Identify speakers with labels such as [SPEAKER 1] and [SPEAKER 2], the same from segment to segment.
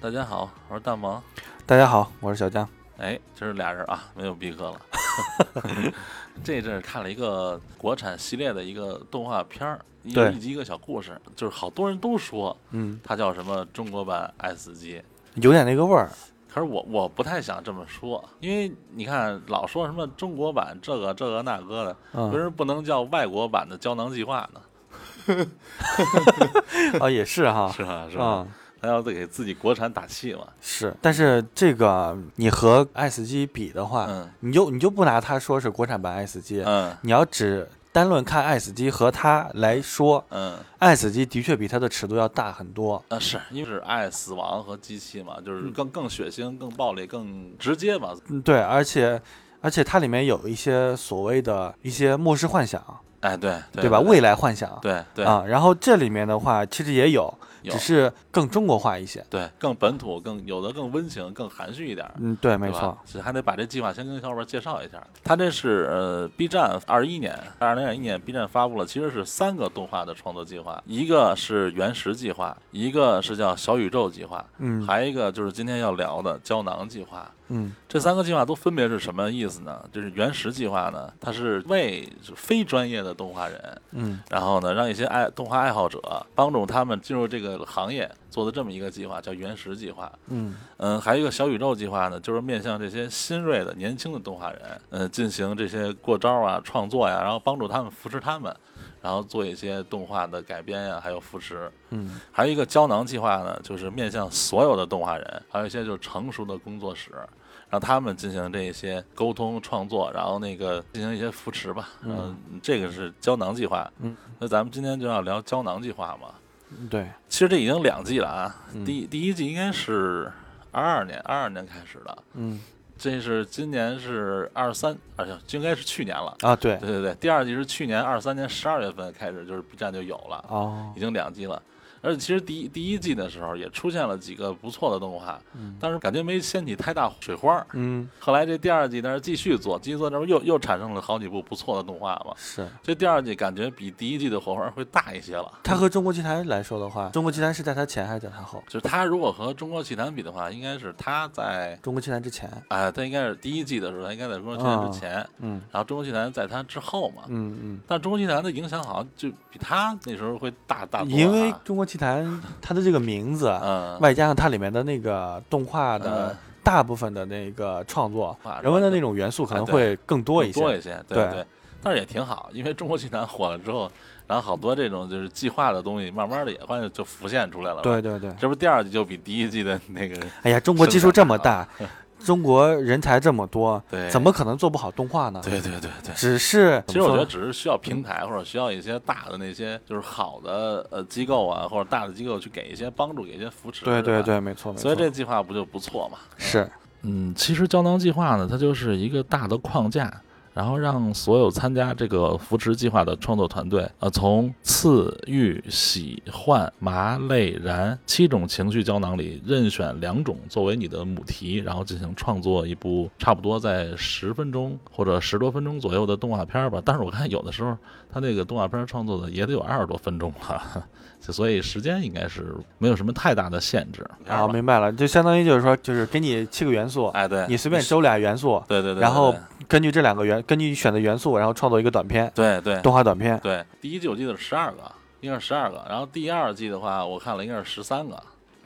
[SPEAKER 1] 大家好，我是大萌。
[SPEAKER 2] 大家好，我是小江。
[SPEAKER 1] 哎，这是俩人啊，没有逼哥了。 这阵儿看了一个国产系列的一个动画片儿，一
[SPEAKER 2] 对
[SPEAKER 1] 一集一个小故事，就是好多人都说
[SPEAKER 2] 嗯，
[SPEAKER 1] 它叫什么中国版《爱死机》，
[SPEAKER 2] 有点那个 味儿。
[SPEAKER 1] 可是我我不太想这么说，因为你看老说什么中国版这个这个那个的，为什
[SPEAKER 2] 嗯，
[SPEAKER 1] 么不能叫外国版的胶囊计划呢？
[SPEAKER 2] 啊，也是哈，
[SPEAKER 1] 是吧？是吧？
[SPEAKER 2] 啊，
[SPEAKER 1] 他要给自己国产打气嘛。
[SPEAKER 2] 是。但是这个你和爱死机比的话，
[SPEAKER 1] 嗯
[SPEAKER 2] 你就你就不拿它说是国产版爱死机，
[SPEAKER 1] 嗯
[SPEAKER 2] 你要只单论看爱死机和它来说，
[SPEAKER 1] 嗯。
[SPEAKER 2] 爱死机的确比它的尺度要大很多。
[SPEAKER 1] 啊，是因为是爱、死亡和机器嘛，就是更更血腥、更暴力、更直接嘛。
[SPEAKER 2] 嗯，对，而且而且它里面有一些所谓的一些末世幻想，
[SPEAKER 1] 哎，对对
[SPEAKER 2] 吧？未来幻想，
[SPEAKER 1] 对对
[SPEAKER 2] 啊。然后这里面的话，其实也有，
[SPEAKER 1] 有
[SPEAKER 2] 只是更中国化一些。
[SPEAKER 1] 对更本土、更有的更温情、更含蓄一点儿。
[SPEAKER 2] 嗯，对，
[SPEAKER 1] 对
[SPEAKER 2] 没
[SPEAKER 1] 吧
[SPEAKER 2] 错。，
[SPEAKER 1] 是还得把这计划先跟小伙伴介绍一下。他这是呃，B 站二一年，二零二一年 B 站发布了，其实是三个动画的创作计划，一个是原石计划，一个是叫小宇宙计划，
[SPEAKER 2] 嗯
[SPEAKER 1] 还有一个就是今天要聊的胶囊计划。
[SPEAKER 2] 嗯
[SPEAKER 1] 这三个计划都分别是什么意思呢？就是原石计划呢，它是为非专业的动画人，
[SPEAKER 2] 嗯
[SPEAKER 1] 然后呢，让一些爱动画爱好者帮助他们进入这个行业，做的这么一个计划，叫原石计划。
[SPEAKER 2] 嗯
[SPEAKER 1] 嗯，还有一个小宇宙计划呢，就是面向这些新锐的年轻的动画人，嗯，进行这些过招啊、创作呀、然后帮助他们扶持他们，然后做一些动画的改编呀、还有扶持。
[SPEAKER 2] 嗯
[SPEAKER 1] 还有一个胶囊计划呢，就是面向所有的动画人，还有一些就是成熟的工作室，让他们进行这些沟通创作，然后那个进行一些扶持吧。
[SPEAKER 2] 嗯
[SPEAKER 1] 嗯，这个是胶囊计划。
[SPEAKER 2] 嗯，
[SPEAKER 1] 那咱们今天就要聊胶囊计划嘛。
[SPEAKER 2] 嗯，对，
[SPEAKER 1] 其实这已经两季了啊，
[SPEAKER 2] 嗯
[SPEAKER 1] 第第一季应该是二二年，二二年开始的，
[SPEAKER 2] 嗯
[SPEAKER 1] 这是今年是二三，哎呀，应该是去年了。
[SPEAKER 2] 啊，对
[SPEAKER 1] 对，对对，第二季是去年二三年十二月份开始，就是 B 站就有了。
[SPEAKER 2] 哦
[SPEAKER 1] 已，经两季了。而且其实第一第一季的时候也出现了几个不错的动画，
[SPEAKER 2] 嗯
[SPEAKER 1] 但是感觉没掀起太大水花儿。
[SPEAKER 2] 嗯，
[SPEAKER 1] 后来这第二季但是继续做，继续做这不又又产生了好几部不错的动画嘛。
[SPEAKER 2] 是。
[SPEAKER 1] 这第二季感觉比第一季的火花会大一些了。
[SPEAKER 2] 它和中国奇谭来说的话，中国奇谭是在它前还是在它后？
[SPEAKER 1] 就是它如果和中国奇谭比的话，应该是它在
[SPEAKER 2] 中国奇谭之前。
[SPEAKER 1] 啊、它应该是第一季的时候，它应该在中国奇谭之前，
[SPEAKER 2] 嗯
[SPEAKER 1] 然后中国奇谭在它之后嘛。
[SPEAKER 2] 嗯
[SPEAKER 1] 但中国奇谭的影响好像就比它那时候会大大
[SPEAKER 2] 嗯，
[SPEAKER 1] 多了啊。
[SPEAKER 2] 因为中国奇谭它的这个名字，
[SPEAKER 1] 嗯，
[SPEAKER 2] 外加上它里面的那个动画的
[SPEAKER 1] 嗯
[SPEAKER 2] 大部分的那个创作
[SPEAKER 1] 画，
[SPEAKER 2] 人文的那种元素可能会更多一
[SPEAKER 1] 哎多
[SPEAKER 2] 些。
[SPEAKER 1] 一些，
[SPEAKER 2] 对
[SPEAKER 1] 对。但是也挺好，因为中国奇谭火了之后，然后好多这种就是计划的东西，慢慢的也快就浮现出来了。，
[SPEAKER 2] 对对对，
[SPEAKER 1] 这不第二季就比第一季的那个
[SPEAKER 2] 哎呀，中国基数这么大，中国人才这么多，
[SPEAKER 1] 对，
[SPEAKER 2] 怎么可能做不好动画呢？
[SPEAKER 1] 对对对对。
[SPEAKER 2] 只是
[SPEAKER 1] 其实我觉得
[SPEAKER 2] 怎么说呢
[SPEAKER 1] 只是需要平台或者需要一些大的那些就是好的呃机构啊，或者大的机构去给一些帮助，给一些扶持。
[SPEAKER 2] 对对
[SPEAKER 1] 是吧，
[SPEAKER 2] 对，没错没错，
[SPEAKER 1] 所以这计划不就不错嘛？
[SPEAKER 2] 是
[SPEAKER 1] 嗯，其实胶囊计划呢，它就是一个大的框架，然后让所有参加这个扶持计划的创作团队，呃，从刺、欲、喜、患、麻、泪、然七种情绪胶囊里任选两种作为你的母题，然后进行创作一部差不多在十分钟或者十多分钟左右的动画片儿吧。但是我看有的时候它那个动画片儿创作的也得有二十多分钟了，所以时间应该是没有什么太大的限制。
[SPEAKER 2] 啊，明白了，就相当于就是说，就是给你七个元素，
[SPEAKER 1] 哎，对，
[SPEAKER 2] 你随便抽俩元素，
[SPEAKER 1] 对，对对对，
[SPEAKER 2] 然后
[SPEAKER 1] 对
[SPEAKER 2] 根据这两个元，根据你选的元素，然后创作一个短片，
[SPEAKER 1] 对对
[SPEAKER 2] 动画短片。
[SPEAKER 1] 对，第一季我记得是十二个，应该是十二个，然后第二季的话，我看了应该是十三个，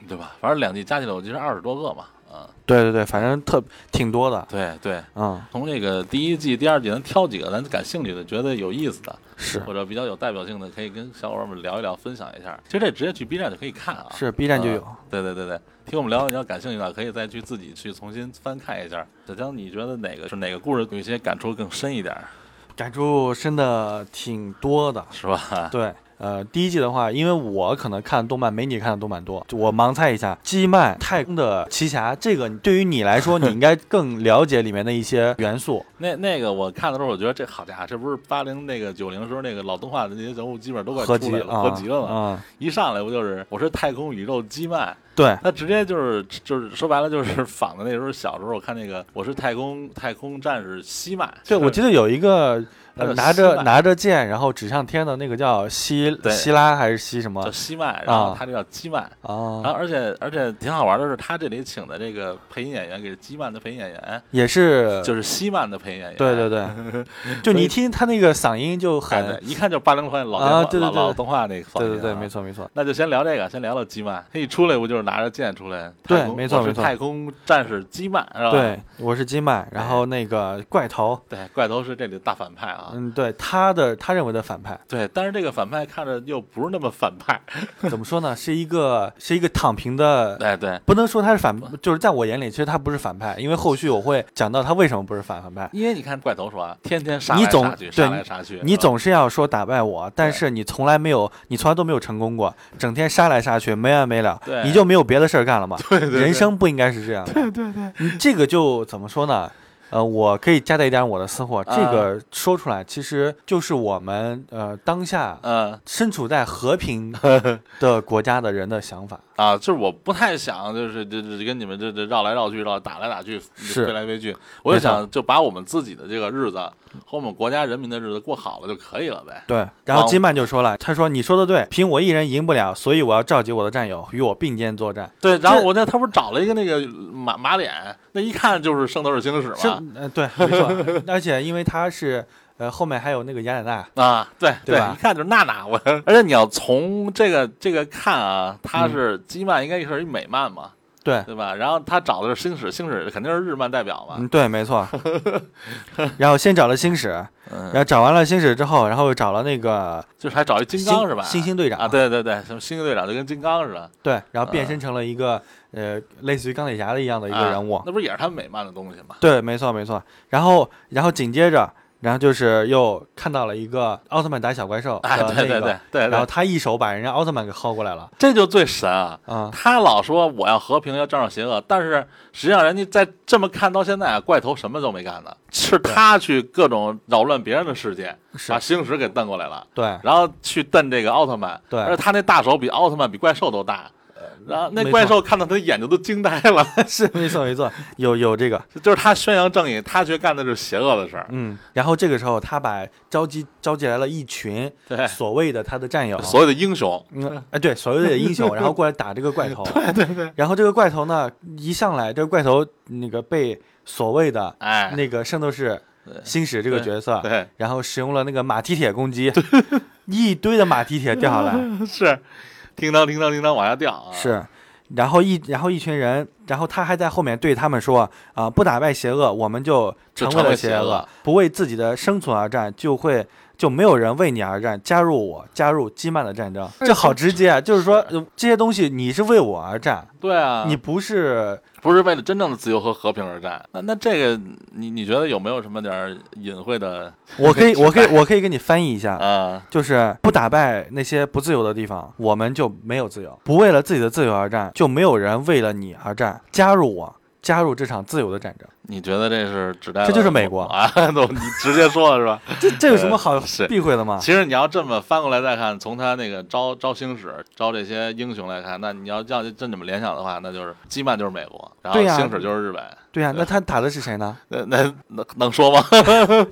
[SPEAKER 1] 对吧？反正两季加起来我记得是二十多个嘛，啊，
[SPEAKER 2] 对对对，反正特挺多的，
[SPEAKER 1] 对对。
[SPEAKER 2] 嗯，
[SPEAKER 1] 从这个第一季、第二季，咱挑几个咱感兴趣的、觉得有意思的，
[SPEAKER 2] 是
[SPEAKER 1] 或者比较有代表性的，可以跟小伙伴们聊一聊、分享一下。其实这直接去 B 站就可以看啊。
[SPEAKER 2] 是，B 站就
[SPEAKER 1] 嗯
[SPEAKER 2] 有。
[SPEAKER 1] 对对对对，听我们聊，你要感兴趣的话，可以再去自己去重新翻看一下。小江，你觉得哪个是哪个故事有一些感触更深一点儿，
[SPEAKER 2] 感触真的挺多的。
[SPEAKER 1] 是吧？
[SPEAKER 2] 对，呃，第一季的话，因为我可能看动漫没你看的动漫多，我盲猜一下，《基曼太空的奇侠》这个对于你来说，你应该更了解里面的一些元 素。
[SPEAKER 1] 那那个我看的时候，我觉得这好家伙，这不是八零那个九零时候那个老动画的那些人物，基本上都快
[SPEAKER 2] 合
[SPEAKER 1] 出
[SPEAKER 2] 集
[SPEAKER 1] 来了，
[SPEAKER 2] 啊，
[SPEAKER 1] 合集了嘛。
[SPEAKER 2] 啊，
[SPEAKER 1] 一上来不就是我是太空宇宙基曼，
[SPEAKER 2] 对，
[SPEAKER 1] 他直接就是就是说白了就是仿的那时候小时候我看那个我是太空太空战士西马，
[SPEAKER 2] 对我记得有一个、
[SPEAKER 1] 还
[SPEAKER 2] 呃
[SPEAKER 1] 有
[SPEAKER 2] 拿
[SPEAKER 1] 希
[SPEAKER 2] 着
[SPEAKER 1] 腊
[SPEAKER 2] 拿着剑然后指向天的那个叫希
[SPEAKER 1] 对
[SPEAKER 2] 希拉还是希什
[SPEAKER 1] 叫
[SPEAKER 2] 么
[SPEAKER 1] 西麦，然后
[SPEAKER 2] 啊
[SPEAKER 1] 他这叫基曼。然后，
[SPEAKER 2] 啊？
[SPEAKER 1] 而且而且挺好玩的是，他这里请的这个配音演员，给基曼的配音演员，
[SPEAKER 2] 也是，
[SPEAKER 1] 就是西曼的配音演员。
[SPEAKER 2] 对对对， 就你一听他那个嗓音就
[SPEAKER 1] 哎，对，，
[SPEAKER 2] 很
[SPEAKER 1] 一看就是八零后老电
[SPEAKER 2] 啊
[SPEAKER 1] 话
[SPEAKER 2] 对对
[SPEAKER 1] 老
[SPEAKER 2] 对
[SPEAKER 1] 老动画那个嗓音
[SPEAKER 2] 对
[SPEAKER 1] 啊。
[SPEAKER 2] 对对，没错没错，
[SPEAKER 1] 那就先聊这个，先聊聊基曼。他一出来不就是拿着剑出来？
[SPEAKER 2] 对
[SPEAKER 1] 太空
[SPEAKER 2] 没错
[SPEAKER 1] 我是
[SPEAKER 2] 没错
[SPEAKER 1] 太空战士基曼是吧？
[SPEAKER 2] 对，我是金麦，然后那个怪头，
[SPEAKER 1] 对，怪头是这里的大反派啊。
[SPEAKER 2] 嗯，对他的他认为的 反派
[SPEAKER 1] 对，但是这个反派看着又不是那么反派。
[SPEAKER 2] 怎么说呢？是一个是一个躺平的。
[SPEAKER 1] 对对，
[SPEAKER 2] 不能说他是反，就是在我眼里，其实他不是反派，因为后续我会讲到他为什么不是反反派。
[SPEAKER 1] 因为你看怪头说啊，天天杀
[SPEAKER 2] 你
[SPEAKER 1] 来
[SPEAKER 2] 总
[SPEAKER 1] 杀去，
[SPEAKER 2] 对
[SPEAKER 1] 杀来杀去，
[SPEAKER 2] 你
[SPEAKER 1] 是吧
[SPEAKER 2] 总是要说打败我，但是你从来没有，你从来都没有成功过，整天杀来杀去没完没了，
[SPEAKER 1] 对
[SPEAKER 2] 你就没有别的事儿干了吗？
[SPEAKER 1] 对对对
[SPEAKER 2] 人生不应该是这样的。对对对，这个就怎么说呢？呃，我可以夹带一点我的私
[SPEAKER 1] 啊
[SPEAKER 2] 货，这个说出来其实就是我们呃当下
[SPEAKER 1] 嗯。
[SPEAKER 2] 身处在 和平的国家的人的想法。
[SPEAKER 1] 啊，就是我不太想，就是这这跟你们这这绕来绕去，绕打来打去，
[SPEAKER 2] 是
[SPEAKER 1] 飞来飞去。我就想就把我们自己的这个日子和我们国家人民的日子过好了就可以了呗。
[SPEAKER 2] 对，然后
[SPEAKER 1] 好
[SPEAKER 2] 金曼就说了，他说：“你说的对，凭我一人赢不了，所以我要召集我的战友与我并肩作战。
[SPEAKER 1] 对，然后我那他不是找了一个那个马马脸，那一看就是《圣斗士星矢》
[SPEAKER 2] 是，
[SPEAKER 1] 嘛。
[SPEAKER 2] 呃，对，没错。 而且因为他是，呃，后面还有那个雅典娜，
[SPEAKER 1] 啊，对
[SPEAKER 2] 对吧
[SPEAKER 1] 一看就是娜娜我。 而且你要从这个这个看啊，他是基漫应该是一美漫嘛，
[SPEAKER 2] 对，
[SPEAKER 1] 对吧？然后他找的是星矢，星矢肯定是日漫代表嘛。
[SPEAKER 2] 嗯，对，没错。然后先找了星矢，然
[SPEAKER 1] 嗯，
[SPEAKER 2] 后找完了星矢之后，然后又找了那个
[SPEAKER 1] 就是还找一金刚
[SPEAKER 2] 星
[SPEAKER 1] 是吧？
[SPEAKER 2] 星星队长
[SPEAKER 1] 啊，对对对，什么星星队长就跟金刚似的。
[SPEAKER 2] 对，然后变身成了一个、呃，类似于钢铁侠的一样的一个人物。
[SPEAKER 1] 啊那不是也是他们美漫的东西吗？
[SPEAKER 2] 对，没错，没错。然后，然后紧接着，然后就是又看到了一个奥特曼打小怪兽的
[SPEAKER 1] 哎，
[SPEAKER 2] 那个，
[SPEAKER 1] 对对对对对，
[SPEAKER 2] 然后他一手把人家奥特曼给薅过来了。
[SPEAKER 1] 这就最神啊！
[SPEAKER 2] 啊、
[SPEAKER 1] 他老说我要和平，要战胜邪恶，但是实际上人家在这么看到现在啊，怪头什么都没干呢，是他去各种扰乱别人的世界，
[SPEAKER 2] 是
[SPEAKER 1] 把，星矢给蹬过来了，
[SPEAKER 2] 对，
[SPEAKER 1] 然后去蹬这个奥特曼，
[SPEAKER 2] 对呃
[SPEAKER 1] 而且他那大手比奥特曼比怪兽都大，然后那
[SPEAKER 2] 没
[SPEAKER 1] 怪
[SPEAKER 2] 错
[SPEAKER 1] 兽看到他的眼睛都惊呆 了，
[SPEAKER 2] 是没错，没错，有有这个，
[SPEAKER 1] 就是他宣扬正义，他却干的是邪恶的事儿，
[SPEAKER 2] 嗯。然后这个时候，他把召集召集来了一群
[SPEAKER 1] 对，
[SPEAKER 2] 所谓的他的战友，
[SPEAKER 1] 哎所有的英雄，
[SPEAKER 2] 嗯，哎，对，所谓的英雄，然后过来打这个怪头。对对对。然后这个怪头呢，一上来，这个怪头那个被所谓的
[SPEAKER 1] 哎，
[SPEAKER 2] 那个圣斗士星矢这个角色，
[SPEAKER 1] 对，
[SPEAKER 2] 然后使用了那个马蹄铁攻击，一堆的马蹄铁掉 下来，
[SPEAKER 1] 是，叮当叮当叮当往下掉啊，
[SPEAKER 2] 是。然后一，然后一群人，然后他还在后面对他们说：“啊、不打败邪恶，我们就
[SPEAKER 1] 就
[SPEAKER 2] 成
[SPEAKER 1] 成
[SPEAKER 2] 了
[SPEAKER 1] 为
[SPEAKER 2] 邪
[SPEAKER 1] 邪
[SPEAKER 2] 恶
[SPEAKER 1] 恶；
[SPEAKER 2] 不为自己的生存而战，就会就没有人为你而战。加入我，加入基曼的战争，这好直接啊！就是说，呃这些东西你是为我而战，
[SPEAKER 1] 对啊，
[SPEAKER 2] 你不是
[SPEAKER 1] 不是为了真正的自由和和平而战。那那这个，你你觉得有没有什么点儿隐晦的
[SPEAKER 2] 我 可以，我可以，我可以给你翻译一下，
[SPEAKER 1] 啊？
[SPEAKER 2] 就是不打败那些不自由的地方，我们就没有自由；不为了自己的自由而战，就没有人为了你而战。加入我，加入这场自由的战争，
[SPEAKER 1] 你觉得这是指代了
[SPEAKER 2] 这就是美国
[SPEAKER 1] 啊？ 都你直接说了是吧？
[SPEAKER 2] 这这有什么好
[SPEAKER 1] 呃是
[SPEAKER 2] 避讳的吗？
[SPEAKER 1] 其实你要这么翻过来再看，从他那个招招星矢、招这些英雄来看，那你要要这么联想的话，那就是基曼就是美国，然后
[SPEAKER 2] 对呀
[SPEAKER 1] 星矢就是日本。
[SPEAKER 2] 对呀、那他打的是谁呢？
[SPEAKER 1] 那那能能说吗？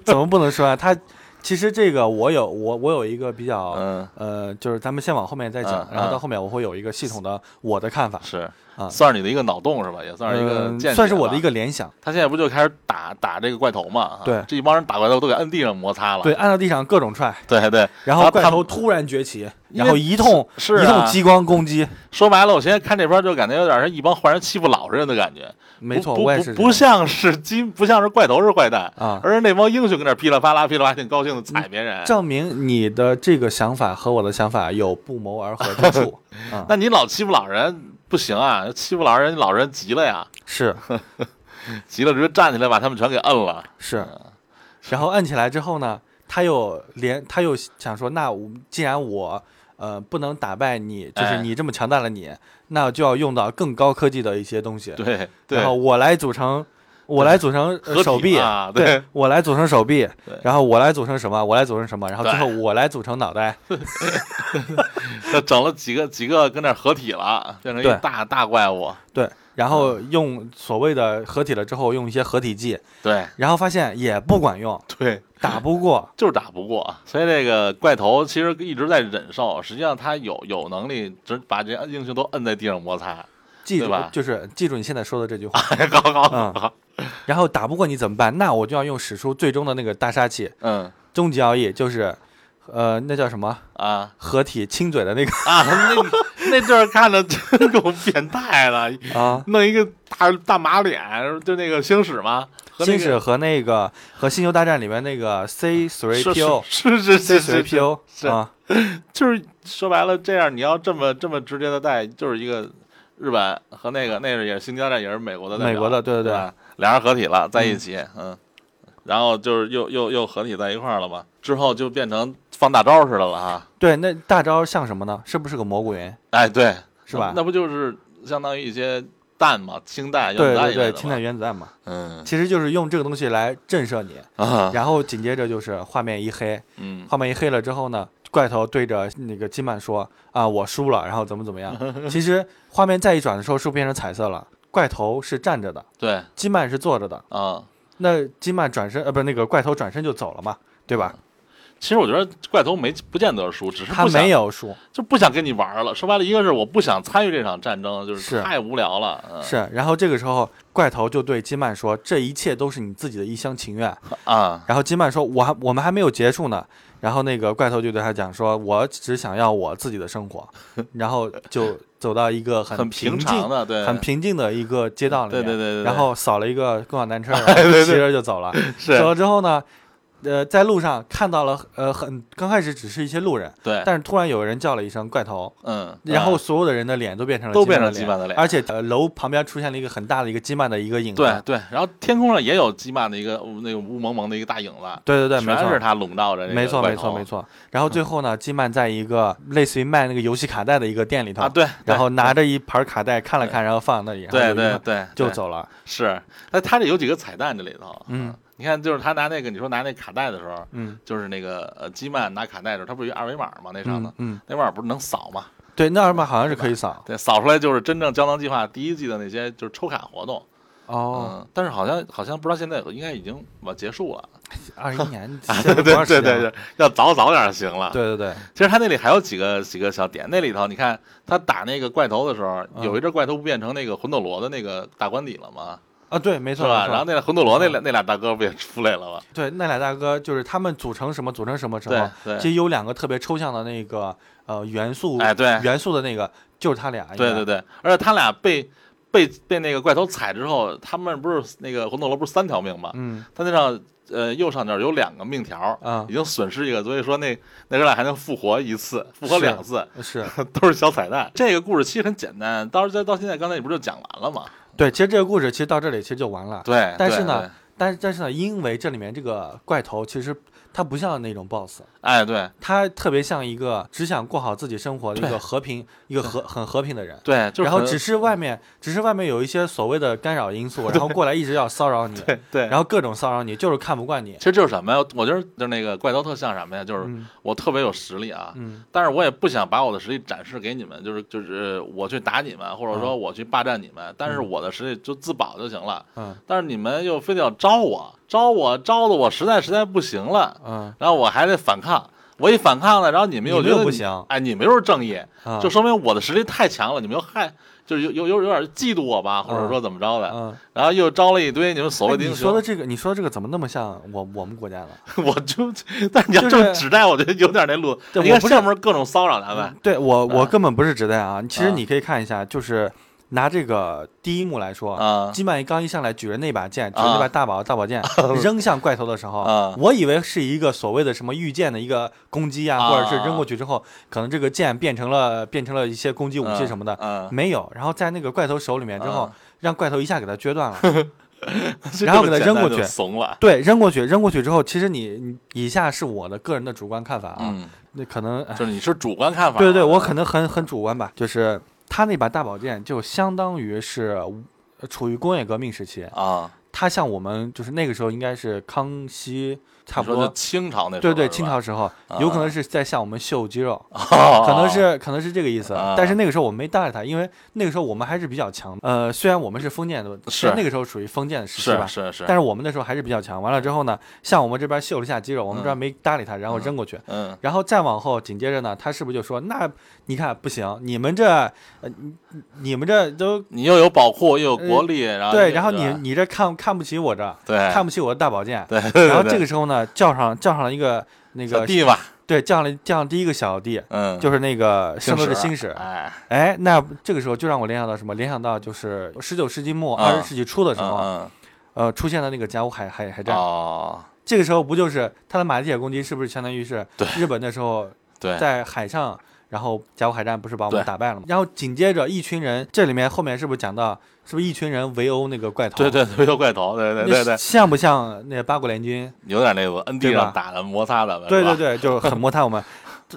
[SPEAKER 2] 怎么不能说啊？他其实这个我有我我有一个比较。
[SPEAKER 1] 嗯，
[SPEAKER 2] 呃，就是咱们先往后面再讲
[SPEAKER 1] 嗯，
[SPEAKER 2] 然后
[SPEAKER 1] 嗯
[SPEAKER 2] 到后面我会有一个系统的我的看法，
[SPEAKER 1] 是
[SPEAKER 2] 啊
[SPEAKER 1] 算是你的一个脑洞是吧？也算是一个见
[SPEAKER 2] 嗯
[SPEAKER 1] 解吧、
[SPEAKER 2] 算是我的一个联想。
[SPEAKER 1] 他现在不就开始打打这个怪头嘛？啊
[SPEAKER 2] 对
[SPEAKER 1] 这一帮人打怪头都给摁地上摩擦了。
[SPEAKER 2] 对，按到地上各种踹，
[SPEAKER 1] 对对，
[SPEAKER 2] 然
[SPEAKER 1] 然
[SPEAKER 2] 后
[SPEAKER 1] 后
[SPEAKER 2] 怪
[SPEAKER 1] 他
[SPEAKER 2] 头突然崛起，
[SPEAKER 1] 因为
[SPEAKER 2] 然后一通
[SPEAKER 1] 是
[SPEAKER 2] 一
[SPEAKER 1] 啊
[SPEAKER 2] 通激光攻击，
[SPEAKER 1] 说白了，我现在看这边就感觉有点像一帮坏人欺负老实人的感觉。
[SPEAKER 2] 没错，
[SPEAKER 1] 不不
[SPEAKER 2] 我也是
[SPEAKER 1] 不不像是金，不像是怪头是坏蛋，
[SPEAKER 2] 啊，
[SPEAKER 1] 而是那帮英雄跟那噼里啪啦、噼里啪啦，挺高兴的踩别人。
[SPEAKER 2] 证明你的这个想法和我的想法有不谋而合之处 啊。
[SPEAKER 1] 那你老欺负老人不行啊！欺负老人，老人急了呀，
[SPEAKER 2] 是
[SPEAKER 1] 急了直接站起来把他们全给摁了。
[SPEAKER 2] 是，
[SPEAKER 1] 嗯
[SPEAKER 2] 然后摁起来之后呢，他又连他又想说，那我既然我呃不能打败你，就是
[SPEAKER 1] 哎
[SPEAKER 2] 你这么强大的你，那就要用到更高科技的一些东西，
[SPEAKER 1] 对对
[SPEAKER 2] 然后，我来组成我来组成呃
[SPEAKER 1] 合体
[SPEAKER 2] 手臂
[SPEAKER 1] 啊
[SPEAKER 2] 对
[SPEAKER 1] 对
[SPEAKER 2] 我来组成手臂
[SPEAKER 1] 对，
[SPEAKER 2] 然后我来组成什么，我来组成什么，然后最后
[SPEAKER 1] 对
[SPEAKER 2] 我来组成脑袋，
[SPEAKER 1] 这整了几个几个跟那儿合体了，变成
[SPEAKER 2] 对
[SPEAKER 1] 一大大怪物。
[SPEAKER 2] 对，然后用所谓的合体了之后用一些合体技，
[SPEAKER 1] 对
[SPEAKER 2] 然后发现也不管用，
[SPEAKER 1] 对，
[SPEAKER 2] 打不过，
[SPEAKER 1] 就是打不过，所以这个怪头其实一直在忍受，实际上他有有能力只把这英雄都摁在地上摩擦，
[SPEAKER 2] 记
[SPEAKER 1] 对
[SPEAKER 2] 住
[SPEAKER 1] 吧
[SPEAKER 2] 就是记住你现在说的这句话，
[SPEAKER 1] 搞搞
[SPEAKER 2] 嗯
[SPEAKER 1] 搞搞，
[SPEAKER 2] 然后打不过你怎么办？那我就要用使出最终的那个大杀器，
[SPEAKER 1] 嗯
[SPEAKER 2] 终极奥义，就是呃那叫什么
[SPEAKER 1] 啊，
[SPEAKER 2] 合体亲嘴的那个
[SPEAKER 1] 啊，那那阵儿看着真够变态了，
[SPEAKER 2] 啊。
[SPEAKER 1] 弄一个大大马脸，就那个星矢嘛， 和那
[SPEAKER 2] 星
[SPEAKER 1] 个
[SPEAKER 2] 矢和那个和星球大战里面那个 C 3 PO
[SPEAKER 1] 是是是
[SPEAKER 2] C
[SPEAKER 1] 是是
[SPEAKER 2] 3 PO
[SPEAKER 1] 是
[SPEAKER 2] 啊，
[SPEAKER 1] 就是说白了，这样你要这么这么直接的带，就是一个日本和那个那个也是星际大战，也是美国的代表
[SPEAKER 2] 美国的对对
[SPEAKER 1] 对
[SPEAKER 2] 对
[SPEAKER 1] 吧，俩人合体了，在一起，嗯，然后就是又又又合体在一块儿了吧，之后就变成放大招似的了哈，
[SPEAKER 2] 对，那大招像什么呢？是不是个蘑菇云？
[SPEAKER 1] 哎，对，
[SPEAKER 2] 是吧
[SPEAKER 1] 那？那不就是相当于一些弹嘛，氢弹、
[SPEAKER 2] 对
[SPEAKER 1] 原弹
[SPEAKER 2] 对
[SPEAKER 1] 一类
[SPEAKER 2] 对，
[SPEAKER 1] 的
[SPEAKER 2] 氢
[SPEAKER 1] 嘛
[SPEAKER 2] 弹原子弹嘛，
[SPEAKER 1] 嗯
[SPEAKER 2] 其实就是用这个东西来震慑你，
[SPEAKER 1] 啊，
[SPEAKER 2] 然后紧接着就是画面一黑，
[SPEAKER 1] 嗯，
[SPEAKER 2] 画面一黑了之后呢，怪头对着那个金曼说：“啊，我输了，然后怎么怎 么样。”其实画面再一转的时候，是不是变成彩色了？怪头是站着的，
[SPEAKER 1] 对
[SPEAKER 2] 金曼是坐着的。
[SPEAKER 1] 啊。
[SPEAKER 2] 那金曼转身，呃，不是那个怪头转身就走了嘛，对吧？
[SPEAKER 1] 其实我觉得怪头没不见得输，只是
[SPEAKER 2] 他
[SPEAKER 1] 嗯不想
[SPEAKER 2] 没有输，
[SPEAKER 1] 就不想跟你玩了。说白了，一个是我不想参与这场战争，就是
[SPEAKER 2] 是
[SPEAKER 1] 太无聊了。嗯、
[SPEAKER 2] 是。然后这个时候，怪头就对金曼说：“这一切都是你自己的一厢情愿。”
[SPEAKER 1] 啊，
[SPEAKER 2] 然后金曼说：“我还我们还没有结束呢。”然后那个怪头就对他讲说：“我只想要我自己的生活。”然后就走到一个
[SPEAKER 1] 很
[SPEAKER 2] 平
[SPEAKER 1] 平
[SPEAKER 2] 静
[SPEAKER 1] 常的，对，
[SPEAKER 2] 很平静的一个街道里
[SPEAKER 1] 对
[SPEAKER 2] 面，
[SPEAKER 1] 呃对对对对哎
[SPEAKER 2] 然后扫了一个共享 单车，然后骑着就走了。
[SPEAKER 1] 是
[SPEAKER 2] 走了之后呢，呃，在路上看到了呃很刚开始只是一些路人，
[SPEAKER 1] 对，
[SPEAKER 2] 但是突然有人叫了一声怪头。
[SPEAKER 1] 嗯，
[SPEAKER 2] 然后
[SPEAKER 1] 哎啊
[SPEAKER 2] 所有的人的脸都变成了
[SPEAKER 1] 都
[SPEAKER 2] 金曼
[SPEAKER 1] 变成金曼的脸
[SPEAKER 2] 而且呃楼旁边出现了一个很大的一个金曼的一个影子。
[SPEAKER 1] 对对，然后天空上也有基曼的一个那个雾蒙蒙的一个大影子，
[SPEAKER 2] 对对对，没
[SPEAKER 1] 全
[SPEAKER 2] 错
[SPEAKER 1] 是，他笼罩着这个
[SPEAKER 2] 没错
[SPEAKER 1] 怪
[SPEAKER 2] 没错
[SPEAKER 1] 头
[SPEAKER 2] 没错。然后最后呢，金曼在一个类似于卖那个游戏卡带的一个店里头
[SPEAKER 1] 啊，，对，
[SPEAKER 2] 然后拿着一盘卡带看了看，然后放那里，然后
[SPEAKER 1] 对
[SPEAKER 2] 就一
[SPEAKER 1] 对
[SPEAKER 2] 看
[SPEAKER 1] 对，
[SPEAKER 2] 就
[SPEAKER 1] 对
[SPEAKER 2] 走了。
[SPEAKER 1] 是，但他这有几个彩蛋这里头，啊
[SPEAKER 2] 嗯，
[SPEAKER 1] 你看就是他拿那个你说拿那卡带的时候，
[SPEAKER 2] 嗯，
[SPEAKER 1] 就是那个呃基曼拿卡带的时候，他不是有一二维码吗？那上头
[SPEAKER 2] 嗯。嗯，
[SPEAKER 1] 那玩意儿不是能扫吗？
[SPEAKER 2] 对，那二维码好像是可以扫
[SPEAKER 1] 对，扫出来就是真正胶囊计划第一季的那些就是抽卡活动，
[SPEAKER 2] 哦。
[SPEAKER 1] 嗯，但是好像好像不知道现在有应该已经完结束了，
[SPEAKER 2] 二一 年，
[SPEAKER 1] 啊 对对对对
[SPEAKER 2] 对
[SPEAKER 1] 对，要早早点行了。，
[SPEAKER 2] 啊对对对，
[SPEAKER 1] 其实他那里还有几个几个小点，那里头你看他打那个怪头的时候，
[SPEAKER 2] 嗯
[SPEAKER 1] 有一阵怪头不变成那个魂斗罗的那个大官邸了吗？
[SPEAKER 2] 啊对，没
[SPEAKER 1] 是
[SPEAKER 2] 错，
[SPEAKER 1] 吧？
[SPEAKER 2] 没错嗯
[SPEAKER 1] 然后那俩魂斗罗那俩那俩大哥不也出来了吗？
[SPEAKER 2] 对那俩大哥就是他们组成什么组成什么之
[SPEAKER 1] 对
[SPEAKER 2] 后，
[SPEAKER 1] 对
[SPEAKER 2] 其实有两个特别抽象的那个呃元素，
[SPEAKER 1] 哎对
[SPEAKER 2] 元素的那个就是他俩，
[SPEAKER 1] 对对
[SPEAKER 2] 对，
[SPEAKER 1] 对，而且他俩被被被那个怪头踩之后，他们不是那个魂斗罗不是三条命吗？
[SPEAKER 2] 嗯
[SPEAKER 1] 他那上呃右上角有两个命条儿，
[SPEAKER 2] 啊
[SPEAKER 1] 已经损失一个，所以说那那哥俩还能复活一次，复活
[SPEAKER 2] 是
[SPEAKER 1] 两次，
[SPEAKER 2] 是
[SPEAKER 1] 都是小彩蛋。这个故事其实很简单，到时候到现在刚才你不是就讲完了吗？
[SPEAKER 2] 对，其实这个故事其实到这里其实就完了，
[SPEAKER 1] 对，
[SPEAKER 2] 但
[SPEAKER 1] 对
[SPEAKER 2] 是呢，，但是但是呢，因为这里面这个怪头其实他不像那种 BOSS，
[SPEAKER 1] 对哎对
[SPEAKER 2] 他特别像一个只想过好自己生活的一
[SPEAKER 1] 对
[SPEAKER 2] 个和平一个和很和平的人，
[SPEAKER 1] 对，就是
[SPEAKER 2] 然后
[SPEAKER 1] 很
[SPEAKER 2] 只是外面，只是外面有一些所谓的干扰 因素，然后过来一直要骚扰你，
[SPEAKER 1] 对对，
[SPEAKER 2] 然后各种骚扰你，就是看不惯你
[SPEAKER 1] 其。实就是什么呀？我觉得就是那个怪盗特像什么呀？就是
[SPEAKER 2] 嗯
[SPEAKER 1] 我特别有实力啊，
[SPEAKER 2] 嗯，
[SPEAKER 1] 但是我也不想把我的实力展示给你们，就是就是我去打你们，或者说我去霸占你们，但是我的实力就自保就行了。
[SPEAKER 2] 嗯
[SPEAKER 1] 但是你们又非得要招我，招我招的我实在实在不行了，
[SPEAKER 2] 嗯
[SPEAKER 1] 然后我还得反抗。我一反抗了，然后你们又
[SPEAKER 2] 你
[SPEAKER 1] 觉
[SPEAKER 2] 们又
[SPEAKER 1] 得
[SPEAKER 2] 不
[SPEAKER 1] 你
[SPEAKER 2] 行
[SPEAKER 1] 哎，你们又是正义，
[SPEAKER 2] 啊，
[SPEAKER 1] 就说明我的实力太强了，你们又害，就是有有有有点嫉妒我吧，或者说怎么着的，
[SPEAKER 2] 嗯，
[SPEAKER 1] 然后又招了一堆你们所
[SPEAKER 2] 哎
[SPEAKER 1] 谓的
[SPEAKER 2] 你
[SPEAKER 1] 英
[SPEAKER 2] 说
[SPEAKER 1] 雄
[SPEAKER 2] 的，这个，你说的这个怎么那么像我我们国家的？
[SPEAKER 1] 我就，但你要这么
[SPEAKER 2] 就是
[SPEAKER 1] 指代，我觉得有点那路，
[SPEAKER 2] 对
[SPEAKER 1] 你
[SPEAKER 2] 我
[SPEAKER 1] 看
[SPEAKER 2] 不是
[SPEAKER 1] 上面各种骚扰咱们，
[SPEAKER 2] 嗯对我我
[SPEAKER 1] 啊
[SPEAKER 2] 根本不是指代啊，其实
[SPEAKER 1] 啊
[SPEAKER 2] 你可以看一下，就是拿这个第一幕来说。
[SPEAKER 1] 啊
[SPEAKER 2] 金曼刚一上来举着那把剑，举着
[SPEAKER 1] 啊
[SPEAKER 2] 那把大宝大宝剑
[SPEAKER 1] 嗯
[SPEAKER 2] 扔向怪头的时
[SPEAKER 1] 啊
[SPEAKER 2] 候，我以为是一个所谓的什么御剑的一个攻击啊，
[SPEAKER 1] 啊
[SPEAKER 2] 或者是扔过去之后，可能这个剑变成了变成了一些攻击武器什么的，
[SPEAKER 1] 嗯，
[SPEAKER 2] 没有，然后在那个怪头手里面之后，
[SPEAKER 1] 啊
[SPEAKER 2] 让怪头一下给他撅断了。
[SPEAKER 1] 这
[SPEAKER 2] 然后
[SPEAKER 1] 么
[SPEAKER 2] 给他
[SPEAKER 1] 简
[SPEAKER 2] 扔
[SPEAKER 1] 单
[SPEAKER 2] 过
[SPEAKER 1] 就
[SPEAKER 2] 去
[SPEAKER 1] 怂了，
[SPEAKER 2] 对，扔过去，扔过去之后，其实你你以下是我的个人的主观看法啊，
[SPEAKER 1] 嗯，
[SPEAKER 2] 那、可能，哎
[SPEAKER 1] 就是你是主观看法，啊
[SPEAKER 2] 对对对，我可
[SPEAKER 1] 肯
[SPEAKER 2] 能很很主观吧，就是他那把大宝剑就相当于是呃处于工业革命时期，
[SPEAKER 1] 啊，
[SPEAKER 2] 它像我们就是那个时候应该是康熙差不
[SPEAKER 1] 你说
[SPEAKER 2] 多
[SPEAKER 1] 就，清朝那时候
[SPEAKER 2] 对对，
[SPEAKER 1] 是吧
[SPEAKER 2] 清朝时候
[SPEAKER 1] 啊
[SPEAKER 2] 有可能是在向我们秀肌肉，
[SPEAKER 1] 哦
[SPEAKER 2] 可能是可能是这个意思
[SPEAKER 1] 啊。
[SPEAKER 2] 但是那个时候我们没搭理他，因为那个时候我们还是比较强。呃，虽然我们是封建的，
[SPEAKER 1] 是
[SPEAKER 2] 但那个时候属于封建的时期
[SPEAKER 1] 是
[SPEAKER 2] 吧。
[SPEAKER 1] 是是，
[SPEAKER 2] 但是我们那时候还是比较强。完了之后呢，向我们这边秀了一下肌肉，我们这边没搭理他，然后扔过去。
[SPEAKER 1] 嗯
[SPEAKER 2] 然后再往后，紧接着呢，他是不是就说：“那你看不行，你们这，呃，你你们这都
[SPEAKER 1] 你又有保护又有国力，然后
[SPEAKER 2] 呃对，
[SPEAKER 1] 又
[SPEAKER 2] 然后
[SPEAKER 1] 啊是
[SPEAKER 2] 你
[SPEAKER 1] 吧
[SPEAKER 2] 你这看看不起我这，
[SPEAKER 1] 对
[SPEAKER 2] 看不起我的大保健。
[SPEAKER 1] 对对，
[SPEAKER 2] 然后
[SPEAKER 1] 对
[SPEAKER 2] 这个时候呢，叫上叫上了一个那
[SPEAKER 1] 小
[SPEAKER 2] 个
[SPEAKER 1] 弟吧，
[SPEAKER 2] 对，叫了叫上第一个小弟，
[SPEAKER 1] 嗯，
[SPEAKER 2] 就是那个圣斗士
[SPEAKER 1] 星
[SPEAKER 2] 星矢。
[SPEAKER 1] 哎，
[SPEAKER 2] 哎，那这个时候就让我联想到什么？联想到就是十九世纪末
[SPEAKER 1] 啊
[SPEAKER 2] 二十世纪初的时候，
[SPEAKER 1] 嗯
[SPEAKER 2] 呃，出现的那个甲午海海海
[SPEAKER 1] 嗯
[SPEAKER 2] 战。
[SPEAKER 1] 哦，
[SPEAKER 2] 这个时候不就是他的马蒂铁攻击是不是相当于是
[SPEAKER 1] 对
[SPEAKER 2] 日本那时候
[SPEAKER 1] 对，
[SPEAKER 2] 在海上，然后甲午海战不是把我们
[SPEAKER 1] 哎对
[SPEAKER 2] 打败了吗？然后紧接着一群人，这里面后面是不是讲到是不是一群人围殴那个怪头？
[SPEAKER 1] 对，对对，有怪头，对对对对，
[SPEAKER 2] 像不像那八国联军？
[SPEAKER 1] 有点那个 N D
[SPEAKER 2] 对吧
[SPEAKER 1] 上打的摩擦的吧，
[SPEAKER 2] 对
[SPEAKER 1] 是吧
[SPEAKER 2] 对，对，就是很摩擦我们。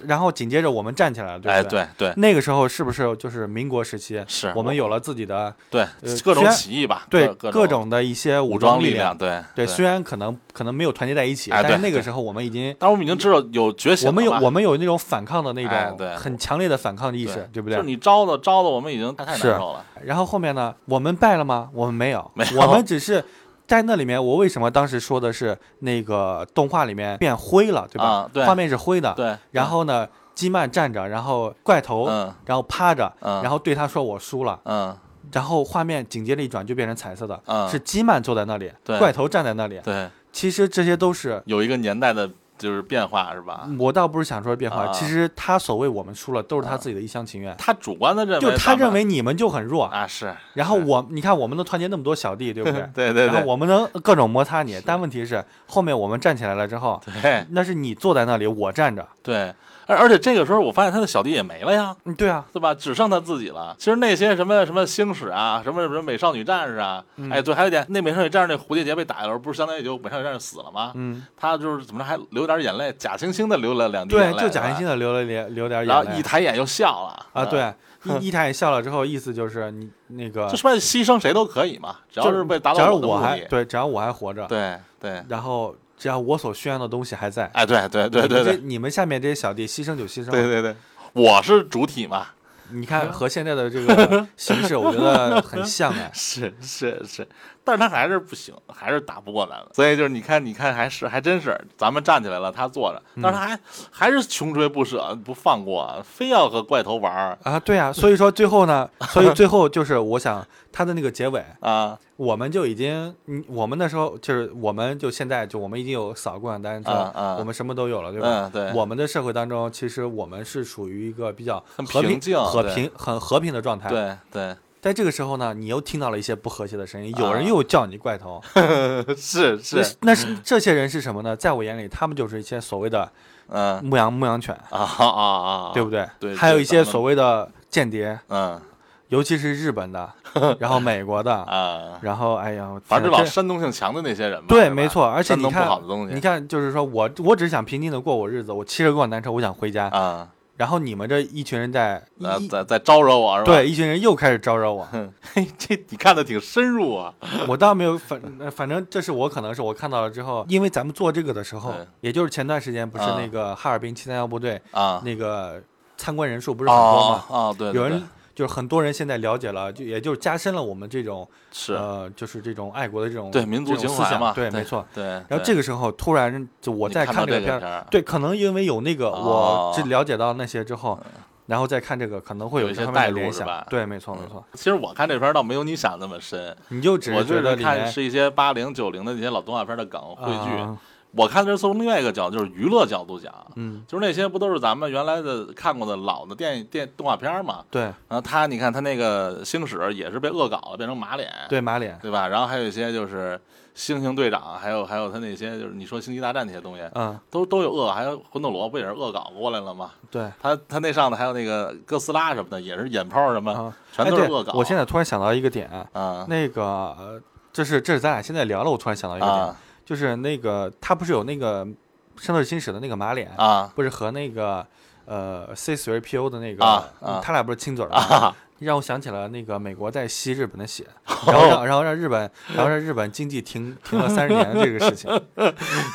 [SPEAKER 2] 然后紧接着我们站起来了，对
[SPEAKER 1] 哎
[SPEAKER 2] 不对？
[SPEAKER 1] 对对
[SPEAKER 2] 那个时候是不是就是民国时期？
[SPEAKER 1] 是
[SPEAKER 2] 我们有了自己的
[SPEAKER 1] 对
[SPEAKER 2] 呃
[SPEAKER 1] 各
[SPEAKER 2] 虽
[SPEAKER 1] 种
[SPEAKER 2] 然
[SPEAKER 1] 起义吧，
[SPEAKER 2] 对
[SPEAKER 1] 各
[SPEAKER 2] 各
[SPEAKER 1] 种
[SPEAKER 2] 种的一些
[SPEAKER 1] 武
[SPEAKER 2] 武
[SPEAKER 1] 装
[SPEAKER 2] 力
[SPEAKER 1] 量，，对
[SPEAKER 2] 对，
[SPEAKER 1] 对
[SPEAKER 2] 虽然可能可能没有团结在一起，
[SPEAKER 1] 哎
[SPEAKER 2] 但是
[SPEAKER 1] 对
[SPEAKER 2] 那个
[SPEAKER 1] 对
[SPEAKER 2] 时候我们已经
[SPEAKER 1] 但我们已经知道有觉醒了
[SPEAKER 2] 我
[SPEAKER 1] 嘛，
[SPEAKER 2] 们有我们有那种反抗的那
[SPEAKER 1] 哎
[SPEAKER 2] 种
[SPEAKER 1] 对
[SPEAKER 2] 很强烈的反抗意识，对不
[SPEAKER 1] 就
[SPEAKER 2] 对
[SPEAKER 1] 是？你招的招的，我们已经太太难
[SPEAKER 2] 是
[SPEAKER 1] 受了，
[SPEAKER 2] 然后后面呢，我们败了吗？我们没有，
[SPEAKER 1] 没有
[SPEAKER 2] 我们只是在那里面。我为什么当时说的是那个动画里面变灰了，对吧？
[SPEAKER 1] 啊对
[SPEAKER 2] 画面是灰的。
[SPEAKER 1] 对，
[SPEAKER 2] 然后呢，基曼站着，然后怪头，
[SPEAKER 1] 嗯
[SPEAKER 2] 然后趴着，
[SPEAKER 1] 嗯
[SPEAKER 2] 然后对他说我输了。
[SPEAKER 1] 嗯
[SPEAKER 2] 然后画面紧接着一转就变成彩色的，
[SPEAKER 1] 嗯
[SPEAKER 2] 是基曼坐在那里，
[SPEAKER 1] 对
[SPEAKER 2] 怪头站在那里。
[SPEAKER 1] 对，
[SPEAKER 2] 其实这些都是。
[SPEAKER 1] 有一个年代的就是变化是吧？
[SPEAKER 2] 我倒不是想说变化，
[SPEAKER 1] 啊
[SPEAKER 2] 其实他所谓我们输了，都是他自己的一厢情愿。
[SPEAKER 1] 他主观的认为咱
[SPEAKER 2] 就
[SPEAKER 1] 们，
[SPEAKER 2] 他认为你们就很弱，
[SPEAKER 1] 啊是，
[SPEAKER 2] 然后
[SPEAKER 1] 是？
[SPEAKER 2] 我，你看我们能团结那么多小弟，对不对
[SPEAKER 1] 对对
[SPEAKER 2] 然
[SPEAKER 1] 对
[SPEAKER 2] 后，我们能各种摩擦你，但问题是后面我们站起来了之后，
[SPEAKER 1] 对
[SPEAKER 2] 那是你坐在那里，我站着。
[SPEAKER 1] 对，而而且这个时候我发现他的小弟也没了呀。
[SPEAKER 2] 嗯，对啊，
[SPEAKER 1] 对吧？只剩他自己了。其实那些什么什么星矢啊，什么什么美少女战士啊，
[SPEAKER 2] 嗯
[SPEAKER 1] 哎，对，还有一点，那美少女战士那蝴蝶结被打的时候，不是相当于就美少女战士死了吗？
[SPEAKER 2] 嗯，
[SPEAKER 1] 他就是怎么着还流点眼泪，假惺惺的流了两滴眼
[SPEAKER 2] 对
[SPEAKER 1] 泪，，
[SPEAKER 2] 就假惺惺
[SPEAKER 1] 惺，
[SPEAKER 2] 的流了流流点
[SPEAKER 1] 然
[SPEAKER 2] 眼
[SPEAKER 1] 后一
[SPEAKER 2] 泪
[SPEAKER 1] 抬眼又笑了 嗯
[SPEAKER 2] 啊，对，一一抬眼笑了之后，意思就是你那个
[SPEAKER 1] 就，说白了牺牲谁都可以嘛，只要
[SPEAKER 2] 就是
[SPEAKER 1] 为达
[SPEAKER 2] 只要
[SPEAKER 1] 到
[SPEAKER 2] 是
[SPEAKER 1] 的
[SPEAKER 2] 我
[SPEAKER 1] 目
[SPEAKER 2] 还
[SPEAKER 1] 的。
[SPEAKER 2] 对，只要我还活着，
[SPEAKER 1] 对啊对，
[SPEAKER 2] 然后只要我所宣扬的东西还在，
[SPEAKER 1] 哎，对对对
[SPEAKER 2] 你
[SPEAKER 1] 对
[SPEAKER 2] 们这
[SPEAKER 1] 对
[SPEAKER 2] 你们下面这些小弟牺牲就牺牲，
[SPEAKER 1] 对，嗯对对，我是主体嘛，
[SPEAKER 2] 你看和现在的这个形式，我觉得很像哎。
[SPEAKER 1] 是是是，但是他还是不行，还是打不过咱们。所以就是你看，你看，还是还真是，咱们站起来了，他坐着，但是他还、还是穷追不舍，不放过，非要和怪头玩儿
[SPEAKER 2] 啊，对啊，所以说最后呢，所以最后就是我想他的那个结尾，
[SPEAKER 1] 啊
[SPEAKER 2] 我们就已经，嗯，我们那时候就是，我们就现在就我们已经有扫共享单车，
[SPEAKER 1] 嗯嗯
[SPEAKER 2] 我们什么都有了，对吧？
[SPEAKER 1] 嗯，对，
[SPEAKER 2] 我们的社会当中，其实我们是属于一个比较
[SPEAKER 1] 很
[SPEAKER 2] 和平、
[SPEAKER 1] 平静
[SPEAKER 2] 和
[SPEAKER 1] 对
[SPEAKER 2] 平、很和平的状态。，
[SPEAKER 1] 对对
[SPEAKER 2] 在这个时候呢，你又听到了一些不和谐的声音，
[SPEAKER 1] 啊
[SPEAKER 2] 有人又叫你怪头。
[SPEAKER 1] 是是，
[SPEAKER 2] 那那是这些人是什么呢？在我眼里，他们就是一些所谓的
[SPEAKER 1] 嗯
[SPEAKER 2] 牧羊牧羊犬，
[SPEAKER 1] 啊啊啊，
[SPEAKER 2] 对不对？
[SPEAKER 1] 对
[SPEAKER 2] 还有
[SPEAKER 1] 对
[SPEAKER 2] 一
[SPEAKER 1] 咱
[SPEAKER 2] 些
[SPEAKER 1] 们
[SPEAKER 2] 所谓的间谍，
[SPEAKER 1] 嗯
[SPEAKER 2] 尤其是日本 的，然后美国的，
[SPEAKER 1] 啊，
[SPEAKER 2] 然后哎 呀，
[SPEAKER 1] 反正
[SPEAKER 2] 这
[SPEAKER 1] 老煽动性强的那些人嘛，
[SPEAKER 2] 对，
[SPEAKER 1] 是吧
[SPEAKER 2] 没错，而且
[SPEAKER 1] 煽
[SPEAKER 2] 你
[SPEAKER 1] 动不
[SPEAKER 2] 看
[SPEAKER 1] 好的东，西，
[SPEAKER 2] 你看，就是说我我只是想平静的过我日子，我骑着共享单车，我想回家。
[SPEAKER 1] 啊，
[SPEAKER 2] 然后你们这一群人在一
[SPEAKER 1] 呃
[SPEAKER 2] 一
[SPEAKER 1] 在在招惹我是吧？
[SPEAKER 2] 对，一群人又开始招 惹我，
[SPEAKER 1] 嘿，这你看的挺深入啊，
[SPEAKER 2] 我倒没有反呃反正这是我可能是我看到了之后，因为咱们做这个的时候
[SPEAKER 1] 嗯，
[SPEAKER 2] 也就是前段时间不是
[SPEAKER 1] 啊
[SPEAKER 2] 那个哈尔滨七三幺部队
[SPEAKER 1] 啊，
[SPEAKER 2] 那个参观人数
[SPEAKER 1] 不
[SPEAKER 2] 不是很多吗？
[SPEAKER 1] 啊，对，对
[SPEAKER 2] 有人
[SPEAKER 1] 对
[SPEAKER 2] 就是很多人现在了解了，就也就是加深了我们这种
[SPEAKER 1] 是
[SPEAKER 2] 呃就是这种爱国的这种
[SPEAKER 1] 对民族
[SPEAKER 2] 这种
[SPEAKER 1] 情
[SPEAKER 2] 思
[SPEAKER 1] 怀
[SPEAKER 2] 想
[SPEAKER 1] 嘛
[SPEAKER 2] 对，
[SPEAKER 1] 对
[SPEAKER 2] 没错。
[SPEAKER 1] 对，
[SPEAKER 2] 然后
[SPEAKER 1] 对
[SPEAKER 2] 这个时候突然就我
[SPEAKER 1] 你
[SPEAKER 2] 在
[SPEAKER 1] 看
[SPEAKER 2] 看
[SPEAKER 1] 到
[SPEAKER 2] 这个
[SPEAKER 1] 这
[SPEAKER 2] 片
[SPEAKER 1] 个
[SPEAKER 2] 儿
[SPEAKER 1] 片儿，
[SPEAKER 2] 对，可能因为有那个，
[SPEAKER 1] 啊哦嗯
[SPEAKER 2] 我只了解到那些之后，然后再看这个，可能会
[SPEAKER 1] 有一
[SPEAKER 2] 这
[SPEAKER 1] 些
[SPEAKER 2] 方
[SPEAKER 1] 代
[SPEAKER 2] 面
[SPEAKER 1] 入
[SPEAKER 2] 的联
[SPEAKER 1] 是
[SPEAKER 2] 想
[SPEAKER 1] 吧。
[SPEAKER 2] 对，没错，没错，
[SPEAKER 1] 其实我看这片儿倒没有你想那么深，
[SPEAKER 2] 你就只
[SPEAKER 1] 我
[SPEAKER 2] 觉
[SPEAKER 1] 是
[SPEAKER 2] 得里
[SPEAKER 1] 看
[SPEAKER 2] 面
[SPEAKER 1] 是一些八零九零的那些老动画片的梗汇聚。
[SPEAKER 2] 啊
[SPEAKER 1] 我看的是从另外一个角度，就是娱乐角度讲，
[SPEAKER 2] 嗯，
[SPEAKER 1] 就是那些不都是咱们原来的看过的老的电影电动画片儿嘛？
[SPEAKER 2] 对
[SPEAKER 1] 然后他你看他那个星矢也是被恶搞了，变成马脸，
[SPEAKER 2] 对，马脸，
[SPEAKER 1] 对吧？然后还有一些就是猩猩队长，还有还有他那些就是你说星际大战那些东西，
[SPEAKER 2] 嗯，
[SPEAKER 1] 都都有恶，还有魂斗罗不也是恶搞过来了吗？
[SPEAKER 2] 对
[SPEAKER 1] 他他那上头还有那个哥斯拉什么的，也是眼泡什么，
[SPEAKER 2] 啊，
[SPEAKER 1] 全
[SPEAKER 2] 哎
[SPEAKER 1] 都是
[SPEAKER 2] 对
[SPEAKER 1] 恶搞。
[SPEAKER 2] 我现在突然想到一个点，
[SPEAKER 1] 啊
[SPEAKER 2] 那个呃这是这是咱俩现在聊了，我突然想到一个点，
[SPEAKER 1] 啊
[SPEAKER 2] 就是那个他不是有那个《圣斗士星矢》的那个马脸，
[SPEAKER 1] 啊
[SPEAKER 2] 不是和那个呃 C 3 PO 的那个
[SPEAKER 1] 啊啊
[SPEAKER 2] 他俩不是亲嘴儿吗？
[SPEAKER 1] 啊！
[SPEAKER 2] 让我想起了那个美国在吸日本的 血，然后让然后让日本，然后让日本经济停 停了三十年这个事 情，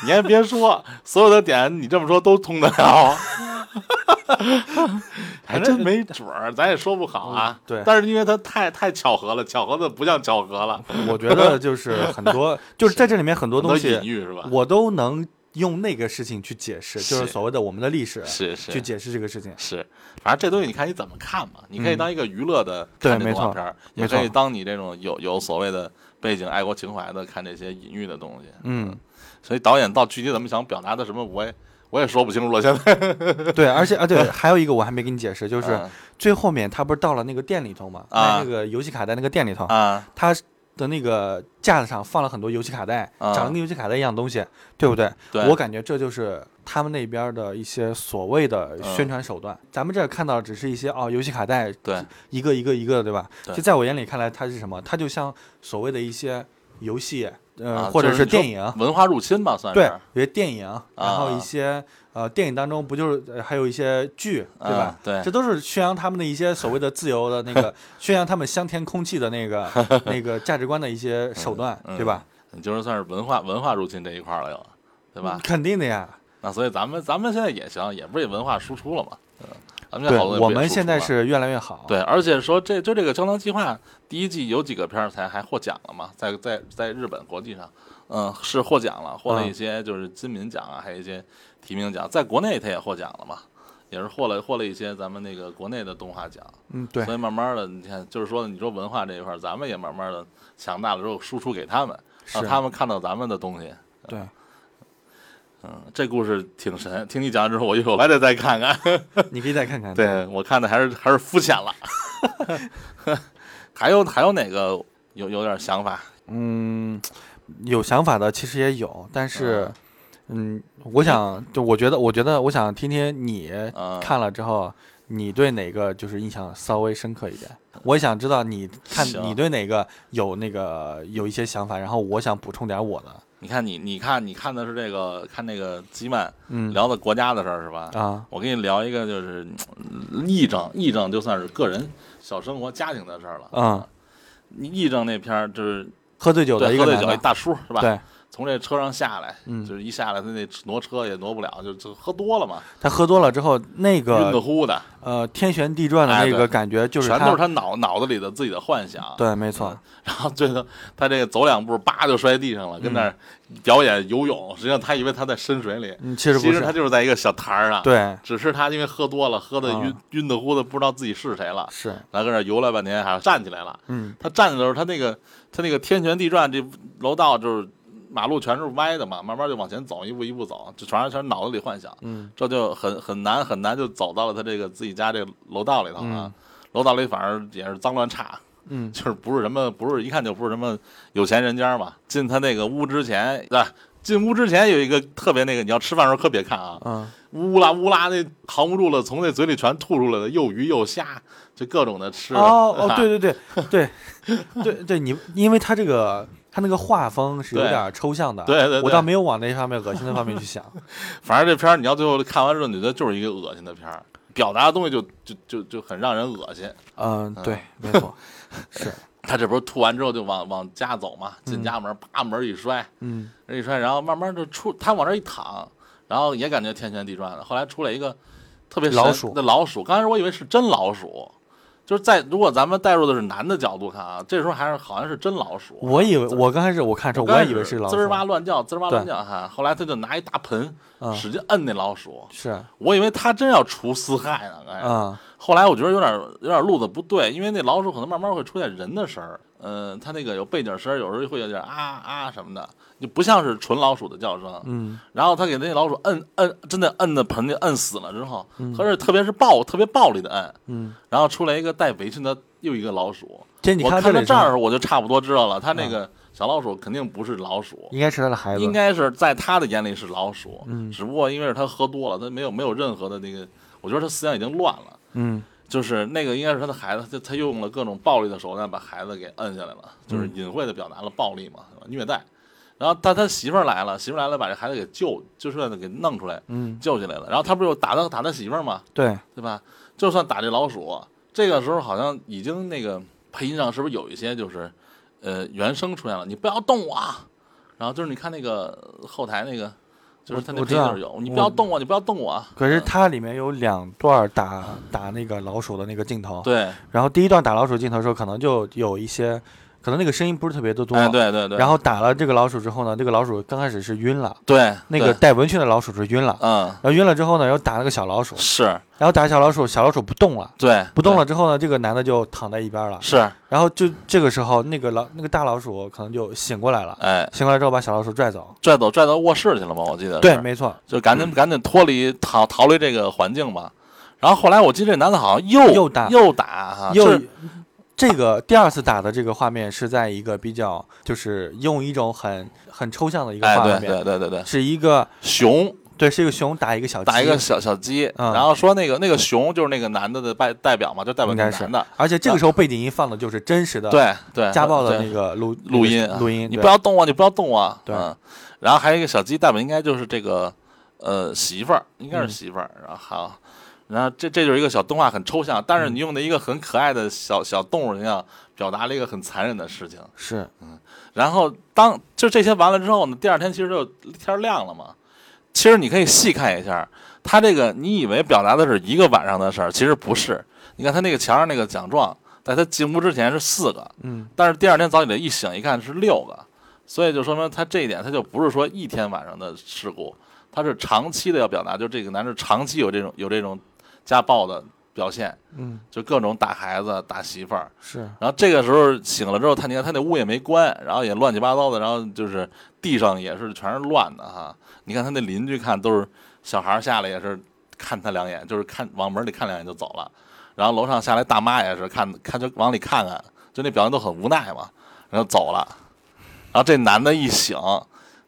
[SPEAKER 1] 你还别说，所有的点你这么说都通得了，还
[SPEAKER 2] 哎
[SPEAKER 1] 真没准儿，咱也说不好啊。
[SPEAKER 2] 嗯对
[SPEAKER 1] 但是因为它太太巧合了，巧合的不像巧合了，
[SPEAKER 2] 我觉得就是很多， 就是在这里面很多
[SPEAKER 1] 很多
[SPEAKER 2] 东西
[SPEAKER 1] 隐，喻是吧？
[SPEAKER 2] 我都能用那个事情去解释，就是
[SPEAKER 1] 是
[SPEAKER 2] 所谓的我们的历史
[SPEAKER 1] 是是
[SPEAKER 2] 去解释这个事情。
[SPEAKER 1] 是，反正这东西你看你怎么看嘛，你可以当一个娱乐的
[SPEAKER 2] 嗯对
[SPEAKER 1] 看这
[SPEAKER 2] 没
[SPEAKER 1] 动画
[SPEAKER 2] 错
[SPEAKER 1] 片儿，
[SPEAKER 2] 没
[SPEAKER 1] 也可以
[SPEAKER 2] 错
[SPEAKER 1] 当你这种有有所谓的背景爱国情怀的看这些隐喻的东西。
[SPEAKER 2] 嗯，
[SPEAKER 1] 所以导演到具体怎么想表达的什么，我也我也说不清楚了。现在 啊
[SPEAKER 2] 对，而且啊，对，还有一个我还没给你解释，就
[SPEAKER 1] 就是
[SPEAKER 2] 最后面他不是到了那个店里头嘛，
[SPEAKER 1] 啊
[SPEAKER 2] 卖那个游戏卡带那个店里头，
[SPEAKER 1] 啊，
[SPEAKER 2] 他的那个架子上放了很多游戏卡带，
[SPEAKER 1] 啊
[SPEAKER 2] 长得跟游戏卡带一样东西，对不对？
[SPEAKER 1] 对
[SPEAKER 2] 我感觉这就是他们那边的一些所谓的宣传手段。咱们这儿看到的只是一些哦，游戏卡带
[SPEAKER 1] 嗯对
[SPEAKER 2] 一个一个一个，对吧？
[SPEAKER 1] 对
[SPEAKER 2] 就在我眼里看来，它是什么？它就像所谓的一些游戏，呃，
[SPEAKER 1] 啊
[SPEAKER 2] 或者
[SPEAKER 1] 就是你说
[SPEAKER 2] 电影，
[SPEAKER 1] 文化入侵吧，算是
[SPEAKER 2] 对，有些电影，然后一
[SPEAKER 1] 啊
[SPEAKER 2] 些呃电影当中不就是呃还有一些剧，对吧？
[SPEAKER 1] 啊对
[SPEAKER 2] 这都是宣扬他们的一些所谓的自由的 那个，宣扬他们香甜空气的那个那个价值观的一些手段，
[SPEAKER 1] 嗯
[SPEAKER 2] 对吧？
[SPEAKER 1] 你就是算是文化文化入侵这一块儿了又，对吧？
[SPEAKER 2] 肯定的呀。
[SPEAKER 1] 那所以咱们咱们现在也行，也不是文化输出了嘛，嗯，咱们现
[SPEAKER 2] 对，
[SPEAKER 1] 在好多东西
[SPEAKER 2] 我
[SPEAKER 1] 不也
[SPEAKER 2] 们
[SPEAKER 1] 输
[SPEAKER 2] 现
[SPEAKER 1] 出
[SPEAKER 2] 在
[SPEAKER 1] 了
[SPEAKER 2] 是越来越好。
[SPEAKER 1] 对，而且说这就这个《胶囊计划》第一季有几个片儿才还获奖了嘛，在在在日本国际上，嗯，是获奖了，获了一
[SPEAKER 2] 嗯
[SPEAKER 1] 些就是金敏奖啊，还有一些提名奖，在国内它也获奖了嘛，也是获了获了一些咱们那个国内的动画奖，
[SPEAKER 2] 嗯，对
[SPEAKER 1] 所，以慢慢的你看，就是说你说文化这一块儿，咱们也慢慢的强大了之后输出给他们，
[SPEAKER 2] 是
[SPEAKER 1] 让啊他们看到咱们的东西。
[SPEAKER 2] 对。
[SPEAKER 1] 嗯，这故事挺神，听你讲完之后，我一会儿我还得再看看。
[SPEAKER 2] 你可以再看看。
[SPEAKER 1] 对我看的还是还是肤浅了。 还有还有哪个有有点想法？
[SPEAKER 2] 嗯，有想法的其实也有，但是，嗯，我想就我觉得，我觉得我想听听你
[SPEAKER 1] 嗯
[SPEAKER 2] 看了之后，你对哪个就是印象稍微深刻一点？我也想知道你看
[SPEAKER 1] 行
[SPEAKER 2] 你对哪个有那个有一些想法，然后我想补充点我的。
[SPEAKER 1] 你看你你看你看的是这个看那个基曼
[SPEAKER 2] 嗯
[SPEAKER 1] 聊的国家的事儿是吧？
[SPEAKER 2] 啊，
[SPEAKER 1] 我给你聊一个就是嗯议政，议政就算是个人小生活家庭的事儿了。
[SPEAKER 2] 嗯，
[SPEAKER 1] 你议政那篇儿就是
[SPEAKER 2] 喝醉酒的
[SPEAKER 1] 对
[SPEAKER 2] 一
[SPEAKER 1] 喝
[SPEAKER 2] 个
[SPEAKER 1] 醉
[SPEAKER 2] 男
[SPEAKER 1] 酒一
[SPEAKER 2] 的，
[SPEAKER 1] 大叔是吧？
[SPEAKER 2] 对
[SPEAKER 1] 从这车上下来，
[SPEAKER 2] 嗯
[SPEAKER 1] 就是一下来他那挪车也挪不了，就就喝多了嘛，
[SPEAKER 2] 他喝多了之后，那
[SPEAKER 1] 晕的
[SPEAKER 2] 个
[SPEAKER 1] 乎的，
[SPEAKER 2] 呃天旋地转的
[SPEAKER 1] 哎
[SPEAKER 2] 那个
[SPEAKER 1] 对
[SPEAKER 2] 感觉，就是
[SPEAKER 1] 全都
[SPEAKER 2] 他
[SPEAKER 1] 是他脑脑子里的自己的幻想。
[SPEAKER 2] 对，没错，
[SPEAKER 1] 然后最后他这个走两步，叭就摔地上了，跟那儿表演游泳。实际上他以为他在深水里，
[SPEAKER 2] 嗯，其实
[SPEAKER 1] 其
[SPEAKER 2] 不
[SPEAKER 1] 实
[SPEAKER 2] 是
[SPEAKER 1] 他，就是在一个小台儿上。，
[SPEAKER 2] 对，
[SPEAKER 1] 只是他因为喝多了，喝的
[SPEAKER 2] 啊
[SPEAKER 1] 晕、晕的乎的，不知道自己是谁了，
[SPEAKER 2] 是，
[SPEAKER 1] 然后跟那儿游了半天，还站起来了。
[SPEAKER 2] 嗯，
[SPEAKER 1] 他站起来的时候，他那个他那个天旋地转，这楼道就是马路全是歪的嘛，慢慢就往前走，一步一步走，就全是全是脑子里幻想。
[SPEAKER 2] 嗯，
[SPEAKER 1] 这就很很难很难就走到了他这个自己家这个楼道里头啊。楼道里反正也是脏乱差，
[SPEAKER 2] 嗯，
[SPEAKER 1] 就是不是什么，不是一看就不是什么有钱人家嘛。进他那个屋之前，对、进屋之前有一个特别那个，你要吃饭的时候可别看啊，
[SPEAKER 2] 嗯，
[SPEAKER 1] 乌啦乌啦那扛不住了，从那嘴里全吐出来的，又鱼又虾，就各种的吃的。
[SPEAKER 2] 哦哦，
[SPEAKER 1] 啊，
[SPEAKER 2] 对对对对对对，你因为他这个他那个画风是有
[SPEAKER 1] 对
[SPEAKER 2] 点抽象的，
[SPEAKER 1] 对对
[SPEAKER 2] 我
[SPEAKER 1] 对
[SPEAKER 2] 倒没有往那方面恶心的方面去想，
[SPEAKER 1] 反正这片儿你要最后看完之后，你觉得就是一个恶心的片儿，表达的东西就就就就很让人恶心。
[SPEAKER 2] 嗯，对，没 错，是，
[SPEAKER 1] 他这不是吐完之后就往往家走嘛，进家门啪门一摔，
[SPEAKER 2] 嗯
[SPEAKER 1] 人一摔，然后慢慢就出，他往这一躺，然后也感觉天旋地转的。后来出来一个特别神
[SPEAKER 2] 老鼠
[SPEAKER 1] 的老鼠，刚开始我以为是真老鼠，就是在如果咱们带入的是男的角度看啊，这时候还是好像是真老鼠。
[SPEAKER 2] 我以为我刚开始我看的时候，
[SPEAKER 1] 刚
[SPEAKER 2] 我
[SPEAKER 1] 开
[SPEAKER 2] 也以为
[SPEAKER 1] 始
[SPEAKER 2] 是老
[SPEAKER 1] 滋儿哇
[SPEAKER 2] 鼠，
[SPEAKER 1] 乱叫，滋儿哇乱叫哈。后来他就拿一大盆
[SPEAKER 2] 嗯
[SPEAKER 1] 使劲摁那老鼠，
[SPEAKER 2] 是，
[SPEAKER 1] 我以为他真要除四害呢。刚开始
[SPEAKER 2] 嗯
[SPEAKER 1] 后来我觉得有点有点路子不对，因为那老鼠可能慢慢会出现人的声儿，嗯、它那个有背景声儿，有时候会有点啊啊什么的，就不像是纯老鼠的叫声。
[SPEAKER 2] 嗯
[SPEAKER 1] 然后他给那老鼠摁摁，真的摁的盆里摁死了之后，可是特别是暴特别暴力的摁，
[SPEAKER 2] 嗯，
[SPEAKER 1] 然后出来一个戴围裙的又一个老鼠。
[SPEAKER 2] 这你
[SPEAKER 1] 我
[SPEAKER 2] 看
[SPEAKER 1] 看到
[SPEAKER 2] 到这里嗯
[SPEAKER 1] 这
[SPEAKER 2] 之
[SPEAKER 1] 儿
[SPEAKER 2] 后，
[SPEAKER 1] 我就差不多知道了，他那个小老鼠肯定不是老鼠。
[SPEAKER 2] 应该是他的孩子，
[SPEAKER 1] 应该是在他的眼里是老鼠，
[SPEAKER 2] 嗯
[SPEAKER 1] 只不过因为是他喝多了，他没有没有任何的那个，我觉得他思想已经乱了，
[SPEAKER 2] 嗯
[SPEAKER 1] 就是那个应该是他的孩子，他他用了各种暴力的手段把孩子给摁下来了，就是
[SPEAKER 2] 嗯
[SPEAKER 1] 隐晦的表达了暴力嘛，对吧虐待。然后他他媳妇儿来了，媳妇儿来了把这孩子给救，就是给弄出来
[SPEAKER 2] 嗯，
[SPEAKER 1] 救起来了。然后他不是又打他打他媳妇儿嘛，
[SPEAKER 2] 对，
[SPEAKER 1] 对吧？就算打这老鼠，这个时候好像已经那个配音上是不是有一些就是，呃，原声出现了，你不要动我啊，然后就是你看那个后台那个，就是他那
[SPEAKER 2] 我
[SPEAKER 1] 配
[SPEAKER 2] 知
[SPEAKER 1] 音
[SPEAKER 2] 道
[SPEAKER 1] 上有，你
[SPEAKER 2] 我
[SPEAKER 1] 不要动我，你不要动我啊，
[SPEAKER 2] 可是
[SPEAKER 1] 嗯
[SPEAKER 2] 它里面有两段打打那个老鼠的那个镜头，
[SPEAKER 1] 对，
[SPEAKER 2] 然后第一段打老鼠镜头的时候，可能就有一些，可能那个声音不是特别的多。
[SPEAKER 1] 哎，对对对，
[SPEAKER 2] 然
[SPEAKER 1] 后
[SPEAKER 2] 后打了这个老鼠之后呢，这个老鼠刚开始是晕了，
[SPEAKER 1] 对
[SPEAKER 2] 那个
[SPEAKER 1] 对
[SPEAKER 2] 带文讯的老鼠是晕了，
[SPEAKER 1] 嗯
[SPEAKER 2] 然后晕了之后呢，又打那个小老鼠，
[SPEAKER 1] 是
[SPEAKER 2] 然后打小老鼠，小老鼠不动了，
[SPEAKER 1] 对
[SPEAKER 2] 不动
[SPEAKER 1] 对
[SPEAKER 2] 了之后呢，这个男的就躺在一边了，
[SPEAKER 1] 是
[SPEAKER 2] 然后就这个时候，那个老那个大老鼠可能就醒过来了，
[SPEAKER 1] 哎
[SPEAKER 2] 醒过来之后把小老鼠拽走，
[SPEAKER 1] 拽走拽到卧室去了吧？我记得是
[SPEAKER 2] 对，嗯没错，
[SPEAKER 1] 就赶紧赶紧脱离逃逃离这个环境吧。然后后来我记得这男的好像又
[SPEAKER 2] 又打
[SPEAKER 1] 又打啊，
[SPEAKER 2] 又
[SPEAKER 1] 就是
[SPEAKER 2] 这个第二次打的这个画面是在一个比较，就是用一种很很抽象的一个
[SPEAKER 1] 哎
[SPEAKER 2] 画
[SPEAKER 1] 对
[SPEAKER 2] 面，
[SPEAKER 1] 对对对对，
[SPEAKER 2] 是一个
[SPEAKER 1] 熊
[SPEAKER 2] 对，是一个熊打一个小鸡
[SPEAKER 1] 打一个，小小鸡，
[SPEAKER 2] 嗯
[SPEAKER 1] 然后说那个那个熊就是那个男的的代代表嘛，就代表
[SPEAKER 2] 应
[SPEAKER 1] 那
[SPEAKER 2] 该
[SPEAKER 1] 个
[SPEAKER 2] 是
[SPEAKER 1] 男的，
[SPEAKER 2] 而且这个时候背景音放的就是真实的
[SPEAKER 1] 对对
[SPEAKER 2] 家暴的
[SPEAKER 1] 对
[SPEAKER 2] 那个录
[SPEAKER 1] 录音啊
[SPEAKER 2] 录音，
[SPEAKER 1] 你
[SPEAKER 2] 对
[SPEAKER 1] 不要动我，你不要动我，
[SPEAKER 2] 对
[SPEAKER 1] 嗯然后还有一个小鸡代表应该就是这个呃媳妇儿，应该是
[SPEAKER 2] 嗯
[SPEAKER 1] 媳妇儿，然后好。然后这这就是一个小动画，很抽象，但是
[SPEAKER 2] 嗯
[SPEAKER 1] 你用的一个很可爱的小小动物形象，表达了一个很残忍的事情。
[SPEAKER 2] 是
[SPEAKER 1] 然后当就这些完了之后呢，第二天其实就天亮了嘛。其实你可以细看一下，他这个你以为表达的是一个晚上的事儿，其实不是。你看他那个墙上那个奖状，在他进屋之前是四个，
[SPEAKER 2] 嗯
[SPEAKER 1] 但是第二天早起来一醒一看是六个，所以就说明他这一点他就不是说一天晚上的事故，他是长期的要表达，就这个男人长期有这种有这种家暴的表现，
[SPEAKER 2] 嗯
[SPEAKER 1] 就各种打孩子、打媳妇儿，
[SPEAKER 2] 是
[SPEAKER 1] 然后这个时候醒了之后，他你看他那屋也没关，然后也乱七八糟的，然后就是地上也是全是乱的哈。你看他那邻居看都是小孩儿下来也是看他两眼，就是看往门里看两眼就走了。然后楼上下来大妈也是看看就往里看看，就那表情都很无奈嘛，然后走了。然后这男的一醒，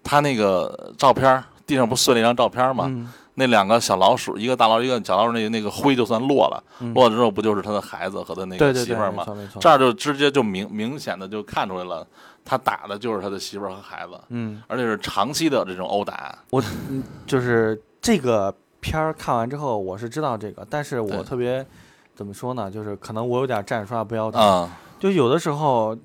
[SPEAKER 1] 他那个照片儿地上不是碎了一张照片儿吗？
[SPEAKER 2] 嗯
[SPEAKER 1] 那两个小老鼠，一个大老鼠，一个小老鼠，那个那个灰就算落了，
[SPEAKER 2] 嗯
[SPEAKER 1] 落了之后不就是他的孩子和他那
[SPEAKER 2] 对
[SPEAKER 1] 个
[SPEAKER 2] 对
[SPEAKER 1] 媳
[SPEAKER 2] 对，
[SPEAKER 1] 妇儿吗
[SPEAKER 2] 没？错没错，
[SPEAKER 1] 这儿就直接就明明显的就看出来了，他打的就是他的媳妇儿和孩子，
[SPEAKER 2] 嗯，
[SPEAKER 1] 而且是长期的这种殴打。
[SPEAKER 2] 我嗯就是这个片儿看完之后，我是知道这个，但是
[SPEAKER 1] 对
[SPEAKER 2] 我特别怎么说呢，就是可能我有点站着说话不腰疼，
[SPEAKER 1] 啊、
[SPEAKER 2] 就有的时候，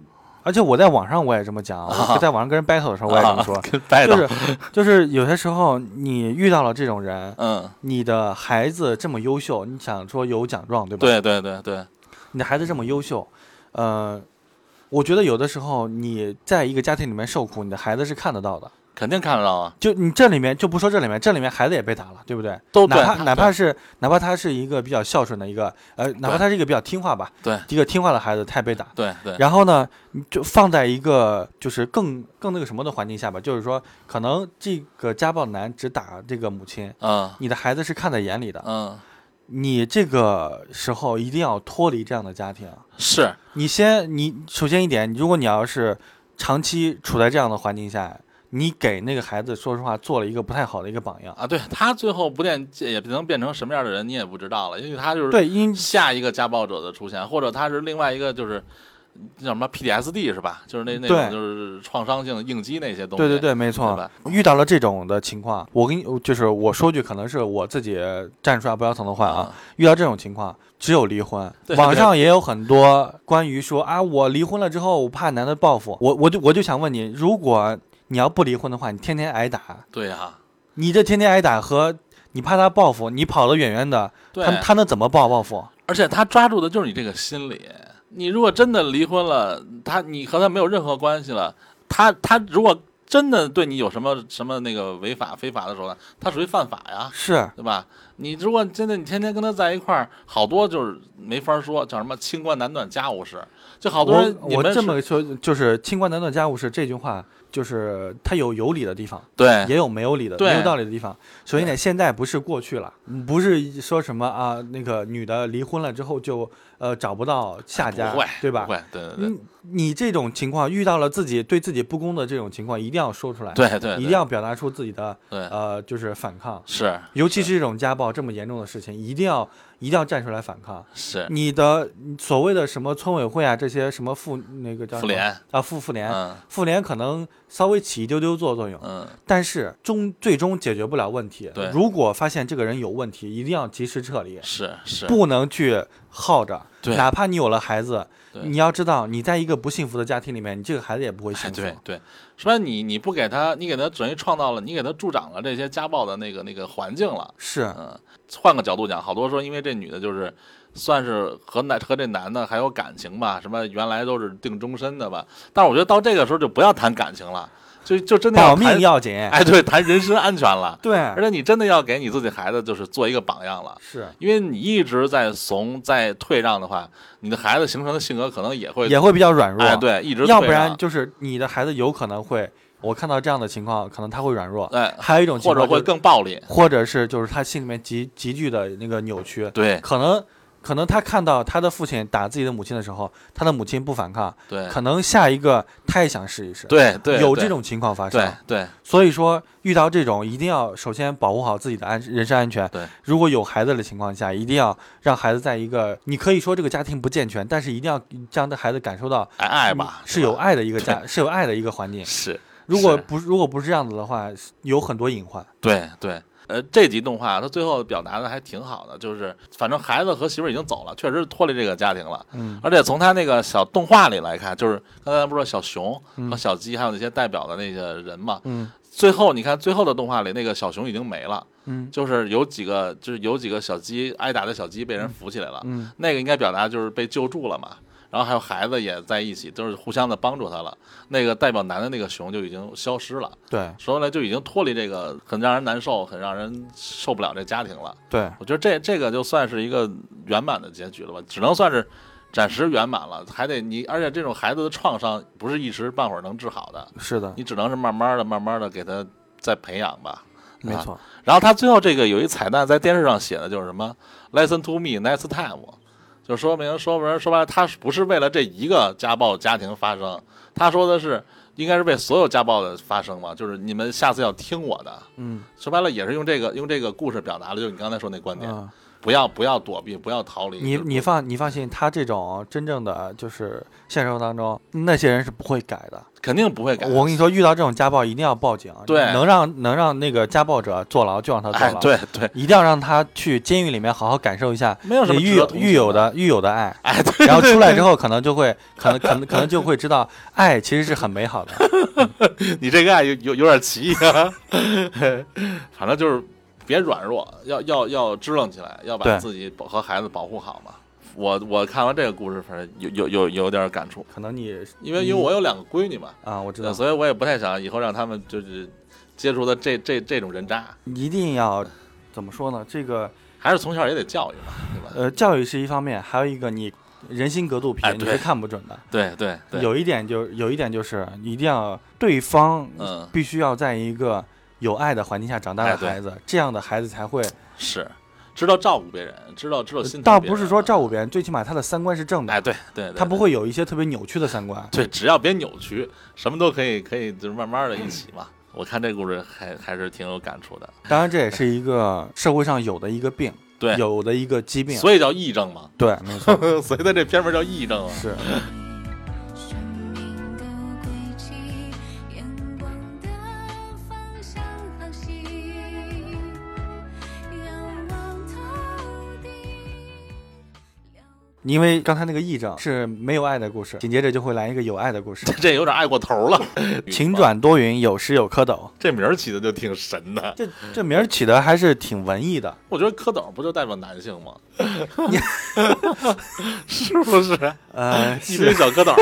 [SPEAKER 2] 而且我在网上我也这么讲，我在网上跟人 battle 的时候我也这么说
[SPEAKER 1] 啊，跟带
[SPEAKER 2] 就
[SPEAKER 1] 的，
[SPEAKER 2] 是 就是有些时候你遇到了这种人，
[SPEAKER 1] 嗯，
[SPEAKER 2] 你的孩子这么优秀，你想说有奖状对
[SPEAKER 1] 嗯
[SPEAKER 2] 吧？
[SPEAKER 1] 对对对对，
[SPEAKER 2] 你的孩子这么优秀，呃，我觉得有的时候你在一个家庭里面受苦，你的孩子是看得到的。
[SPEAKER 1] 肯定看得到啊，
[SPEAKER 2] 就你这里面就不说这里面，这里面孩子也被打了，对不对？
[SPEAKER 1] 都对
[SPEAKER 2] 哪怕
[SPEAKER 1] 他
[SPEAKER 2] 哪怕是哪怕他是一个比较孝顺的一个，呃，哪怕他是一个比较听话吧，
[SPEAKER 1] 对，
[SPEAKER 2] 一个听话的孩子，他也被打。
[SPEAKER 1] 对对，
[SPEAKER 2] 然后呢，你就放在一个就是更更那个什么的环境下吧，就是说，可能这个家暴男只打这个母亲，
[SPEAKER 1] 嗯
[SPEAKER 2] 你的孩子是看在眼里的。
[SPEAKER 1] 嗯，
[SPEAKER 2] 你这个时候一定要脱离这样的家庭。
[SPEAKER 1] 是
[SPEAKER 2] 你先，你首先一点，如果你要是长期处在这样的环境下，你给那个孩子，说实话，做了一个不太好的一个榜样。
[SPEAKER 1] 啊，对他最后不变也能变成什么样的人，你也不知道了，因为他就是
[SPEAKER 2] 对，因
[SPEAKER 1] 下一个家暴者的出现，或者他是另外一个就是。叫什么 PTSD 是吧？就是那那种
[SPEAKER 2] 对
[SPEAKER 1] 就是创伤性应激那些东西。啊
[SPEAKER 2] 对对对，没
[SPEAKER 1] 对
[SPEAKER 2] 错
[SPEAKER 1] 吧。
[SPEAKER 2] 遇到了这种的情况，我跟你就是我说句可能是我自己站出来不腰疼的话啊，遇到这种情况，只有离婚。
[SPEAKER 1] 对
[SPEAKER 2] 网上也有很多关于说啊，我离婚了之后，我怕男的报复。我我就我就想问你，如果你要不离婚的话，你天天挨打，
[SPEAKER 1] 对啊呀、
[SPEAKER 2] 你这天天挨打和你怕他报复，你跑得远远的，
[SPEAKER 1] 对啊
[SPEAKER 2] 他他能怎么报报复？
[SPEAKER 1] 而且他抓住的就是你这个心理。你如果真的离婚了，他你和他没有任何关系了，他他如果真的对你有什么什么那个违法非法的手段，他属于犯法呀，
[SPEAKER 2] 是
[SPEAKER 1] 对吧？你如果真的你天天跟他在一块儿，好多就是没法说，叫什么清官难断家务事，就好多
[SPEAKER 2] 我
[SPEAKER 1] 人你
[SPEAKER 2] 我
[SPEAKER 1] 们
[SPEAKER 2] 这
[SPEAKER 1] 是
[SPEAKER 2] 么说，就是“清官难断家务事”这句话，就是它有有理的地方。
[SPEAKER 1] 对
[SPEAKER 2] 也有没有理的、
[SPEAKER 1] 哎对嗯
[SPEAKER 2] 没有道理的地方。首先一点，现在不是过去了，不是说什么啊，那个女的离婚了之后就呃找不到下家
[SPEAKER 1] 哎不会，
[SPEAKER 2] 啊对吧嗯
[SPEAKER 1] 不？会，对对对
[SPEAKER 2] 你你这种情况遇到了自己对自己不公的这种情况，一定要说出来，
[SPEAKER 1] 对对对，
[SPEAKER 2] 一定要表达出自己的
[SPEAKER 1] 对
[SPEAKER 2] 呃就是反抗。
[SPEAKER 1] 是
[SPEAKER 2] 尤其是这种家暴这么严重的事情，一定要一定要站出来反抗。
[SPEAKER 1] 是
[SPEAKER 2] 你的所谓的什么村委会啊，这些什么妇那个叫什
[SPEAKER 1] 妇
[SPEAKER 2] 么
[SPEAKER 1] 联，
[SPEAKER 2] 啊，妇妇联，
[SPEAKER 1] 嗯
[SPEAKER 2] 妇联可能稍微起一丢丢作用，
[SPEAKER 1] 嗯，
[SPEAKER 2] 但是终最终解决不了问题。
[SPEAKER 1] 对
[SPEAKER 2] 如果发现这个人有问题，一定要及时撤离，
[SPEAKER 1] 是是，
[SPEAKER 2] 不能去耗着。
[SPEAKER 1] 对
[SPEAKER 2] 哪怕你有了孩子，
[SPEAKER 1] 对
[SPEAKER 2] 你要知道，你在一个不幸福的家庭里面，你这个孩子也不会
[SPEAKER 1] 哎
[SPEAKER 2] 幸福。
[SPEAKER 1] 对对，说白了你你不给他，你给他等于创造了，你给他助长了这些家暴的那个那个环境了。
[SPEAKER 2] 是
[SPEAKER 1] 嗯，换个角度讲，好多说因为这女的就是算是和男和这男的还有感情吧，什么原来都是定终身的吧，但是我觉得到这个时候就不要谈感情了，就就真的
[SPEAKER 2] 保
[SPEAKER 1] 要
[SPEAKER 2] 命
[SPEAKER 1] 谈
[SPEAKER 2] 要紧。
[SPEAKER 1] 哎对，谈人身安全了，而
[SPEAKER 2] 对，
[SPEAKER 1] 且你真的要给你自己孩子就是做一个榜样了。
[SPEAKER 2] 是
[SPEAKER 1] 因为你一直在怂、在退让的话，你的孩子形成的性格可能也会
[SPEAKER 2] 也会比较软弱。
[SPEAKER 1] 哎，对，一直
[SPEAKER 2] 要不
[SPEAKER 1] 退让
[SPEAKER 2] 然就是你的孩子有可能会，我看到这样的情况，可能他会软弱。
[SPEAKER 1] 哎，
[SPEAKER 2] 还有一种情
[SPEAKER 1] 或者
[SPEAKER 2] 况、就
[SPEAKER 1] 会
[SPEAKER 2] 是，
[SPEAKER 1] 更暴力。
[SPEAKER 2] 或者是就是他心里面急急剧的那个扭曲，
[SPEAKER 1] 对
[SPEAKER 2] 可能可能他看到他的父亲打自己的母亲的时候，他的母亲不反抗，
[SPEAKER 1] 对
[SPEAKER 2] 可能下一个他也想试一试。
[SPEAKER 1] 对对，
[SPEAKER 2] 有
[SPEAKER 1] 对
[SPEAKER 2] 这种情况发
[SPEAKER 1] 对
[SPEAKER 2] 生，
[SPEAKER 1] 对
[SPEAKER 2] 所以说遇到这种一定要首先保护好自己的安人身安全。
[SPEAKER 1] 对，
[SPEAKER 2] 如果有孩子的情况下，一定要让孩子在一个你可以说这个家庭不健全，但是一定要让孩子感受到
[SPEAKER 1] 爱爱吧
[SPEAKER 2] 嗯是有爱的一个家，是有爱的一个环境。
[SPEAKER 1] 是，
[SPEAKER 2] 如果不如果不是这样子的话，有很多隐患。
[SPEAKER 1] 对对。呃，这集动画它最后表达的还挺好的，就是反正孩子和媳妇儿已经走了，确实是脱离这个家庭了。
[SPEAKER 2] 嗯，
[SPEAKER 1] 而且从他那个小动画里来看，就是刚才咱不是说小熊
[SPEAKER 2] 嗯
[SPEAKER 1] 和小鸡还有那些代表的那些人嘛，
[SPEAKER 2] 嗯
[SPEAKER 1] 最后你看最后的动画里那个小熊已经没了，
[SPEAKER 2] 嗯
[SPEAKER 1] 就是有几个就是有几个小鸡挨打的小鸡被人扶起来了，
[SPEAKER 2] 嗯，
[SPEAKER 1] 那个应该表达就是被救助了嘛。然后还有孩子也在一起，都是互相的帮助他了。那个代表男的那个熊就已经消失了，
[SPEAKER 2] 对
[SPEAKER 1] 说来就已经脱离这个很让人难受、很让人受不了这家庭了。
[SPEAKER 2] 对，
[SPEAKER 1] 我觉得这这个就算是一个圆满的结局了吧，只能算是暂时圆满了，还得你，而且这种孩子的创伤不是一时半会儿能治好的，
[SPEAKER 2] 是的，
[SPEAKER 1] 你只能是慢慢的、慢慢的给他再培养吧。
[SPEAKER 2] 没错。
[SPEAKER 1] 然后他最后这个有一彩蛋，在电视上写的就是什么 “Listen to me next time”，就说明说明说白了，他是不是为了这一个家暴家庭发声，他说的是应该是为所有家暴的发生嘛，就是你们下次要听我的。
[SPEAKER 2] 嗯
[SPEAKER 1] 说白了也是用这个用这个故事表达了，就是你刚才说那观点，
[SPEAKER 2] 嗯，
[SPEAKER 1] 不要不要躲避，不要逃离。
[SPEAKER 2] 你你放你放心，他这种真正的就是现实生活当中那些人是不会改的。
[SPEAKER 1] 肯定不会改。
[SPEAKER 2] 我跟你说，遇到这种家暴一定要报警，
[SPEAKER 1] 对
[SPEAKER 2] 能让能让那个家暴者坐牢就让他坐
[SPEAKER 1] 哎
[SPEAKER 2] 牢，，
[SPEAKER 1] 对对，
[SPEAKER 2] 一定要让他去监狱里面好好感受一下
[SPEAKER 1] 没有什么
[SPEAKER 2] 狱
[SPEAKER 1] 值得
[SPEAKER 2] 友
[SPEAKER 1] 同情
[SPEAKER 2] 狱友的狱友的爱。
[SPEAKER 1] 哎对，
[SPEAKER 2] 然后出来之后，可能就会，可能可能可能就会知道，爱其实是很美好的。
[SPEAKER 1] 你这个爱有有有点奇异啊，反正就是别软弱，要要要支棱起来，要把
[SPEAKER 2] 对
[SPEAKER 1] 自己保和孩子保护好嘛。我我看完这个故事，反正有有有有点感触，
[SPEAKER 2] 可能你
[SPEAKER 1] 因为因为
[SPEAKER 2] 嗯
[SPEAKER 1] 我有两个闺女嘛，
[SPEAKER 2] 啊，我知道，
[SPEAKER 1] 所以我也不太想以后让他们就是接触的这这这种人渣，
[SPEAKER 2] 一定要怎么说呢？这个
[SPEAKER 1] 还是从小也得教育嘛，对吧？
[SPEAKER 2] 呃，教育是一方面，还有一个你人心隔肚皮
[SPEAKER 1] 哎，
[SPEAKER 2] 你
[SPEAKER 1] 对
[SPEAKER 2] 是看不准的。
[SPEAKER 1] 对对对，
[SPEAKER 2] 有一点就有一点就是，一定要对方
[SPEAKER 1] 嗯，
[SPEAKER 2] 必须要在一个有爱的环境下长大
[SPEAKER 1] 哎
[SPEAKER 2] 的
[SPEAKER 1] 对
[SPEAKER 2] 孩子，这样的孩子才会，
[SPEAKER 1] 是知道照顾别人，知道知道心疼别人
[SPEAKER 2] 呃倒
[SPEAKER 1] 啊，
[SPEAKER 2] 不是说照顾别人，最起码他的三观是正
[SPEAKER 1] 哎，
[SPEAKER 2] 的，
[SPEAKER 1] 对对，对
[SPEAKER 2] 他不会有一些特别扭曲的三观。
[SPEAKER 1] 对，只要别扭曲，什么都可以，可以就是慢慢的一起嘛。我看这故事还还是挺有感触的，
[SPEAKER 2] 当然，这也是一个社会上有的一个病，
[SPEAKER 1] 对，
[SPEAKER 2] 有啊的一个疾病。
[SPEAKER 1] 所以叫癔症 嘛，
[SPEAKER 2] 对，没错，
[SPEAKER 1] 所以在这片名叫癔症啊。
[SPEAKER 2] 是。
[SPEAKER 3] 生命的轨迹，眼光的方向航行，仰望头顶。
[SPEAKER 2] 因为刚才那个癔症是没有爱的故事，紧接着就会来一个有爱的 故事。
[SPEAKER 1] 这有点爱过头了，
[SPEAKER 2] 晴转多云，有时有蝌蚪。
[SPEAKER 1] 这名儿起的就挺神的。
[SPEAKER 2] 这这名儿起的还是挺文艺的，
[SPEAKER 1] 我觉得蝌蚪不就代表男性吗？ 是不是？
[SPEAKER 2] 呃，
[SPEAKER 1] 一堆
[SPEAKER 2] 是，
[SPEAKER 1] 小蝌蚪，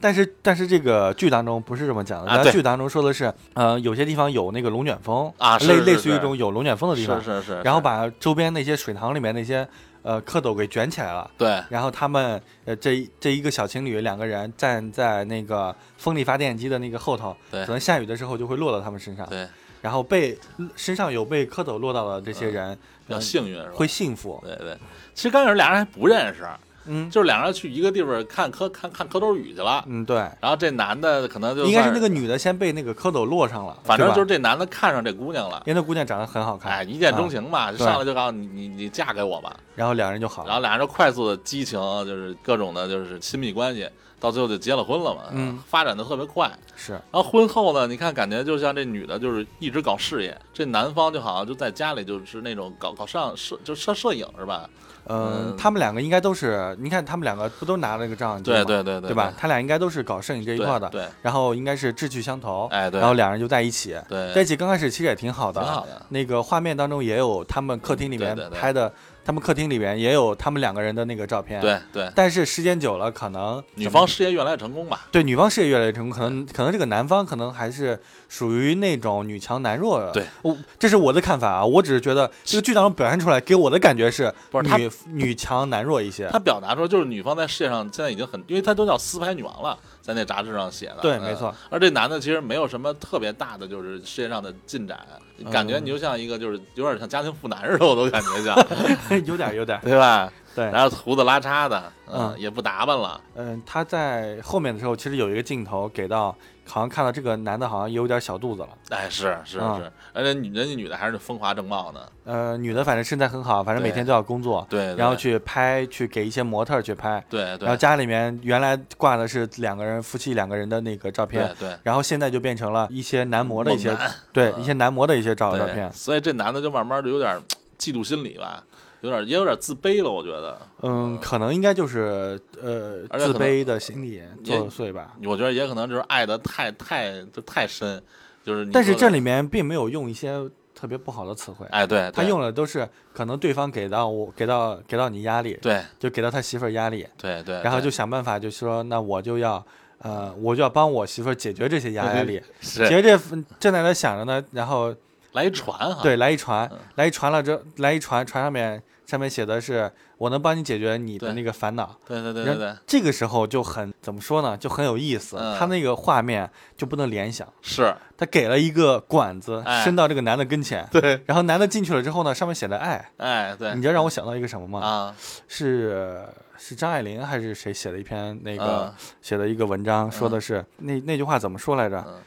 [SPEAKER 2] 但是但是这个剧当中不是这么讲的，
[SPEAKER 1] 啊
[SPEAKER 2] 咱
[SPEAKER 1] 对
[SPEAKER 2] 剧当中说的是，呃，有些地方有那个龙卷风
[SPEAKER 1] 啊是
[SPEAKER 2] 类
[SPEAKER 1] 是
[SPEAKER 2] 类似于
[SPEAKER 1] 是
[SPEAKER 2] 一种有龙卷风的地
[SPEAKER 1] 是
[SPEAKER 2] 方，
[SPEAKER 1] 是是。
[SPEAKER 2] 然后把周边那些水塘里面那些呃蝌蚪给卷起来了，
[SPEAKER 1] 对
[SPEAKER 2] 然后他们呃这一这一个小情侣两个人站在那个风力发电机的那个后头，
[SPEAKER 1] 对
[SPEAKER 2] 可能下雨的时候就会落到他们身上，
[SPEAKER 1] 对，
[SPEAKER 2] 然后被身上有被蝌蚪落到的这些
[SPEAKER 1] 嗯
[SPEAKER 2] 人，呃
[SPEAKER 1] 比较幸运是吧？
[SPEAKER 2] 会幸福，
[SPEAKER 1] 对对，其实刚开始俩人还不认识，
[SPEAKER 2] 嗯
[SPEAKER 1] 就是两个人去一个地方看蝌看看蝌蚪雨去了，
[SPEAKER 2] 嗯，对，
[SPEAKER 1] 然后这男的可能就
[SPEAKER 2] 应该是
[SPEAKER 1] 算
[SPEAKER 2] 那个，女的先被那个蝌蚪落上了，
[SPEAKER 1] 反正就是
[SPEAKER 2] 这，
[SPEAKER 1] 这男的看上这姑娘了。
[SPEAKER 2] 因为那姑娘长得很好看，
[SPEAKER 1] 哎，一见钟
[SPEAKER 2] 啊，
[SPEAKER 1] 情嘛，就
[SPEAKER 2] 对
[SPEAKER 1] 上来就告诉你你你嫁给我吧，
[SPEAKER 2] 然后两人就好
[SPEAKER 1] 然
[SPEAKER 2] 了。
[SPEAKER 1] 后俩人就快速的激情，就是各种的，就是亲密关系，到最后就结了婚了嘛，
[SPEAKER 2] 嗯
[SPEAKER 1] 发展的特别快。
[SPEAKER 2] 是，
[SPEAKER 1] 然后婚后呢，你看感觉就像这女的，就是一直搞事业，这男方就好像就在家里就是那种搞搞上摄，就摄摄影是吧？
[SPEAKER 2] 嗯，
[SPEAKER 1] 嗯
[SPEAKER 2] 他们两个应该都是，你看他们两个不都拿了那个照相机
[SPEAKER 1] 对
[SPEAKER 2] 吗？
[SPEAKER 1] 对对
[SPEAKER 2] 对
[SPEAKER 1] 对
[SPEAKER 2] 吧？？他俩应该都是搞摄影这一
[SPEAKER 1] 对
[SPEAKER 2] 块的，
[SPEAKER 1] 对
[SPEAKER 2] 然后应该是志趣相投，
[SPEAKER 1] 哎对
[SPEAKER 2] 然后两人就在一起，
[SPEAKER 1] 对，
[SPEAKER 2] 在一起刚开始其实也挺好的，
[SPEAKER 1] 挺好的
[SPEAKER 2] 那个画面当中也有他们客厅里面
[SPEAKER 1] 嗯对对对
[SPEAKER 2] 拍的，他们客厅里面也有他们两个人的那个照片，。
[SPEAKER 1] 对对，
[SPEAKER 2] 但是时间久了，可能
[SPEAKER 1] 女方事业越来越成功吧？
[SPEAKER 2] 对女方事业越来越成功，可能可能这个男方可能还是属于那种女强男弱的。
[SPEAKER 1] 对，
[SPEAKER 2] 我这是我的看法啊，我只是觉得这个剧当中表现出来给我的感觉是
[SPEAKER 1] 不是他
[SPEAKER 2] 女女强男弱一些。
[SPEAKER 1] 他表达说，就是女方在事业上现在已经很，因为他都叫私拍女王了，在那杂志上写的。
[SPEAKER 2] 对，
[SPEAKER 1] 嗯
[SPEAKER 2] 没。错，
[SPEAKER 1] 而这男的其实没有什么特别大的，就是事业上的进展，
[SPEAKER 2] 嗯
[SPEAKER 1] 感觉你就像一个就是有点像家庭妇男似的，我都感 觉像，
[SPEAKER 2] 有点有点。
[SPEAKER 1] 对吧？
[SPEAKER 2] 对，
[SPEAKER 1] 然后胡子拉碴的，嗯，
[SPEAKER 2] 嗯
[SPEAKER 1] 也不打扮了，
[SPEAKER 2] 嗯，他在后面的时候，其实有一个镜头给到，好像看到这个男的好像有点小肚子了。
[SPEAKER 1] 哎，是是
[SPEAKER 2] 嗯
[SPEAKER 1] 是，而且女人家女的还是风华正茂呢，
[SPEAKER 2] 呃，女的反正身材很好，反正每
[SPEAKER 1] 对
[SPEAKER 2] 天都要工作，
[SPEAKER 1] 对，对
[SPEAKER 2] 然后去拍，去给一些模特儿去拍。
[SPEAKER 1] 对
[SPEAKER 2] 然后
[SPEAKER 1] 对
[SPEAKER 2] 家里面原来挂的是两个人夫妻两个人的那个照片
[SPEAKER 1] 对，对，
[SPEAKER 2] 然后现在就变成了一些男模的一些
[SPEAKER 1] 猛男
[SPEAKER 2] 对
[SPEAKER 1] 嗯
[SPEAKER 2] 一些男模的一些照照
[SPEAKER 1] 对
[SPEAKER 2] 片。
[SPEAKER 1] 所以这男的就慢慢就有点嫉妒心理吧，有点也有点自卑了，我觉得，
[SPEAKER 2] 嗯，可能应该就是呃
[SPEAKER 1] 而且
[SPEAKER 2] 自
[SPEAKER 1] 可能
[SPEAKER 2] 卑的心理
[SPEAKER 1] 也
[SPEAKER 2] 作祟吧。
[SPEAKER 1] 我觉得也可能就是爱的太太就太深，就是你
[SPEAKER 2] 但是
[SPEAKER 1] 说的
[SPEAKER 2] 这里面并没有用一些特别不好的词汇，啊
[SPEAKER 1] 哎对，
[SPEAKER 2] 他
[SPEAKER 1] 对
[SPEAKER 2] 用的都是可能对方给到我给到给到你压力，
[SPEAKER 1] 对
[SPEAKER 2] 就给到他媳妇儿压力，
[SPEAKER 1] 对哎对，
[SPEAKER 2] 然后就
[SPEAKER 1] 对
[SPEAKER 2] 想办法就说那我就要呃我就要帮我媳妇儿解决这些压压力。
[SPEAKER 1] 是
[SPEAKER 2] 解决这正在那想着呢，然后
[SPEAKER 1] 来一船哈，
[SPEAKER 2] 对，来一船
[SPEAKER 1] 嗯，
[SPEAKER 2] 来一船了之后，来一船，船上面上面写的是我能帮你解决你的
[SPEAKER 1] 对
[SPEAKER 2] 那个烦恼。
[SPEAKER 1] 对对对对对，
[SPEAKER 2] 这个时候就很怎么说呢，就很有意思。
[SPEAKER 1] 嗯
[SPEAKER 2] 他那个画面就不能联想，
[SPEAKER 1] 是
[SPEAKER 2] 他给了一个管子
[SPEAKER 1] 哎
[SPEAKER 2] 伸到这个男的跟前，
[SPEAKER 1] 对，
[SPEAKER 2] 然后男的进去了之后呢，上面写的爱。
[SPEAKER 1] 哎对
[SPEAKER 2] 你知道让我想到一个什么吗？
[SPEAKER 1] 啊
[SPEAKER 2] 是是张爱玲还是谁写的一篇那个
[SPEAKER 1] 嗯
[SPEAKER 2] 写的一个文章，说的是那那句话怎么说来着
[SPEAKER 1] 嗯？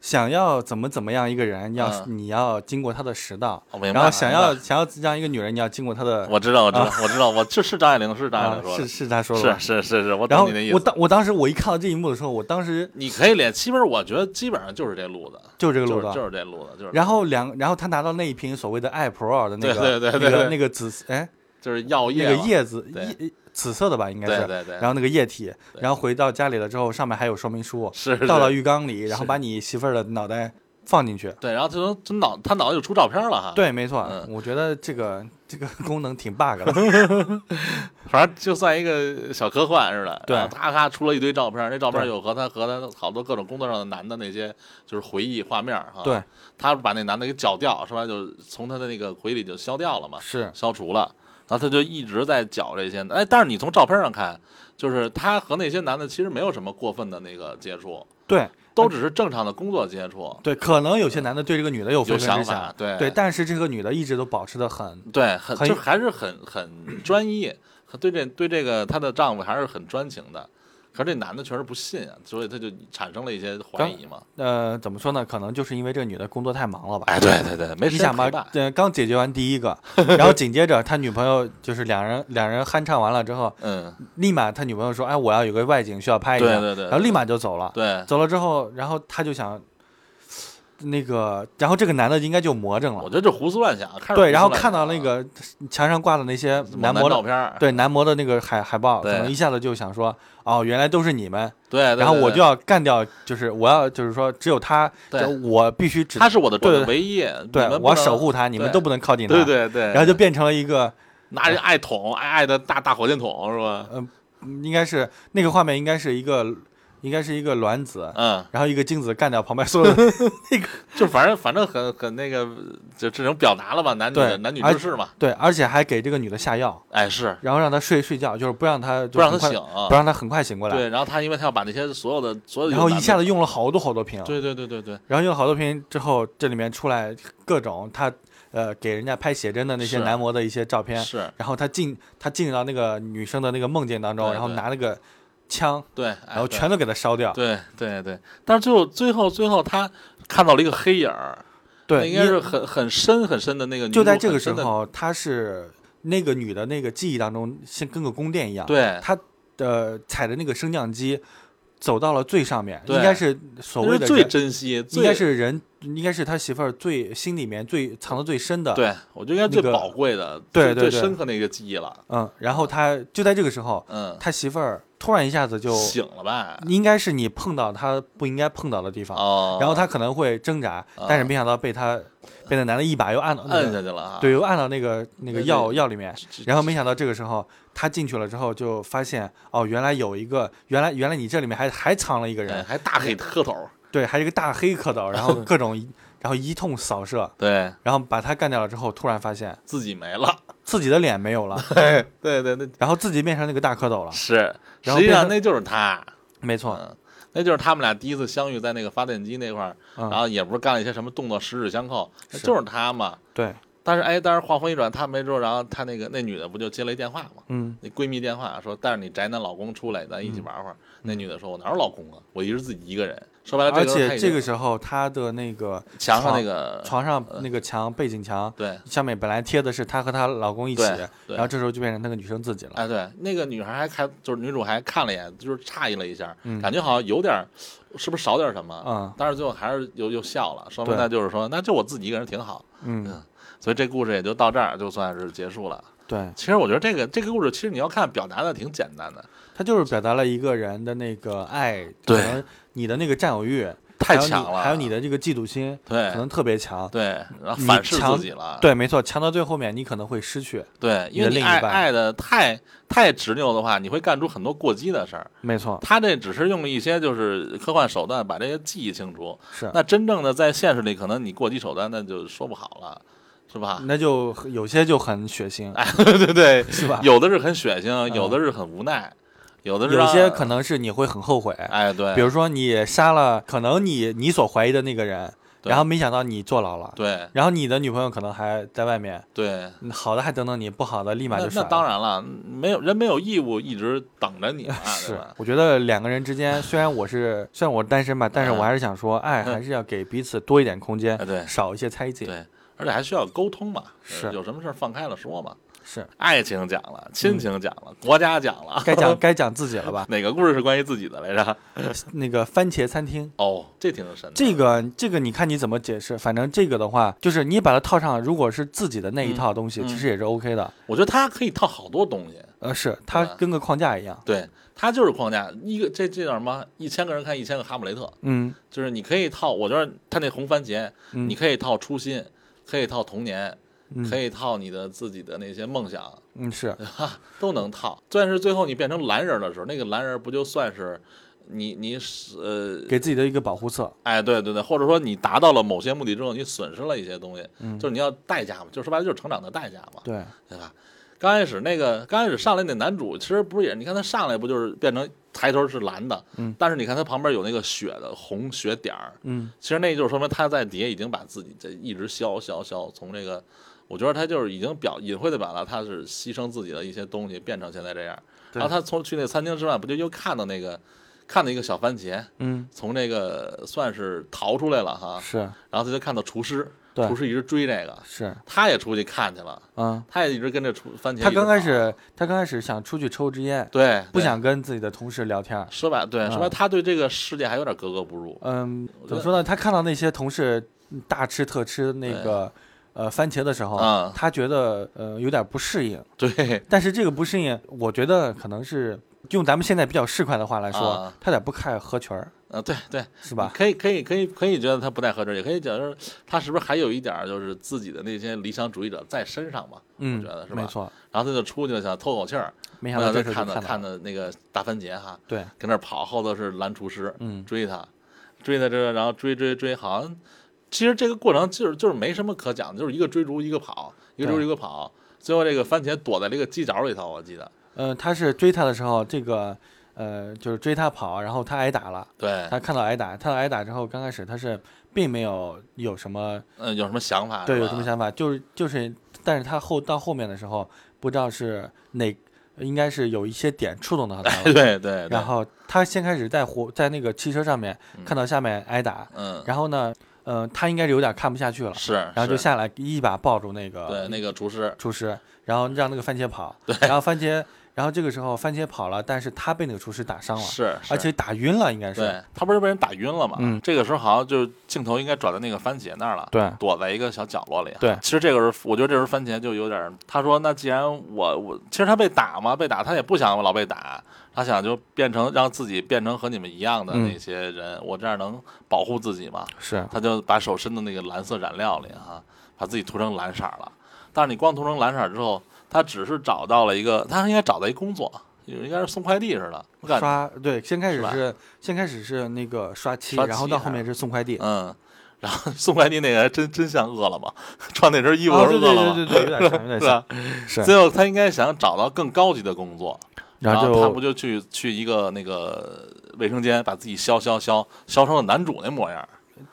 [SPEAKER 2] 想要怎么怎么样一个人，要
[SPEAKER 1] 嗯
[SPEAKER 2] 你要经过他的食道，
[SPEAKER 1] 我明白
[SPEAKER 2] 然
[SPEAKER 1] 了
[SPEAKER 2] 后想要
[SPEAKER 1] 明白
[SPEAKER 2] 想要让一个女人，你要经过她的，
[SPEAKER 1] 我知道我知道我知道我这是张爱玲是张爱
[SPEAKER 2] 啊
[SPEAKER 1] 玲说
[SPEAKER 2] 是
[SPEAKER 1] 的，
[SPEAKER 2] 是她说的
[SPEAKER 1] 是
[SPEAKER 2] 吧。
[SPEAKER 1] 是是是，我
[SPEAKER 2] 然后
[SPEAKER 1] 懂你的意
[SPEAKER 2] 我
[SPEAKER 1] 思。
[SPEAKER 2] 当我当时我一看到这一幕的时候，我当时
[SPEAKER 1] 你可以连，基本上我觉得基本上就是这路子，
[SPEAKER 2] 就是
[SPEAKER 1] 这
[SPEAKER 2] 这个路
[SPEAKER 1] 就
[SPEAKER 2] 段。
[SPEAKER 1] 是这路子，就是
[SPEAKER 2] 然后两，然后他拿到那一瓶所谓的爱 Pro 的那
[SPEAKER 1] 对
[SPEAKER 2] 个
[SPEAKER 1] 对对
[SPEAKER 2] 那
[SPEAKER 1] 对
[SPEAKER 2] 个那个紫哎
[SPEAKER 1] 就是药
[SPEAKER 2] 那
[SPEAKER 1] 业
[SPEAKER 2] 个
[SPEAKER 1] 嘛
[SPEAKER 2] 叶子
[SPEAKER 1] 对
[SPEAKER 2] 叶紫色的吧，应该
[SPEAKER 1] 对
[SPEAKER 2] 是。
[SPEAKER 1] 对对，
[SPEAKER 2] 然后那个液体，
[SPEAKER 1] 对
[SPEAKER 2] 然后回到家里了之后，上面还有说明书，
[SPEAKER 1] 是
[SPEAKER 2] 倒到
[SPEAKER 1] 是
[SPEAKER 2] 浴缸里，然后
[SPEAKER 1] 是
[SPEAKER 2] 把你媳妇儿的脑袋放进去。
[SPEAKER 1] 对，然后他说他脑他脑子就出照片了哈，
[SPEAKER 2] 对，没错，
[SPEAKER 1] 嗯
[SPEAKER 2] 我觉得这个这个功能挺 bug 的。
[SPEAKER 1] 反正就算一个小科幻似的，
[SPEAKER 2] 对
[SPEAKER 1] 然后咔咔出了一堆照片，那照片
[SPEAKER 2] 对
[SPEAKER 1] 有和他和他好多各种工作上的男的那些就是回忆画面哈，
[SPEAKER 2] 对，
[SPEAKER 1] 他把那男的给绞掉，是吧？就从他的那个回忆里就消掉了嘛，
[SPEAKER 2] 是，
[SPEAKER 1] 消除了，然后他就一直在绞这些，哎，但是你从照片上看，就是他和那些男的其实没有什么过分的那个接触，
[SPEAKER 2] 对，
[SPEAKER 1] 都只是正常的工作接触，
[SPEAKER 2] 对，可能有些男的对这个女的有非
[SPEAKER 1] 有
[SPEAKER 2] 分之
[SPEAKER 1] 想
[SPEAKER 2] 想
[SPEAKER 1] 法，，对
[SPEAKER 2] 对，但是这个女的一直都保持的很，
[SPEAKER 1] 对，很
[SPEAKER 2] 很
[SPEAKER 1] 就还是很很专一，很对这对这个她的丈夫还是很专情的。可是这男的确实不信啊，所以他就产生了一些怀疑嘛。
[SPEAKER 2] 呃，怎么说呢？可能就是因为这个女的工作太忙了吧。
[SPEAKER 1] 哎，对对对，没
[SPEAKER 2] 你
[SPEAKER 1] 时间
[SPEAKER 2] 想吧
[SPEAKER 1] 陪伴，。
[SPEAKER 2] 对，刚解决完第一 个，然后紧接着他女朋友就是两人两人酣畅完了之后，
[SPEAKER 1] 嗯，
[SPEAKER 2] 立马他女朋友说：“哎，我要有个外景需要拍一下。”
[SPEAKER 1] 对对对
[SPEAKER 2] 哎然后立马就走了。
[SPEAKER 1] 对
[SPEAKER 2] 走了之后，然后他就想，那个，然后这个男的应该就魔怔
[SPEAKER 1] 我
[SPEAKER 2] 了，
[SPEAKER 1] 觉得就胡思乱想。开始
[SPEAKER 2] 对，
[SPEAKER 1] 胡
[SPEAKER 2] 然后
[SPEAKER 1] 思乱
[SPEAKER 2] 看到
[SPEAKER 1] 想
[SPEAKER 2] 那
[SPEAKER 1] 啊
[SPEAKER 2] 个墙上挂的那些
[SPEAKER 1] 猛
[SPEAKER 2] 男
[SPEAKER 1] 男
[SPEAKER 2] 模
[SPEAKER 1] 照
[SPEAKER 2] 的，
[SPEAKER 1] 片儿，
[SPEAKER 2] 对男模的那个海海报，可
[SPEAKER 1] 对
[SPEAKER 2] 能一下子就想说，哦，原来都是你们，
[SPEAKER 1] 对，对
[SPEAKER 2] 然后我就。
[SPEAKER 1] 对
[SPEAKER 2] 要干掉，就是我要就是说，只有他，
[SPEAKER 1] 对
[SPEAKER 2] 就我必须只
[SPEAKER 1] 对他是我的
[SPEAKER 2] 对对
[SPEAKER 1] 唯唯一，
[SPEAKER 2] 对
[SPEAKER 1] 你们不
[SPEAKER 2] 我要
[SPEAKER 1] 能
[SPEAKER 2] 守护他，你们
[SPEAKER 1] 对
[SPEAKER 2] 都不能靠近他，
[SPEAKER 1] 对对对，
[SPEAKER 2] 然后就变成了一个，
[SPEAKER 1] 拿着爱桶，爱爱的大大火箭筒是吧？
[SPEAKER 2] 嗯应该是那个画面应该是一个，应该是一个卵子。
[SPEAKER 1] 嗯，
[SPEAKER 2] 然后一个精子干掉旁边所 有的，
[SPEAKER 1] 就反正反正很很那个，就这种表达了吧，男女
[SPEAKER 2] 对
[SPEAKER 1] 的男女
[SPEAKER 2] 而
[SPEAKER 1] 之事嘛。
[SPEAKER 2] 对，而且还给这个女的下药，
[SPEAKER 1] 哎，是
[SPEAKER 2] 然后让她睡睡觉，就是不让她
[SPEAKER 1] 不让他
[SPEAKER 2] 她
[SPEAKER 1] 醒，啊
[SPEAKER 2] 不。让她很快醒过来。
[SPEAKER 1] 对，然后他因为他要把那些所有的所有的
[SPEAKER 2] 然后一下
[SPEAKER 1] 子，
[SPEAKER 2] 子用了好多好多瓶，
[SPEAKER 1] 对对对对对
[SPEAKER 2] 然后用了好多瓶之后，这里面出来各种她呃给人家拍写真的那些
[SPEAKER 1] 是
[SPEAKER 2] 男模的一些照片，
[SPEAKER 1] 是
[SPEAKER 2] 然后他进他进入到那个女生的那个梦境当中，
[SPEAKER 1] 对
[SPEAKER 2] 然后
[SPEAKER 1] 对
[SPEAKER 2] 拿那个枪，
[SPEAKER 1] 对，
[SPEAKER 2] 然后全都给他烧掉。
[SPEAKER 1] 对对对，但是最后最后最后他看到了一个黑影儿，那
[SPEAKER 2] 对，
[SPEAKER 1] 应该
[SPEAKER 2] 因
[SPEAKER 1] 是很很深很深的那个女主，
[SPEAKER 2] 就在这个
[SPEAKER 1] 很
[SPEAKER 2] 时
[SPEAKER 1] 深的，
[SPEAKER 2] 候，他是那个女的那个记忆当中，像跟个宫殿一样，
[SPEAKER 1] 对，
[SPEAKER 2] 他呃踩着那个升降机走到了最上面，
[SPEAKER 1] 对
[SPEAKER 2] 应该是所
[SPEAKER 1] 那
[SPEAKER 2] 谓
[SPEAKER 1] 是
[SPEAKER 2] 的
[SPEAKER 1] 最
[SPEAKER 2] 人
[SPEAKER 1] 珍惜，最
[SPEAKER 2] 应该是人，应该是他媳妇儿最心里面最藏的最深的。，
[SPEAKER 1] 对，我觉得应该
[SPEAKER 2] 那
[SPEAKER 1] 最
[SPEAKER 2] 个
[SPEAKER 1] 宝贵的、
[SPEAKER 2] 对对
[SPEAKER 1] 最
[SPEAKER 2] 对
[SPEAKER 1] 最深刻的一个记忆了。
[SPEAKER 2] 嗯，然后他就在这个时候，
[SPEAKER 1] 嗯，
[SPEAKER 2] 他媳妇儿突然一下子就，嗯
[SPEAKER 1] 醒了吧？
[SPEAKER 2] 应该是你碰到他不应该碰到的地方，
[SPEAKER 1] 哦，
[SPEAKER 2] 然后他可能会挣扎，但是没想到被他被那男的一把又按到那
[SPEAKER 1] 摁下
[SPEAKER 2] 个
[SPEAKER 1] 去了啊。
[SPEAKER 2] 对，又按到那个那个
[SPEAKER 1] 对对
[SPEAKER 2] 药药里面，
[SPEAKER 1] 这，
[SPEAKER 2] 然后没想到这个时候他进去了之后就发现哦，原来有一个原来原来你这里面还还藏了一个
[SPEAKER 1] 这哎
[SPEAKER 2] 人，
[SPEAKER 1] 还大黑磕头，
[SPEAKER 2] 对，还是一个大黑蝌蚪，然后各种然后一通扫射，
[SPEAKER 1] 对
[SPEAKER 2] 然后把他干掉了之后，突然发现
[SPEAKER 1] 自己没了。
[SPEAKER 2] 自己的脸没有了，
[SPEAKER 1] 对 对对，那
[SPEAKER 2] 然后自己变成那个大蝌蚪了，
[SPEAKER 1] 是
[SPEAKER 2] 然
[SPEAKER 1] 实
[SPEAKER 2] 后
[SPEAKER 1] 际
[SPEAKER 2] 变
[SPEAKER 1] 上
[SPEAKER 2] 成
[SPEAKER 1] 那就是他，
[SPEAKER 2] 没错，
[SPEAKER 1] 嗯，那就是他们俩第一次相遇在那个发电机那块儿，
[SPEAKER 2] 嗯
[SPEAKER 1] 然后也不是干了一些什么动作十指相扣，那
[SPEAKER 2] 是
[SPEAKER 1] 就是他嘛。
[SPEAKER 2] 对，
[SPEAKER 1] 但是哎，但是话锋一转，他没之后，然后他那个那女的不就接了一电话嘛，
[SPEAKER 2] 嗯，
[SPEAKER 1] 那闺蜜电话说带着你宅男老公出来，咱一起玩会儿。那女的说：“我哪有老公啊？我一直自己一个人。”说白了，
[SPEAKER 2] 嗯而
[SPEAKER 1] 个时候她
[SPEAKER 2] 且
[SPEAKER 1] 已
[SPEAKER 2] 这
[SPEAKER 1] 经
[SPEAKER 2] 个时候他的那个
[SPEAKER 1] 墙上
[SPEAKER 2] 床
[SPEAKER 1] 那个
[SPEAKER 2] 床上那个墙背景墙
[SPEAKER 1] 对，
[SPEAKER 2] 上面本来贴的是她和她老公一起，
[SPEAKER 1] 对对
[SPEAKER 2] 然后这时候就变成那个女生自己了，
[SPEAKER 1] 哎对，那个女孩还看，就是女主还看了一眼，就是诧异了一下，
[SPEAKER 2] 嗯
[SPEAKER 1] 感觉好像有点儿，是不是少点儿什么？
[SPEAKER 2] 嗯
[SPEAKER 1] 但是最后还是又又笑了，说明
[SPEAKER 2] 对
[SPEAKER 1] 那就是说，那就我自己一个人挺好。
[SPEAKER 2] 嗯，
[SPEAKER 1] 所以这故事也就到这儿，就算是结束了。
[SPEAKER 2] 对，
[SPEAKER 1] 其实我觉得这个这个故事，其实你要看表达的挺简单的，
[SPEAKER 2] 他就是表达了一个人的那个爱，
[SPEAKER 1] 对，
[SPEAKER 2] 你的那个占有欲
[SPEAKER 1] 太强了
[SPEAKER 2] 还有你还有你的这个嫉妒心，
[SPEAKER 1] 对
[SPEAKER 2] 可能特别强，
[SPEAKER 1] 对，然后
[SPEAKER 2] 你
[SPEAKER 1] 反噬
[SPEAKER 2] 强
[SPEAKER 1] 自己了，
[SPEAKER 2] 对，没错，强到最后面你可能会失去，
[SPEAKER 1] 对，因
[SPEAKER 2] 你的
[SPEAKER 1] 为你
[SPEAKER 2] 另一
[SPEAKER 1] 爱
[SPEAKER 2] 半
[SPEAKER 1] 爱的太太执拗的话，你会干出很多过激的事儿。
[SPEAKER 2] 没错，
[SPEAKER 1] 他这只是用了一些就是科幻手段把这些记忆清除，
[SPEAKER 2] 是，
[SPEAKER 1] 那真正的在现实里，可能你过激手段那就说不好了，是吧？
[SPEAKER 2] 那就有些就很血腥，
[SPEAKER 1] 哎，对对 对，
[SPEAKER 2] 嗯是吧？
[SPEAKER 1] 有的是很血腥，有的是很无奈，有的是
[SPEAKER 2] 有
[SPEAKER 1] 让
[SPEAKER 2] 些可能是你会很后悔，
[SPEAKER 1] 哎对，
[SPEAKER 2] 比如说你杀了可能你你所怀疑的那个人，
[SPEAKER 1] 对
[SPEAKER 2] 然后没想到你坐牢了，
[SPEAKER 1] 对
[SPEAKER 2] 然后你的女朋友可能还在外面，
[SPEAKER 1] 对。
[SPEAKER 2] 好的还等等你，不好的立马
[SPEAKER 1] 那
[SPEAKER 2] 就甩
[SPEAKER 1] 那
[SPEAKER 2] 了
[SPEAKER 1] 当然了，没有人没有义务一直等着你嘛，对
[SPEAKER 2] 是
[SPEAKER 1] 吧，？
[SPEAKER 2] 我觉得两个人之间，虽然 我是虽然我单身吧，但是我还是想说，爱还是要给彼此多一点空间
[SPEAKER 1] 嗯哎，对
[SPEAKER 2] 少一些猜忌。
[SPEAKER 1] 对，而且还需要沟通嘛，呃
[SPEAKER 2] 是
[SPEAKER 1] 有什么事儿放开了说嘛。
[SPEAKER 2] 是
[SPEAKER 1] 爱情讲了，亲情讲了，国家讲了，
[SPEAKER 2] 该
[SPEAKER 1] ？
[SPEAKER 2] 讲该讲自己了吧
[SPEAKER 1] 哪个故事是关于自己的来着？
[SPEAKER 2] 那个番茄餐厅，
[SPEAKER 1] 哦，这挺神的。
[SPEAKER 2] 这个这个你看你怎么解释？反正这个的话，就是你把它套上，如果是自己的那一套东西，
[SPEAKER 1] 嗯
[SPEAKER 2] 其实也是 OK 的。
[SPEAKER 1] 我觉得它可以套好多东西，
[SPEAKER 2] 呃，是它
[SPEAKER 1] 对吧
[SPEAKER 2] 跟个框架一样。
[SPEAKER 1] 对，它就是框架。一个这这叫什么？一千个人看一千个哈姆雷特，
[SPEAKER 2] 嗯
[SPEAKER 1] 就是你可以套。我觉得它那红番茄，
[SPEAKER 2] 嗯
[SPEAKER 1] 你可以套初心，可以套童年，
[SPEAKER 2] 嗯，
[SPEAKER 1] 可以呃套你的自己的那些梦想，
[SPEAKER 2] 嗯是
[SPEAKER 1] 哈， 都能套。但是最后你变成蓝人的时候，那个蓝人不就算是你你是呃
[SPEAKER 2] 给自己的一个保护色。
[SPEAKER 1] 哎，对对对，或者说你达到了某些目的之后，你损失了一些东西，
[SPEAKER 2] 嗯
[SPEAKER 1] 就是你要代价嘛，就说白了就是成长的代价嘛，
[SPEAKER 2] 对，
[SPEAKER 1] 对吧？刚开始那个刚开始上来那男主其实不是也，你看他上来不就是变成抬头是蓝的，
[SPEAKER 2] 嗯
[SPEAKER 1] 但是你看他旁边有那个血的红血点儿，
[SPEAKER 2] 嗯
[SPEAKER 1] 其实那就是说明他在底下已经把自己这一直消消消，从这个，我觉得他就是已经表隐晦的表达他是牺牲自己的一些东西变成现在这样，
[SPEAKER 2] 对
[SPEAKER 1] 然后他从去那餐厅吃饭不就又看到那个看到一个小番茄，
[SPEAKER 2] 嗯
[SPEAKER 1] 从这个算是逃出来了哈，
[SPEAKER 2] 是
[SPEAKER 1] 然后他就看到厨师，
[SPEAKER 2] 对
[SPEAKER 1] 厨师一直追这个，
[SPEAKER 2] 是
[SPEAKER 1] 他也出去看去了，
[SPEAKER 2] 嗯。
[SPEAKER 1] 他也一直跟着厨番茄一直跑。
[SPEAKER 2] 他刚开始他刚开始想出去抽支烟，
[SPEAKER 1] 对
[SPEAKER 2] 不
[SPEAKER 1] 对
[SPEAKER 2] 想跟自己的同事聊天儿。
[SPEAKER 1] 说白对
[SPEAKER 2] 嗯
[SPEAKER 1] 说白，他对这个世界还有点格格不入。
[SPEAKER 2] 嗯，
[SPEAKER 1] 我觉
[SPEAKER 2] 怎么
[SPEAKER 1] 得
[SPEAKER 2] 说呢？他看到那些同事大吃特吃那个呃番茄的时候，
[SPEAKER 1] 嗯
[SPEAKER 2] 他觉得呃有点不适应。
[SPEAKER 1] 对
[SPEAKER 2] 但是这个不适应，我觉得可能是用咱们现在比较市侩的话来说，
[SPEAKER 1] 啊
[SPEAKER 2] 他有点不太合群儿，
[SPEAKER 1] 呃，对对，
[SPEAKER 2] 是吧？
[SPEAKER 1] 可以可以可以可以觉得他不太合适，也可以觉得他是不是还有一点儿就是自己的那些理想主义者在身上嘛？
[SPEAKER 2] 嗯，
[SPEAKER 1] 觉得是吧
[SPEAKER 2] 没错。
[SPEAKER 1] 然后他就出去了，想透口气儿，
[SPEAKER 2] 没
[SPEAKER 1] 然
[SPEAKER 2] 想
[SPEAKER 1] 后
[SPEAKER 2] 到
[SPEAKER 1] 他
[SPEAKER 2] 这时候
[SPEAKER 1] 看
[SPEAKER 2] 就
[SPEAKER 1] 到
[SPEAKER 2] 看
[SPEAKER 1] 看
[SPEAKER 2] 到了，
[SPEAKER 1] 到那个大番茄哈，
[SPEAKER 2] 对，
[SPEAKER 1] 跟那儿跑，后头是蓝厨师，
[SPEAKER 2] 嗯
[SPEAKER 1] 追他，追他这，然后追追追，好像其实这个过程就是就是没什么可讲的，就是一个追逐一个跑，一个追逐一个跑，最后这个番茄躲在这个犄角里头，我记得，
[SPEAKER 2] 呃，他是追他的时候，这个呃，就是追他跑，然后他挨打了。
[SPEAKER 1] 对，
[SPEAKER 2] 他看到挨打，看到挨打之后，刚开始他是并没有有什么
[SPEAKER 1] 嗯，有什么想法？
[SPEAKER 2] 对
[SPEAKER 1] 是吧
[SPEAKER 2] 有什么？想法，就是就是，但是他后到后面的时候，不知道是哪，应该是有一些点触动到他 了。
[SPEAKER 1] 对对，
[SPEAKER 2] 然
[SPEAKER 1] 对，
[SPEAKER 2] 后他先开始在火在那个汽车上面
[SPEAKER 1] 嗯
[SPEAKER 2] 看到下面挨打，
[SPEAKER 1] 嗯，
[SPEAKER 2] 然后呢，呃，他应该是有点看不下去了，
[SPEAKER 1] 是，
[SPEAKER 2] 然后就是下来一把抱住那
[SPEAKER 1] 对
[SPEAKER 2] 个
[SPEAKER 1] 那个厨师，
[SPEAKER 2] 厨师，然后让那个番茄跑，然后番茄，然后这个时候番茄跑了，但是他被那个厨师打伤了，
[SPEAKER 1] 是，
[SPEAKER 2] 而
[SPEAKER 1] 是
[SPEAKER 2] 且打晕了，应该是
[SPEAKER 1] 对他不是被人打晕了嘛？
[SPEAKER 2] 嗯
[SPEAKER 1] 这个时候好像就是镜头应该转到那个番茄那儿了。
[SPEAKER 2] 对
[SPEAKER 1] 躲在一个小角落里。啊
[SPEAKER 2] 对
[SPEAKER 1] 其实这个时候，我觉得这时候番茄就有点儿，他说：“那既然我我，其实他被打嘛，被打他也不想老被打，他想就变成让自己变成和你们一样的
[SPEAKER 2] 嗯
[SPEAKER 1] 那些人，我这样能保护自己嘛。”
[SPEAKER 2] 是，
[SPEAKER 1] 他就把手伸到那个蓝色染料里哈、把自己涂成蓝色儿了。但是你光涂成蓝色儿之后，他只是找到了一个，他应该找到一工作，应该是送快递似的。我感觉
[SPEAKER 2] 刷对，先开始
[SPEAKER 1] 是吧
[SPEAKER 2] 是先开始是那个刷漆，
[SPEAKER 1] 刷
[SPEAKER 2] 然后
[SPEAKER 1] 漆
[SPEAKER 2] 到
[SPEAKER 1] 还
[SPEAKER 2] 后面是送快递，哦
[SPEAKER 1] 嗯，然后送快递那个还真真像饿了么，穿那身衣服
[SPEAKER 2] 啊
[SPEAKER 1] 都是
[SPEAKER 2] 对
[SPEAKER 1] 饿了么，
[SPEAKER 2] 对对对 对，有点像，有点
[SPEAKER 1] 是吧
[SPEAKER 2] 像，？是，
[SPEAKER 1] 最后他应该想找到更高级的工作，
[SPEAKER 2] 然
[SPEAKER 1] 后
[SPEAKER 2] 后
[SPEAKER 1] 他不
[SPEAKER 2] 就
[SPEAKER 1] 就去去一个那个卫生间，把自己削削削削成了男主那模样儿，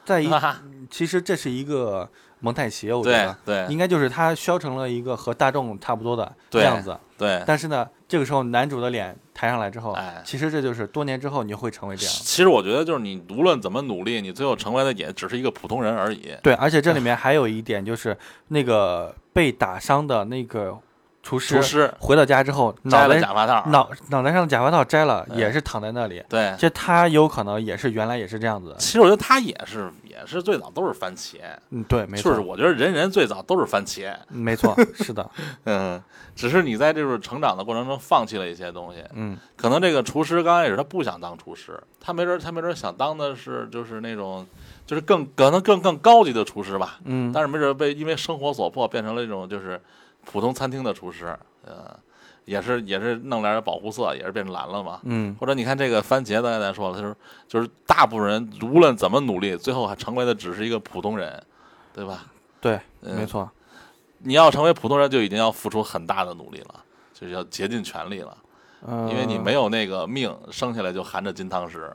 [SPEAKER 2] 在一
[SPEAKER 1] 哈，哈，
[SPEAKER 2] 其实这是一个蒙太奇，我觉
[SPEAKER 1] 对
[SPEAKER 2] 得。
[SPEAKER 1] 对
[SPEAKER 2] 应该就是他削成了一个和大众差不多的这
[SPEAKER 1] 对
[SPEAKER 2] 样子，
[SPEAKER 1] 对。
[SPEAKER 2] 但是呢，这个时候男主的脸抬上来之后，
[SPEAKER 1] 哎
[SPEAKER 2] 其实这就是多年之后你会成为这样。
[SPEAKER 1] 其实我觉得，就是你无论怎么努力，你最后成为的也只是一个普通人而已。
[SPEAKER 2] 对，而且这里面还有一点就是，那个被打伤的那个厨师，
[SPEAKER 1] 厨师
[SPEAKER 2] 回到家之后，
[SPEAKER 1] 摘
[SPEAKER 2] 脑
[SPEAKER 1] 了
[SPEAKER 2] 袋
[SPEAKER 1] 假发套儿，
[SPEAKER 2] 脑脑袋上的假发套摘了，
[SPEAKER 1] 嗯
[SPEAKER 2] 也是躺在那里。
[SPEAKER 1] 对
[SPEAKER 2] 其。实他有可能也是原来也是这样子 的。
[SPEAKER 1] 其实我觉得他也是，也是最早都是番茄，
[SPEAKER 2] 嗯，对，没错，
[SPEAKER 1] 就是我觉得人人最早都是番茄，
[SPEAKER 2] 没错，是 的，
[SPEAKER 1] 嗯，只是你在这种成长的过程中放弃了一些东西，
[SPEAKER 2] 嗯，
[SPEAKER 1] 可能这个厨师刚开始他不想当厨师，他没准他没准想当的是就是那种就是更可能更更高级的厨师吧，
[SPEAKER 2] 嗯
[SPEAKER 1] 但是没准被因为生活所迫变成了一种就是普通餐厅的厨师，呃，也是也是弄点保护色，也是变成蓝了嘛。
[SPEAKER 2] 嗯，
[SPEAKER 1] 或者你看这个番茄，刚才咱说了，就是就是大部分人无论怎么努力，最后还成为的只是一个普通人，对吧？
[SPEAKER 2] 对，
[SPEAKER 1] 嗯
[SPEAKER 2] 没错，
[SPEAKER 1] 你要成为普通人，就已经要付出很大的努力了，就是要竭尽全力了。
[SPEAKER 2] 嗯，
[SPEAKER 1] 呃因为你没有那个命，生下来就含着金汤匙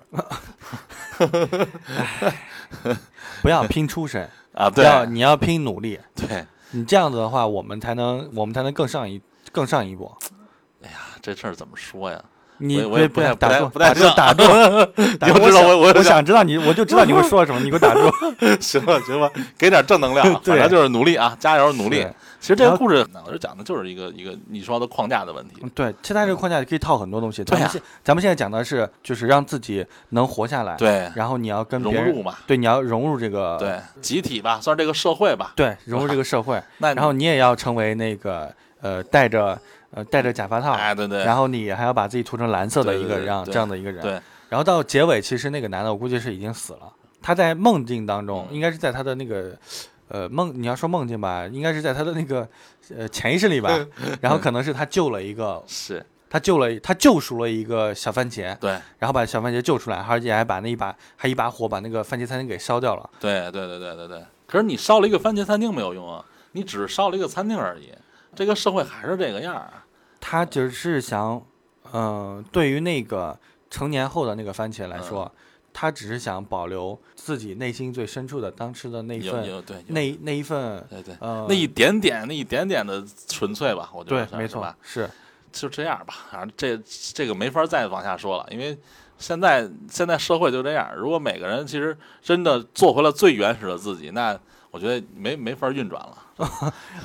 [SPEAKER 2] 呃不要拼出身，
[SPEAKER 1] 啊！
[SPEAKER 2] 不
[SPEAKER 1] 对
[SPEAKER 2] 要你要拼努力，
[SPEAKER 1] 对，
[SPEAKER 2] 你这样子的话，我们才能我们才能更上一更上一步。
[SPEAKER 1] 这事儿怎么说呀？
[SPEAKER 2] 你
[SPEAKER 1] 我也
[SPEAKER 2] 不
[SPEAKER 1] 不太
[SPEAKER 2] 要打
[SPEAKER 1] 不太
[SPEAKER 2] 住，
[SPEAKER 1] 不太
[SPEAKER 2] 打住，
[SPEAKER 1] 像
[SPEAKER 2] 打住，打
[SPEAKER 1] 你
[SPEAKER 2] 住
[SPEAKER 1] 就知道
[SPEAKER 2] 我
[SPEAKER 1] 我我
[SPEAKER 2] 想想知道你，我就知道你会说什么，你给 我打住。
[SPEAKER 1] 行吧行吧，给点正能 量啊，
[SPEAKER 2] 对
[SPEAKER 1] 反正就是努力啊，加油努力
[SPEAKER 2] 是。
[SPEAKER 1] 其实这
[SPEAKER 2] 然
[SPEAKER 1] 个
[SPEAKER 2] 后
[SPEAKER 1] 故事呢，我就讲的就是一个一个你说的框架的问题。
[SPEAKER 2] 对，其实它这个框架可以套很多东西。咱
[SPEAKER 1] 对啊
[SPEAKER 2] 们
[SPEAKER 1] 呀
[SPEAKER 2] 现咱们现在讲的是，就是让自己能活下来，
[SPEAKER 1] 对，
[SPEAKER 2] 然后你要跟
[SPEAKER 1] 融
[SPEAKER 2] 别人呃
[SPEAKER 1] 入，嘛，
[SPEAKER 2] 对，你要融入这个，
[SPEAKER 1] 对，集体吧，算是这个社会吧。
[SPEAKER 2] 对，融入这个 社会，
[SPEAKER 1] 那
[SPEAKER 2] 然后你也要成为那个呃，戴着呃戴着假发套，
[SPEAKER 1] 哎，对对，
[SPEAKER 2] 然后你还要把自己涂成蓝色的
[SPEAKER 1] 对
[SPEAKER 2] 一
[SPEAKER 1] 对
[SPEAKER 2] 个
[SPEAKER 1] 对
[SPEAKER 2] 让
[SPEAKER 1] 对
[SPEAKER 2] 这样的一个人。
[SPEAKER 1] 对
[SPEAKER 2] 然后到结尾，其实那个男的我估计是已经死了，他在梦境当中，
[SPEAKER 1] 嗯
[SPEAKER 2] 应该是在他的那个。呃，梦，你要说梦境吧，应该是在他的那个，呃，潜意识里吧。
[SPEAKER 1] 嗯
[SPEAKER 2] 然后可能是他救了一个，
[SPEAKER 1] 是，
[SPEAKER 2] 他救了，他救赎了一个小番茄，
[SPEAKER 1] 对
[SPEAKER 2] 然后把小番茄救出来，而且还把那一把还一把火把那个番茄餐厅给烧掉了。
[SPEAKER 1] 对对对对对对。可是你烧了一个番茄餐厅没有用啊，你只是烧了一个餐厅而已，这个社会还是这个样儿啊。
[SPEAKER 2] 他只是想，呃，对于那个成年后的那个番茄
[SPEAKER 1] 嗯
[SPEAKER 2] 来说，他只是想保留自己内心最深处的当时的那一
[SPEAKER 1] 有
[SPEAKER 2] 份
[SPEAKER 1] 有对有
[SPEAKER 2] 那那一份
[SPEAKER 1] 对对。
[SPEAKER 2] 呃
[SPEAKER 1] 那一点点，那一点点的纯粹吧，我觉得
[SPEAKER 2] 对，
[SPEAKER 1] 算
[SPEAKER 2] 没
[SPEAKER 1] 是
[SPEAKER 2] 错
[SPEAKER 1] 吧，，
[SPEAKER 2] 是
[SPEAKER 1] 就这样吧。反正这这个没法再往下说了，因为现在现在社会就这样。如果每个人其实真的做回了最原始的自己，那我觉得没没法运转了。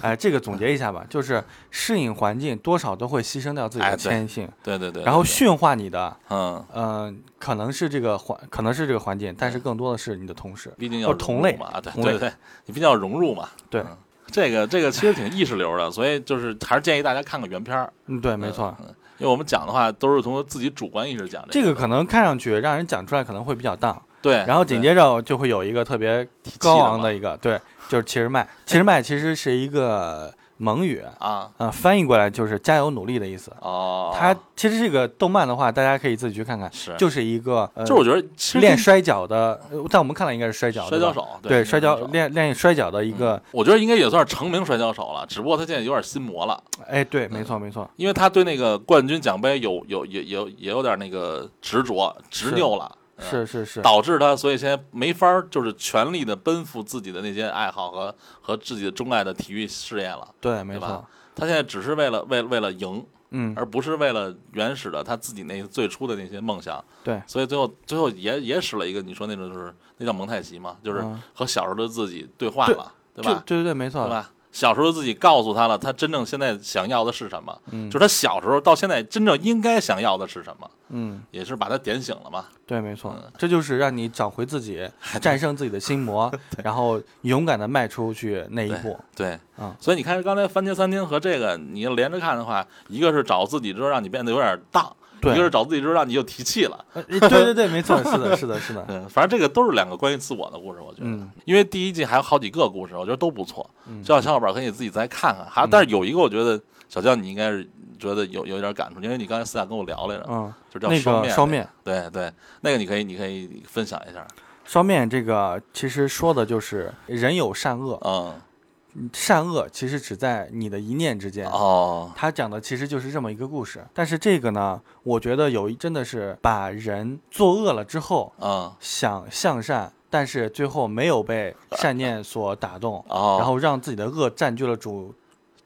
[SPEAKER 2] 哎，这个总结一下吧，就是适应环境多少都会牺牲掉自己
[SPEAKER 1] 哎
[SPEAKER 2] 的
[SPEAKER 1] 对
[SPEAKER 2] 谦性，
[SPEAKER 1] 对对对。
[SPEAKER 2] 然后
[SPEAKER 1] 对
[SPEAKER 2] 驯化你的，
[SPEAKER 1] 嗯，
[SPEAKER 2] 呃，可能是这个环，可能是这个环境，但是更多的是你的同事，
[SPEAKER 1] 毕竟
[SPEAKER 2] 或
[SPEAKER 1] 要
[SPEAKER 2] 者同
[SPEAKER 1] 融入
[SPEAKER 2] 类
[SPEAKER 1] 嘛，啊对
[SPEAKER 2] 同
[SPEAKER 1] 对
[SPEAKER 2] 类
[SPEAKER 1] 对，你毕竟要融入嘛。
[SPEAKER 2] 对，
[SPEAKER 1] 嗯这个这个其实挺意识流的，所以就是还是建议大家看个原片儿，
[SPEAKER 2] 嗯，对，没错。
[SPEAKER 1] 因为我们讲的话都是从自己主观意识讲
[SPEAKER 2] 这
[SPEAKER 1] 个
[SPEAKER 2] 个可能看上去让人讲出来可能会比较荡，
[SPEAKER 1] 哎对，
[SPEAKER 2] 然后紧接着就会有一个特别高昂
[SPEAKER 1] 气的嘛
[SPEAKER 2] 的一个，对，就是骑士麦。骑士麦其实是一个蒙语，
[SPEAKER 1] 啊，
[SPEAKER 2] 啊，翻译过来就是加油努力的意思。
[SPEAKER 1] 哦，
[SPEAKER 2] 它其实这个动漫的话，大家可以自己去看看，
[SPEAKER 1] 是
[SPEAKER 2] 就是一个呃，
[SPEAKER 1] 就是我觉得其实
[SPEAKER 2] 练摔跤的，呃但我们看来应该是摔跤，
[SPEAKER 1] 摔
[SPEAKER 2] 对
[SPEAKER 1] 跤
[SPEAKER 2] 吧，
[SPEAKER 1] 手，
[SPEAKER 2] 对摔跤
[SPEAKER 1] 手嗯
[SPEAKER 2] 练练摔跤的一个，
[SPEAKER 1] 我觉得应该也算是成名摔跤手了，只不过他现在有点心魔了，
[SPEAKER 2] 哎，对，没
[SPEAKER 1] 嗯
[SPEAKER 2] 错没错，
[SPEAKER 1] 因为他对那个冠军奖杯有有也也有也有点那个执着执拗了，嗯
[SPEAKER 2] 是是是，
[SPEAKER 1] 导致他，所以现在没法儿就是全力的奔赴自己的那些爱好和和自己的钟爱的体育事业了。
[SPEAKER 2] 对，没
[SPEAKER 1] 对吧
[SPEAKER 2] 错，
[SPEAKER 1] 他现在只是为了为为了赢，
[SPEAKER 2] 嗯，
[SPEAKER 1] 而不是为了原始的他自己那最初的那些梦想。
[SPEAKER 2] 对
[SPEAKER 1] 所以最后最后也也使了一个你说那种就是那叫蒙太奇嘛，就是
[SPEAKER 2] 嗯
[SPEAKER 1] 和小时候的自己对话了，对吧？
[SPEAKER 2] 对对对，没错
[SPEAKER 1] 对，吧？小时候自己告诉他了，他真正现在想要的是什么？
[SPEAKER 2] 嗯
[SPEAKER 1] 就是他小时候到现在真正应该想要的是什么？
[SPEAKER 2] 嗯，
[SPEAKER 1] 也是把他点醒了嘛。
[SPEAKER 2] 对，没错
[SPEAKER 1] 嗯，
[SPEAKER 2] 这就是让你找回 自己，战胜自己的心魔，然后勇敢的迈出去那一步。
[SPEAKER 1] 对，
[SPEAKER 2] 嗯
[SPEAKER 1] 所以你看刚才番茄餐厅和这个你要连着看的话，一个是找自己之后让你变得有点荡，
[SPEAKER 2] 对
[SPEAKER 1] 一个是找自己之后让你又提气了。
[SPEAKER 2] 呃对对对，没 错，是的，是的，是的，
[SPEAKER 1] 嗯，反正这个都是两个关于自我的故事，我觉得，
[SPEAKER 2] 嗯
[SPEAKER 1] 因为第一季还有好几个故事，我觉得都不错，小小伙伴可以自己再看
[SPEAKER 2] 嗯
[SPEAKER 1] 看。还、但是有一个，我觉得小江你应该是觉得有有一点感触，因为你刚才私下跟我聊来着，
[SPEAKER 2] 嗯，
[SPEAKER 1] 就叫
[SPEAKER 2] 那
[SPEAKER 1] 双
[SPEAKER 2] 个
[SPEAKER 1] 面，
[SPEAKER 2] 双面，
[SPEAKER 1] 对对，那个你可以你可以分享一下，
[SPEAKER 2] 双面这个其实说的就是人有善恶，
[SPEAKER 1] 嗯，
[SPEAKER 2] 善恶其实只在你的一念之间。
[SPEAKER 1] 哦，
[SPEAKER 2] 他讲的其实就是这么一个故事，但是这个呢，我觉得有一真的是把人作恶了之后
[SPEAKER 1] 嗯，，
[SPEAKER 2] 想向善，但是最后没有被善念所打动
[SPEAKER 1] 哦，
[SPEAKER 2] 然后让自己的恶占据了主，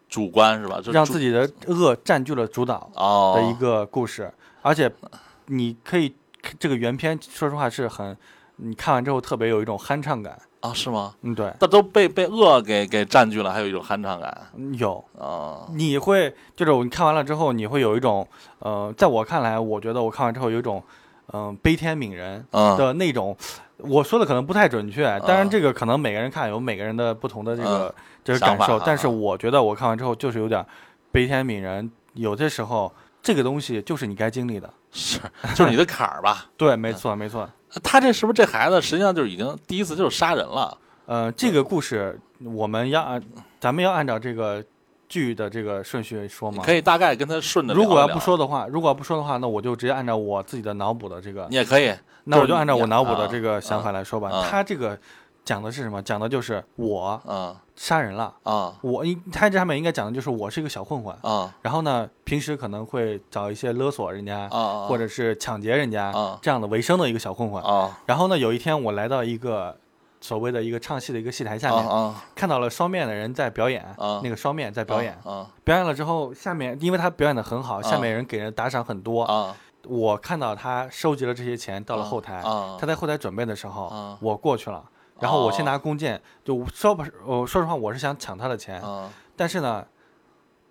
[SPEAKER 1] 主观是吧？就
[SPEAKER 2] 让
[SPEAKER 1] 主
[SPEAKER 2] 自己的恶占据了主导
[SPEAKER 1] 哦
[SPEAKER 2] 的一个故事，而且你可以这个原片，说实话是很，你看完之后特别有一种酣畅感，
[SPEAKER 1] 啊是吗？
[SPEAKER 2] 嗯，对，
[SPEAKER 1] 他都被被恶给给占据了，还有一种酣畅感
[SPEAKER 2] 嗯有。
[SPEAKER 1] 啊、
[SPEAKER 2] 你会就是你看完了之后，你会有一种呃，在我看来，我觉得我看完之后有一种嗯、呃悲天悯人
[SPEAKER 1] 嗯，
[SPEAKER 2] 的那种。我说的可能不太准确，当然这个可能每个人看有每个人的不同的这个、这个感
[SPEAKER 1] 想法
[SPEAKER 2] 受，
[SPEAKER 1] 啊啊
[SPEAKER 2] 但是我觉得我看完之后就是有点悲天悯人，有些时候这个东西就是你该经历的。
[SPEAKER 1] 是，就是你的坎儿吧。
[SPEAKER 2] 对，没错，没错。
[SPEAKER 1] 他这是不是这孩子实际上就是已经第一次就是杀人了？
[SPEAKER 2] 呃，这个故事我们要按，咱们要按照这个剧的这个顺序说
[SPEAKER 1] 你
[SPEAKER 2] 吗？
[SPEAKER 1] 可以大概跟他顺着聊
[SPEAKER 2] 如
[SPEAKER 1] 一聊。啊
[SPEAKER 2] 果要不说的话，如果要不说的话，那我就直接按照我自己的脑补的这个
[SPEAKER 1] 你，也可以，
[SPEAKER 2] 那
[SPEAKER 1] 就
[SPEAKER 2] 我就按照
[SPEAKER 1] 你
[SPEAKER 2] 我脑补的
[SPEAKER 1] 啊
[SPEAKER 2] 这个想法来说吧。
[SPEAKER 1] 啊
[SPEAKER 2] 他这个讲的是什么？讲的就是我
[SPEAKER 1] 嗯
[SPEAKER 2] 杀人了，
[SPEAKER 1] 啊
[SPEAKER 2] 我应他这上面应该讲的就是我是一个小混混，
[SPEAKER 1] 啊
[SPEAKER 2] 然后呢，平时可能会找一些勒索人家
[SPEAKER 1] 啊，啊，
[SPEAKER 2] 或者是抢劫人家
[SPEAKER 1] 啊
[SPEAKER 2] 这样的为生的一个小混混。
[SPEAKER 1] 啊
[SPEAKER 2] 然后呢，有一天我来到一个所谓的一个唱戏的一个戏台
[SPEAKER 1] 啊
[SPEAKER 2] 下面，
[SPEAKER 1] 啊
[SPEAKER 2] 看到了双面的人在表演
[SPEAKER 1] 啊，
[SPEAKER 2] 那个双面在表演，
[SPEAKER 1] 啊
[SPEAKER 2] 表演了之后，下面因为他表演的很好，下面人给人打赏很多。
[SPEAKER 1] 啊
[SPEAKER 2] 我看到他收集了这些钱，到了后台，
[SPEAKER 1] 啊
[SPEAKER 2] 他在后台准备的时候，
[SPEAKER 1] 啊
[SPEAKER 2] 我过去了，然后我先
[SPEAKER 1] 哦
[SPEAKER 2] 拿弓箭，就说不是，我说实话，我是想抢他的钱，
[SPEAKER 1] 啊
[SPEAKER 2] 但是呢，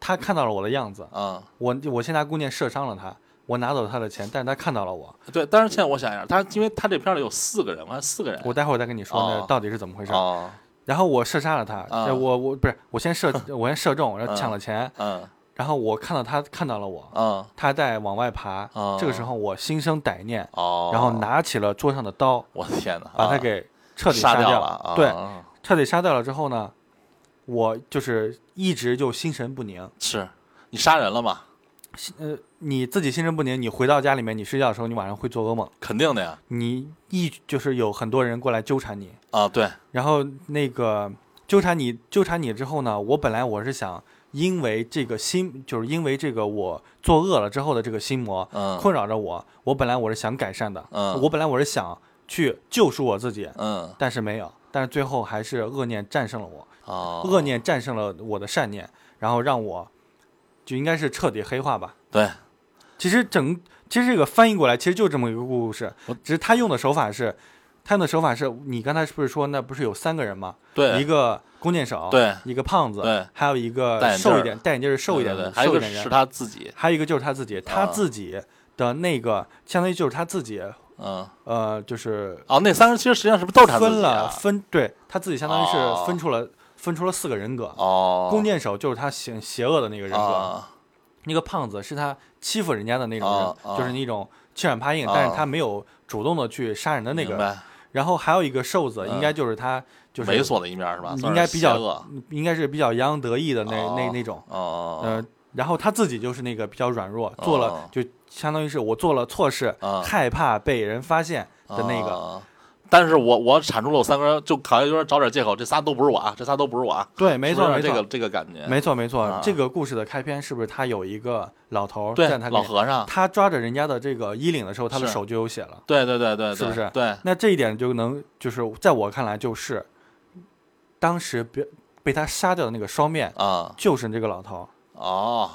[SPEAKER 2] 他看到了我的样子，
[SPEAKER 1] 啊！
[SPEAKER 2] 我我先拿弓箭射伤了他，我拿走他的钱，但是他看到了我，
[SPEAKER 1] 对，但是现在我想一下，他因为他这片儿里有四个人，我看四个人，
[SPEAKER 2] 我待会儿再跟你说
[SPEAKER 1] 哦
[SPEAKER 2] 那到底是怎么回事。
[SPEAKER 1] 哦
[SPEAKER 2] 然后我射杀了他，
[SPEAKER 1] 啊
[SPEAKER 2] 呃我我不是，我 先射，我先射中，然后抢了钱，
[SPEAKER 1] 嗯
[SPEAKER 2] 然后我看到他看到了我，
[SPEAKER 1] 嗯
[SPEAKER 2] 他在往外爬，
[SPEAKER 1] 哦
[SPEAKER 2] 这个时候我心生歹念，
[SPEAKER 1] 哦，
[SPEAKER 2] 然后拿起了桌上的刀，
[SPEAKER 1] 我的天哪，
[SPEAKER 2] 把他
[SPEAKER 1] 啊
[SPEAKER 2] 给彻底
[SPEAKER 1] 杀
[SPEAKER 2] 掉
[SPEAKER 1] 了啊，
[SPEAKER 2] 对，彻底杀掉了之后呢，我就是一直就心神不宁。
[SPEAKER 1] 是你杀人了吗？
[SPEAKER 2] 心呃，你自己心神不宁，你回到家里面，你睡觉的时候，你晚上会做噩梦，
[SPEAKER 1] 肯定的呀，
[SPEAKER 2] 你一就是有很多人过来纠缠你，
[SPEAKER 1] 啊，对，
[SPEAKER 2] 然后那个纠缠你纠缠你之后呢，我本来我是想。因为这个心，就是因为这个我作恶了之后的这个心魔，
[SPEAKER 1] 嗯
[SPEAKER 2] 困扰着我。我本来我是想改善的，
[SPEAKER 1] 嗯
[SPEAKER 2] 我本来我是想去救赎我自己，
[SPEAKER 1] 嗯，
[SPEAKER 2] 但是没有，但是最后还是恶念战胜了我，
[SPEAKER 1] 哦，
[SPEAKER 2] 恶念战胜了我的善念，然后让我就应该是彻底黑化吧。
[SPEAKER 1] 对，
[SPEAKER 2] 其实整其实这个翻译过来其实就这么一个故事，只是他用的手法是，他用的手法是你刚才是不是说那不是有三个人吗？
[SPEAKER 1] 对，
[SPEAKER 2] 一个弓箭手，
[SPEAKER 1] 对
[SPEAKER 2] 一个胖子，
[SPEAKER 1] 对
[SPEAKER 2] 还有一
[SPEAKER 1] 戴
[SPEAKER 2] 个
[SPEAKER 1] 眼镜儿
[SPEAKER 2] 瘦一点，戴眼镜儿瘦一点
[SPEAKER 1] 对对
[SPEAKER 2] 的，
[SPEAKER 1] 对还有
[SPEAKER 2] 瘦
[SPEAKER 1] 一个
[SPEAKER 2] 一点的
[SPEAKER 1] 是，他自己，
[SPEAKER 2] 还有一个就是他自己，他
[SPEAKER 1] 啊
[SPEAKER 2] 自己的那个相当于就是他自己，
[SPEAKER 1] 嗯，
[SPEAKER 2] 呃，就是
[SPEAKER 1] 哦，那三个其实实际上是不是都是他自
[SPEAKER 2] 分
[SPEAKER 1] 己
[SPEAKER 2] 了
[SPEAKER 1] 啊？
[SPEAKER 2] 分，对他自己相当于
[SPEAKER 1] 哦
[SPEAKER 2] 是分出了、分出了四个人格。
[SPEAKER 1] 哦，
[SPEAKER 2] 弓箭手就是他邪邪恶的那个人格，
[SPEAKER 1] 啊，
[SPEAKER 2] 那个胖子是他欺负人家的那种人，
[SPEAKER 1] 哦哦
[SPEAKER 2] 就是那种欺软怕硬，
[SPEAKER 1] 哦
[SPEAKER 2] 但是他没有主动的去杀人的那
[SPEAKER 1] 明
[SPEAKER 2] 个。
[SPEAKER 1] 白嗯
[SPEAKER 2] 然后还有一个瘦子，应该就是他就是
[SPEAKER 1] 猥琐的一面是吧？
[SPEAKER 2] 应
[SPEAKER 1] 算是
[SPEAKER 2] 该比较
[SPEAKER 1] 邪恶
[SPEAKER 2] 应该是比较洋洋得意的那、那
[SPEAKER 1] 哦
[SPEAKER 2] 那种，
[SPEAKER 1] 哦
[SPEAKER 2] 呃，然后他自己就是那个比较软弱，做了
[SPEAKER 1] 哦
[SPEAKER 2] 就相当于是我做了错事，
[SPEAKER 1] 嗯
[SPEAKER 2] 害怕被人发现的那个。
[SPEAKER 1] 哦但是我我阐述了我三个人，就好像有点找点借口，这仨都不是我啊，这仨都不是我啊，
[SPEAKER 2] 对，没错，
[SPEAKER 1] 是
[SPEAKER 2] 没
[SPEAKER 1] 不是
[SPEAKER 2] 错，
[SPEAKER 1] 这个这个感觉，
[SPEAKER 2] 没错，没错。
[SPEAKER 1] 啊
[SPEAKER 2] 这个故事的开篇是不是他有一个老头儿
[SPEAKER 1] 对
[SPEAKER 2] 站他
[SPEAKER 1] 老
[SPEAKER 2] 面
[SPEAKER 1] 和尚，
[SPEAKER 2] 他抓着人家的这个衣领的时候，他的
[SPEAKER 1] 是
[SPEAKER 2] 手就有血了。
[SPEAKER 1] 对对对对，对
[SPEAKER 2] 是不是
[SPEAKER 1] 对，
[SPEAKER 2] 那这一点就能，就是在我看来，就是当时被被他杀掉的那个双面，
[SPEAKER 1] 啊，
[SPEAKER 2] 就是这个老头儿。
[SPEAKER 1] 哦，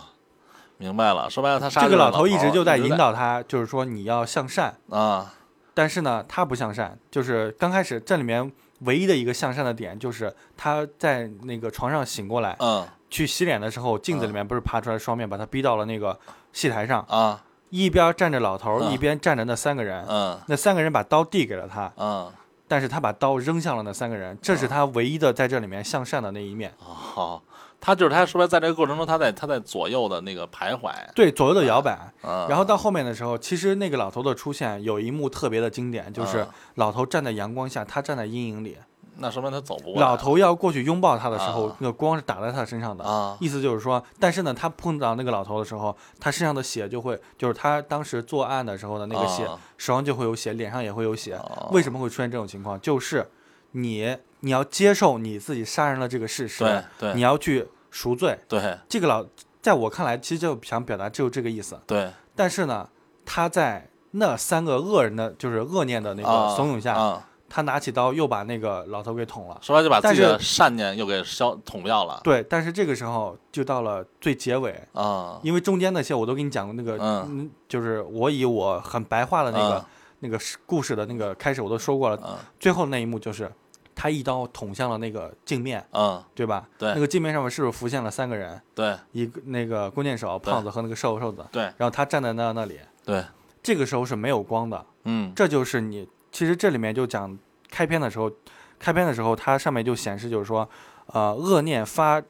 [SPEAKER 1] 明白了，说白了，他杀
[SPEAKER 2] 这个
[SPEAKER 1] 老
[SPEAKER 2] 老头儿一直就在
[SPEAKER 1] 一直
[SPEAKER 2] 引导他，就是说你要向善。
[SPEAKER 1] 啊，
[SPEAKER 2] 但是呢，他不向善，就是刚开始这里面唯一的一个向善的点，就是他在那个床上醒过来，
[SPEAKER 1] 嗯
[SPEAKER 2] 去洗脸的时候，镜子里面不是爬出来双面，把他逼到了那个戏台上，
[SPEAKER 1] 啊，
[SPEAKER 2] 一边站着老头儿，
[SPEAKER 1] 嗯
[SPEAKER 2] 一边站着那三个人。
[SPEAKER 1] 嗯
[SPEAKER 2] 那三个人把刀递给了他，
[SPEAKER 1] 嗯，
[SPEAKER 2] 但是他把刀扔向了那三个人，这
[SPEAKER 1] 啊
[SPEAKER 2] 是他唯一的在这里面向善的那一面。
[SPEAKER 1] 好，哦他就是他说白了，在这个过程中，他在他在左右的那个徘徊，
[SPEAKER 2] 对，左右的摇摆。
[SPEAKER 1] 嗯，
[SPEAKER 2] 然后到后面的时候，其实那个老头的出现有一幕特别的经典，就是
[SPEAKER 1] 嗯
[SPEAKER 2] 老头站在阳光下，他站在阴影里。
[SPEAKER 1] 那说明他走不过来
[SPEAKER 2] 老头要过去拥抱他的时候
[SPEAKER 1] 啊，
[SPEAKER 2] 那个光是打在他身上的。
[SPEAKER 1] 啊，
[SPEAKER 2] 意思就是说，但是呢，他碰到那个老头的时候，他身上的血就会，就是他当时作案的时候的那个血，
[SPEAKER 1] 啊
[SPEAKER 2] 手上就会有血，脸上也会有血。
[SPEAKER 1] 哦
[SPEAKER 2] 为什么会出现这种情况？就是你你要接受你自己杀人了这个事实，
[SPEAKER 1] 对对
[SPEAKER 2] 你要去赎罪。
[SPEAKER 1] 对
[SPEAKER 2] 这个老，在我看来，其实就想表达只有这个意思。
[SPEAKER 1] 对，
[SPEAKER 2] 但是呢，他在那三个恶人的，就是恶念的那
[SPEAKER 1] 啊
[SPEAKER 2] 个怂恿下，
[SPEAKER 1] 啊，
[SPEAKER 2] 他拿起刀又把那个老头给捅了。
[SPEAKER 1] 说白了就把自己的
[SPEAKER 2] 但
[SPEAKER 1] 善念又给消捅掉了
[SPEAKER 2] 对，但是这个时候就到了最结尾，
[SPEAKER 1] 啊，
[SPEAKER 2] 因为中间那些我都给你讲过，那个，
[SPEAKER 1] 嗯
[SPEAKER 2] 嗯，就是我以我很白话的那个、
[SPEAKER 1] 嗯
[SPEAKER 2] 那个是故事的那个开始我都说过了，
[SPEAKER 1] 嗯
[SPEAKER 2] 最后那一幕就是他一刀捅向了那个镜面，
[SPEAKER 1] 嗯，
[SPEAKER 2] 对吧？
[SPEAKER 1] 对
[SPEAKER 2] 那个镜面上面是不是浮现了三个人？
[SPEAKER 1] 对
[SPEAKER 2] 一个那个弓箭手、胖子和那个瘦瘦子，
[SPEAKER 1] 对
[SPEAKER 2] 然后他站在那那里，
[SPEAKER 1] 对，
[SPEAKER 2] 这个时候是没有光的，
[SPEAKER 1] 嗯
[SPEAKER 2] 这就是你其实这里面就讲开篇的时候，开篇的时候它上面就显示就是说，呃，恶念发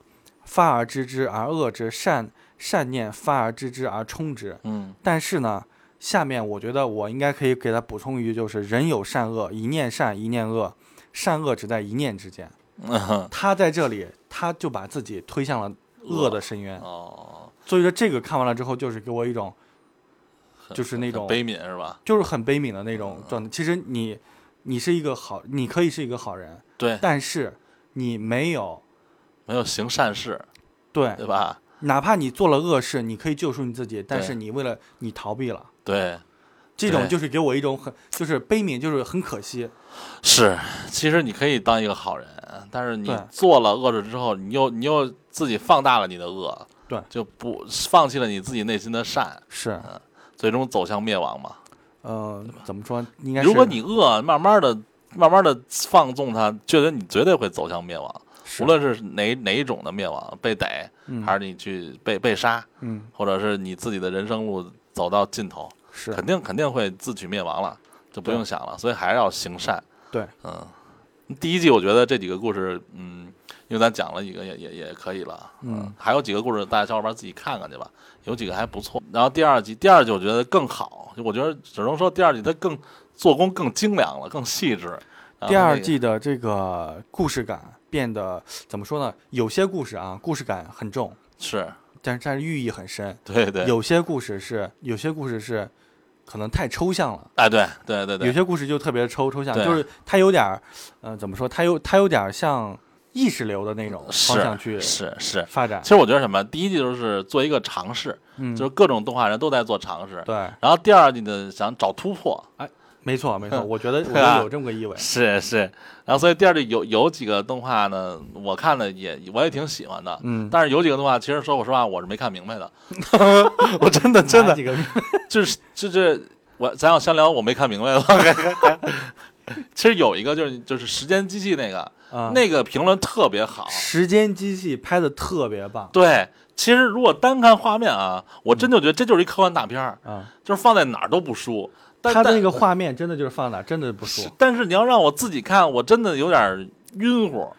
[SPEAKER 2] 发而知之而恶之，善善念发而知之而冲之。
[SPEAKER 1] 嗯
[SPEAKER 2] 但是呢，下面我觉得我应该可以给他补充一句，就是人有善恶，一念善，一念恶，善恶只在一念之间。
[SPEAKER 1] 嗯哼
[SPEAKER 2] 他在这里，他就把自己推向了恶的深渊。
[SPEAKER 1] 哦，
[SPEAKER 2] 所以说，这个看完了之后，就是给我一种
[SPEAKER 1] 很
[SPEAKER 2] 就是那
[SPEAKER 1] 很
[SPEAKER 2] 种
[SPEAKER 1] 悲悯是吧？
[SPEAKER 2] 就是很悲悯的那
[SPEAKER 1] 嗯
[SPEAKER 2] 种状态。其实你，你是一个好，你可以是一个好人，
[SPEAKER 1] 对，
[SPEAKER 2] 但是你没有
[SPEAKER 1] 没有行善事，
[SPEAKER 2] 对，
[SPEAKER 1] 对吧？
[SPEAKER 2] 哪怕你做了恶事，你可以救赎你自己，但是
[SPEAKER 1] 对
[SPEAKER 2] 你为了你逃避了，
[SPEAKER 1] 对，
[SPEAKER 2] 这种
[SPEAKER 1] 对
[SPEAKER 2] 就是给我一种很就是悲悯，就是很可惜。
[SPEAKER 1] 是，其实你可以当一个好人，但是你
[SPEAKER 2] 对
[SPEAKER 1] 做了恶事之后，你又你又自己放大了你的恶，
[SPEAKER 2] 对
[SPEAKER 1] 就不放弃了你自己内心的善，
[SPEAKER 2] 是，
[SPEAKER 1] 最终走向灭亡嘛。
[SPEAKER 2] 呃，怎么说？应该
[SPEAKER 1] 嗯
[SPEAKER 2] 是
[SPEAKER 1] 如果你恶，慢慢的、慢慢的放纵它，觉得你绝对会走向灭亡，
[SPEAKER 2] 是
[SPEAKER 1] 无论是哪哪一种的灭亡，被逮，
[SPEAKER 2] 嗯
[SPEAKER 1] 还是你去被被杀，
[SPEAKER 2] 嗯
[SPEAKER 1] 或者是你自己的人生路走到尽头，
[SPEAKER 2] 是
[SPEAKER 1] 肯定肯定会自取灭亡了，就不
[SPEAKER 2] 对
[SPEAKER 1] 用想了。所以还是要行善。
[SPEAKER 2] 对，
[SPEAKER 1] 嗯，第一季我觉得这几个故事，嗯，因为咱讲了一个也也也可以了，
[SPEAKER 2] 嗯，
[SPEAKER 1] 还有几个故事大家小伙伴自己看看去吧，有几个还不错。然后第二集，第二集我觉得更好，我觉得只能说第二集它更做工更精良了，更细致。然后
[SPEAKER 2] 第
[SPEAKER 1] 啊那
[SPEAKER 2] 二
[SPEAKER 1] 个
[SPEAKER 2] 季的这个故事感变得怎么说呢？有些故事啊，故事感很重，
[SPEAKER 1] 是
[SPEAKER 2] 但是但是寓意很深。
[SPEAKER 1] 对对，
[SPEAKER 2] 有些故事是，有些故事是可能太抽象了，
[SPEAKER 1] 哎对对对
[SPEAKER 2] 有
[SPEAKER 1] 对，
[SPEAKER 2] 些故事就特别抽抽象，
[SPEAKER 1] 对
[SPEAKER 2] 就是它有点儿，呃，怎么说？它有它有点儿像意识流的那种方向去
[SPEAKER 1] 是是是。
[SPEAKER 2] 发展
[SPEAKER 1] 其。实我觉得什么，第一季就是做一个尝试，
[SPEAKER 2] 嗯，
[SPEAKER 1] 就是各种动画人都在做尝试。
[SPEAKER 2] 对，
[SPEAKER 1] 然后第二季呢，想找突破，
[SPEAKER 2] 没错没
[SPEAKER 1] 嗯
[SPEAKER 2] 错，我觉得我觉
[SPEAKER 1] 对吧
[SPEAKER 2] 得有这么 个意味。
[SPEAKER 1] 是是，然后所以第二季有有几个动画呢，我看了也我也挺喜欢的，
[SPEAKER 2] 嗯
[SPEAKER 1] 但是有几个动画，其实说我实话我是没看明白的， 我真的真
[SPEAKER 2] 哪
[SPEAKER 1] 的
[SPEAKER 2] 几个
[SPEAKER 1] 就是就是我咱要先聊我没看明白的， 其实有一个就是就是时间机器那个、
[SPEAKER 2] 啊，
[SPEAKER 1] 那个评论特别好，
[SPEAKER 2] 时间机器拍的特别棒
[SPEAKER 1] 对，其实如果单看画面啊，我真就觉得这就是一科幻大片儿，
[SPEAKER 2] 啊，
[SPEAKER 1] 就是放在哪儿都不输，但
[SPEAKER 2] 它的
[SPEAKER 1] 但
[SPEAKER 2] 那个画面真的就是放哪真的不
[SPEAKER 1] 是
[SPEAKER 2] 说。
[SPEAKER 1] 但是你要让我自己看，我真的有点晕乎。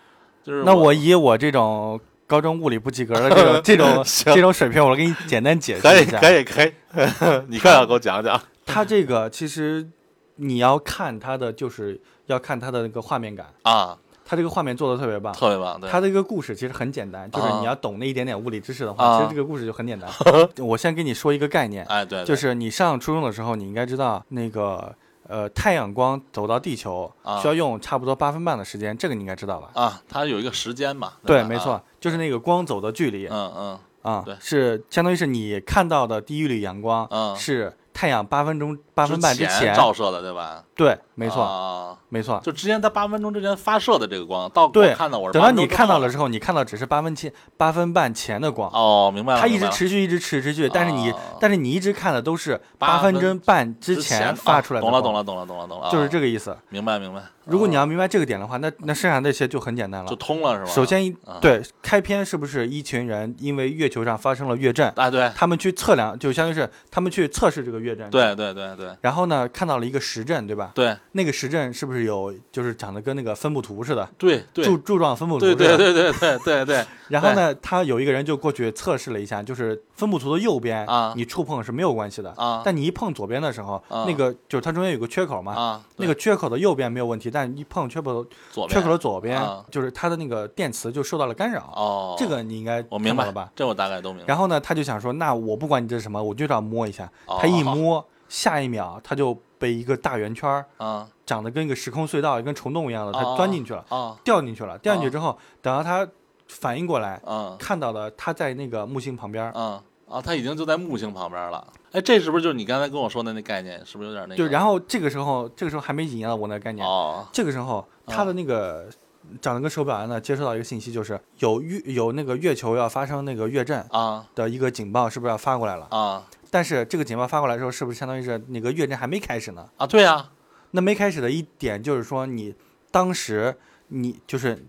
[SPEAKER 1] 就是
[SPEAKER 2] 那我以我这种高中物理不及格的这 种这种
[SPEAKER 1] 行
[SPEAKER 2] 这种水平，我给你简单解
[SPEAKER 1] 可
[SPEAKER 2] 释
[SPEAKER 1] 以
[SPEAKER 2] 一下。
[SPEAKER 1] 可以可以， 你看看给我讲讲。
[SPEAKER 2] 它这个其实你要看它的就是要看它的那个画面感，
[SPEAKER 1] 啊，
[SPEAKER 2] 它这个画面做的特别棒。
[SPEAKER 1] 特别棒，对，
[SPEAKER 2] 它的一个故事其实很简单，就是
[SPEAKER 1] 啊
[SPEAKER 2] 你要懂那一点点物理知识的话，
[SPEAKER 1] 啊
[SPEAKER 2] 其实这个故事就很简 单。我先跟你说一个概念，
[SPEAKER 1] 哎对，对
[SPEAKER 2] 就是你上初中的时候，你应该知道那个呃太阳光走到地球、
[SPEAKER 1] 啊
[SPEAKER 2] 需要用差不多八分半的时间，这个你应该知道吧？
[SPEAKER 1] 啊，它有一个时间嘛，
[SPEAKER 2] 对，
[SPEAKER 1] 吧
[SPEAKER 2] 没错，，
[SPEAKER 1] 啊
[SPEAKER 2] 就是那个光走的距离啊、
[SPEAKER 1] 嗯嗯，对
[SPEAKER 2] 是相当于是你看到的第一缕阳光、
[SPEAKER 1] 嗯
[SPEAKER 2] 是太阳八分钟八分半之前，
[SPEAKER 1] 照射的对吧？
[SPEAKER 2] 对，没错，
[SPEAKER 1] 啊，
[SPEAKER 2] 没错。
[SPEAKER 1] 就之前它八分钟之前发射的这个光，到我
[SPEAKER 2] 对
[SPEAKER 1] 看到我是
[SPEAKER 2] 等
[SPEAKER 1] 8
[SPEAKER 2] 到
[SPEAKER 1] 分钟
[SPEAKER 2] 你
[SPEAKER 1] 之
[SPEAKER 2] 看到
[SPEAKER 1] 后
[SPEAKER 2] 了之后，你看到只是八分前八分半前的光，
[SPEAKER 1] 哦，明白了，
[SPEAKER 2] 它一
[SPEAKER 1] 明白
[SPEAKER 2] 直
[SPEAKER 1] 了
[SPEAKER 2] 持续，一直持续持续，但是你
[SPEAKER 1] 啊
[SPEAKER 2] 但是你一直看的都是八
[SPEAKER 1] 八分
[SPEAKER 2] 分钟半之
[SPEAKER 1] 之
[SPEAKER 2] 前
[SPEAKER 1] 前
[SPEAKER 2] 发
[SPEAKER 1] 啊
[SPEAKER 2] 出来的
[SPEAKER 1] 懂
[SPEAKER 2] 光，
[SPEAKER 1] 了懂了懂了懂了懂了，
[SPEAKER 2] 就是
[SPEAKER 1] 啊
[SPEAKER 2] 这个意思。
[SPEAKER 1] 明白明白。
[SPEAKER 2] 如果你
[SPEAKER 1] 啊
[SPEAKER 2] 要明白这个点的话，那那剩下那些就很简单
[SPEAKER 1] 就
[SPEAKER 2] 了。
[SPEAKER 1] 通了是吧？
[SPEAKER 2] 首先一
[SPEAKER 1] 啊，
[SPEAKER 2] 对开篇是不是一群人因为月球上发生了月震，
[SPEAKER 1] 啊，对
[SPEAKER 2] 他们去测量，就相当于是他们去测试这个月震。。
[SPEAKER 1] 对对对对
[SPEAKER 2] 然后呢，看到了一个实震，对吧？
[SPEAKER 1] 对
[SPEAKER 2] 那个实震是不是有就是长得跟那个分布图似的，
[SPEAKER 1] 对对
[SPEAKER 2] 柱柱状分布图
[SPEAKER 1] 对
[SPEAKER 2] 似的？
[SPEAKER 1] 对对对对对 对，
[SPEAKER 2] 然后呢，他有一个人就过去测试了一下，就是分布图的右边
[SPEAKER 1] 啊
[SPEAKER 2] 你触碰是没有关系的
[SPEAKER 1] 啊
[SPEAKER 2] 但你一碰左边的时候，
[SPEAKER 1] 啊
[SPEAKER 2] 那个就是它中间有个缺口嘛，
[SPEAKER 1] 啊，
[SPEAKER 2] 那
[SPEAKER 1] 对
[SPEAKER 2] 个缺口的右边没有问题，但一碰缺口
[SPEAKER 1] 左边
[SPEAKER 2] 缺口的左边，
[SPEAKER 1] 啊
[SPEAKER 2] 就是它的那个电磁就受到了干扰。
[SPEAKER 1] 哦，
[SPEAKER 2] 这个你应该
[SPEAKER 1] 我明
[SPEAKER 2] 看到
[SPEAKER 1] 白
[SPEAKER 2] 了吧？？
[SPEAKER 1] 这我大概都明白。
[SPEAKER 2] 然后呢，他就想说，那我不管你这是什么，我就要摸一下。
[SPEAKER 1] 哦
[SPEAKER 2] 他一摸，下一秒他就被一个大圆圈儿
[SPEAKER 1] 啊
[SPEAKER 2] 长得跟一个时空隧道、跟虫洞一样的，他
[SPEAKER 1] 哦
[SPEAKER 2] 钻进去了，
[SPEAKER 1] 啊
[SPEAKER 2] 掉进去了。掉进去之后，等到他反应过来，
[SPEAKER 1] 啊
[SPEAKER 2] 看到了他在那个木星旁边儿，
[SPEAKER 1] 啊啊！他已经就在木星旁边了。哎，这是不是就是你刚才跟我说的那概念？是不是有点那个？
[SPEAKER 2] 就然后这个时候，这个时候还没引到我那个概念，
[SPEAKER 1] 哦
[SPEAKER 2] 这个时候他的那个长得跟手表一样的接收到一个信息，就是有月有那个月球要发生那个月震
[SPEAKER 1] 啊
[SPEAKER 2] 的一个警报，是不是要发过来了？
[SPEAKER 1] 啊
[SPEAKER 2] 但是这个警报发过来之后，是不是相当于是那个月震还没开始呢？
[SPEAKER 1] 啊！对呀、啊，
[SPEAKER 2] 那没开始的一点就是说，你当时你就是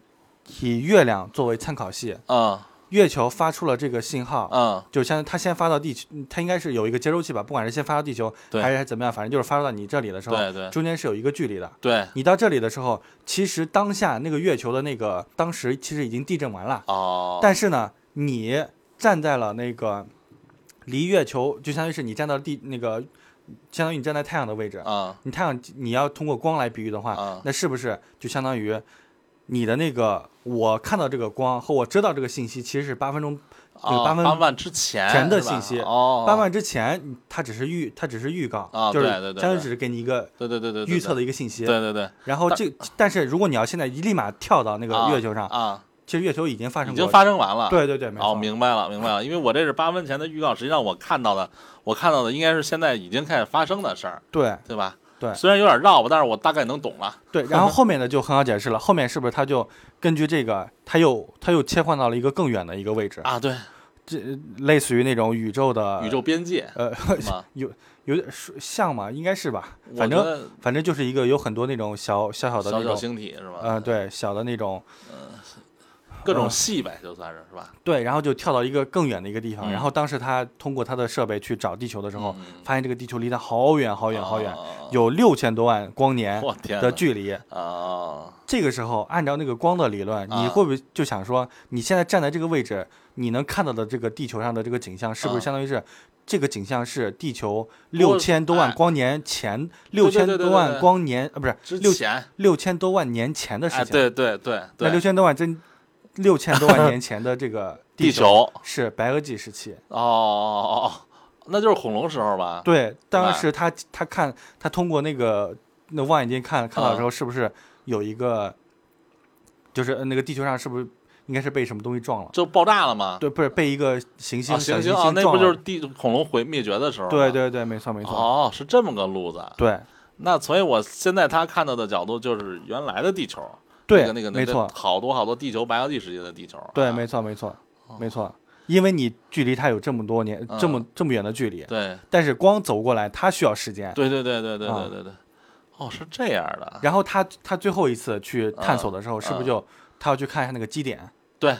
[SPEAKER 2] 以月亮作为参考系，
[SPEAKER 1] 嗯
[SPEAKER 2] 月球发出了这个信号，
[SPEAKER 1] 嗯
[SPEAKER 2] 就相当于它先发到地球，它应该是有一个接收器吧，不管是先发到地球
[SPEAKER 1] 对
[SPEAKER 2] 还是怎么样，反正就是发到你这里的时候，
[SPEAKER 1] 对对
[SPEAKER 2] 中间是有一个距离的。
[SPEAKER 1] 对
[SPEAKER 2] 你到这里的时候，其实当下那个月球的那个，当时其实已经地震完了，
[SPEAKER 1] 哦，
[SPEAKER 2] 但是呢，你站在了那个离月球，就相当于是你站到地那个，相当于你站在太阳的位置。
[SPEAKER 1] 啊
[SPEAKER 2] 你太阳，你要通过光来比喻的话，
[SPEAKER 1] 啊
[SPEAKER 2] 那是不是就相当于你的那个我看到这个光和我知道这个信息其实是八分钟那个
[SPEAKER 1] 啊
[SPEAKER 2] 八分
[SPEAKER 1] 八万之前
[SPEAKER 2] 前的
[SPEAKER 1] 是吧
[SPEAKER 2] 信息
[SPEAKER 1] 哦，
[SPEAKER 2] 八万之前，它只是预，它只是预告，
[SPEAKER 1] 啊
[SPEAKER 2] 就是
[SPEAKER 1] 对对对
[SPEAKER 2] 相当于
[SPEAKER 1] 对
[SPEAKER 2] 只是给你一个
[SPEAKER 1] 对对对对对
[SPEAKER 2] 预测的一个信息。
[SPEAKER 1] 对对对
[SPEAKER 2] 然后这，但是如果你要现在一立马跳到那个
[SPEAKER 1] 啊
[SPEAKER 2] 月球上，
[SPEAKER 1] 啊，
[SPEAKER 2] 其实月球已经发生
[SPEAKER 1] 已
[SPEAKER 2] 过，
[SPEAKER 1] 经发生完了。
[SPEAKER 2] 对对对，没
[SPEAKER 1] 哦，
[SPEAKER 2] 错，
[SPEAKER 1] 明白了，明白了，因为我这是八分钱的预告，实际上我看到的，我看到的应该是现在已经开始发生的事儿，
[SPEAKER 2] 对
[SPEAKER 1] 对吧？
[SPEAKER 2] 对
[SPEAKER 1] 虽然有点绕吧，但是我大概能懂了。
[SPEAKER 2] 对。然后后面的就很好解释了，后面是不是它就根据这个，它又它又切换到了一个更远的一个位置，
[SPEAKER 1] 啊，对，
[SPEAKER 2] 这类似于那种宇宙的
[SPEAKER 1] 宇宙边 界
[SPEAKER 2] 呃，
[SPEAKER 1] 是吗？
[SPEAKER 2] 有点是像嘛，应该是吧，
[SPEAKER 1] 我
[SPEAKER 2] 反
[SPEAKER 1] 觉
[SPEAKER 2] 正
[SPEAKER 1] 得
[SPEAKER 2] 反正就是一个有很多那种小小小的
[SPEAKER 1] 小
[SPEAKER 2] 那
[SPEAKER 1] 小
[SPEAKER 2] 种，
[SPEAKER 1] 星体是吧？
[SPEAKER 2] 呃，，对，小的那种
[SPEAKER 1] 各种
[SPEAKER 2] 嗯
[SPEAKER 1] 系呗，就算是是吧？
[SPEAKER 2] 对，然后就跳到一个更远的一个地方，
[SPEAKER 1] 嗯
[SPEAKER 2] 然后当时他通过他的设备去找地球的时候，
[SPEAKER 1] 嗯
[SPEAKER 2] 发现这个地球离他好远好远好远，
[SPEAKER 1] 啊
[SPEAKER 2] 有六千多万光 年
[SPEAKER 1] 我天
[SPEAKER 2] 的
[SPEAKER 1] 呐
[SPEAKER 2] 距离。
[SPEAKER 1] 啊
[SPEAKER 2] 这个时候，按照那个光的理论，你
[SPEAKER 1] 啊
[SPEAKER 2] 会不会就想说，你现在站在这个位置，你能看到的这个地球上的这个景象，是不
[SPEAKER 1] 啊
[SPEAKER 2] 是相当于是？这个景象是地球六
[SPEAKER 1] 多
[SPEAKER 2] 千多万
[SPEAKER 1] 哎
[SPEAKER 2] 光年前，六
[SPEAKER 1] 对
[SPEAKER 2] 千
[SPEAKER 1] 对对
[SPEAKER 2] 多
[SPEAKER 1] 对
[SPEAKER 2] 万
[SPEAKER 1] 对
[SPEAKER 2] 光年啊，不是
[SPEAKER 1] 之
[SPEAKER 2] 六
[SPEAKER 1] 前
[SPEAKER 2] 六千多万年前的事
[SPEAKER 1] 哎，
[SPEAKER 2] 情。
[SPEAKER 1] 对对对
[SPEAKER 2] 那六
[SPEAKER 1] 对，
[SPEAKER 2] 千多万真，六千多万年前的这个
[SPEAKER 1] 地
[SPEAKER 2] 球
[SPEAKER 1] 球
[SPEAKER 2] 是白垩纪时期。
[SPEAKER 1] 哦哦哦，那就是恐龙时候吧？
[SPEAKER 2] 对，当
[SPEAKER 1] 吧
[SPEAKER 2] 时他他看他通过那个那望远镜看看
[SPEAKER 1] 啊
[SPEAKER 2] 到的时候，是不是有一个，就是那个地球上是不是应该是被什么东西撞了？
[SPEAKER 1] 就爆炸了吗？
[SPEAKER 2] 对，不是被一个行星
[SPEAKER 1] 啊，
[SPEAKER 2] 小
[SPEAKER 1] 行
[SPEAKER 2] 行
[SPEAKER 1] 行啊，那
[SPEAKER 2] 撞
[SPEAKER 1] 不就是
[SPEAKER 2] 了
[SPEAKER 1] 地恐龙毁灭绝的时候吗？
[SPEAKER 2] 对对对，没错没错，
[SPEAKER 1] 哦，是这么个路子。
[SPEAKER 2] 对
[SPEAKER 1] 那所以，我现在他看到的角度就是原来的地球，
[SPEAKER 2] 对
[SPEAKER 1] 那个那个
[SPEAKER 2] 没错
[SPEAKER 1] 好多好多地球白垩纪时期的地球，
[SPEAKER 2] 对
[SPEAKER 1] 啊哦
[SPEAKER 2] 没错没错没错，因为你距离它有这么多年这么这么远的距离，
[SPEAKER 1] 嗯对
[SPEAKER 2] 但是光走过来它需要时间。
[SPEAKER 1] 对对对对对
[SPEAKER 2] 啊
[SPEAKER 1] 对对对，哦，是这样的，
[SPEAKER 2] 然后他他最后一次去探索的时候，
[SPEAKER 1] 嗯
[SPEAKER 2] 是不是就他要去看一下那个基点，
[SPEAKER 1] 对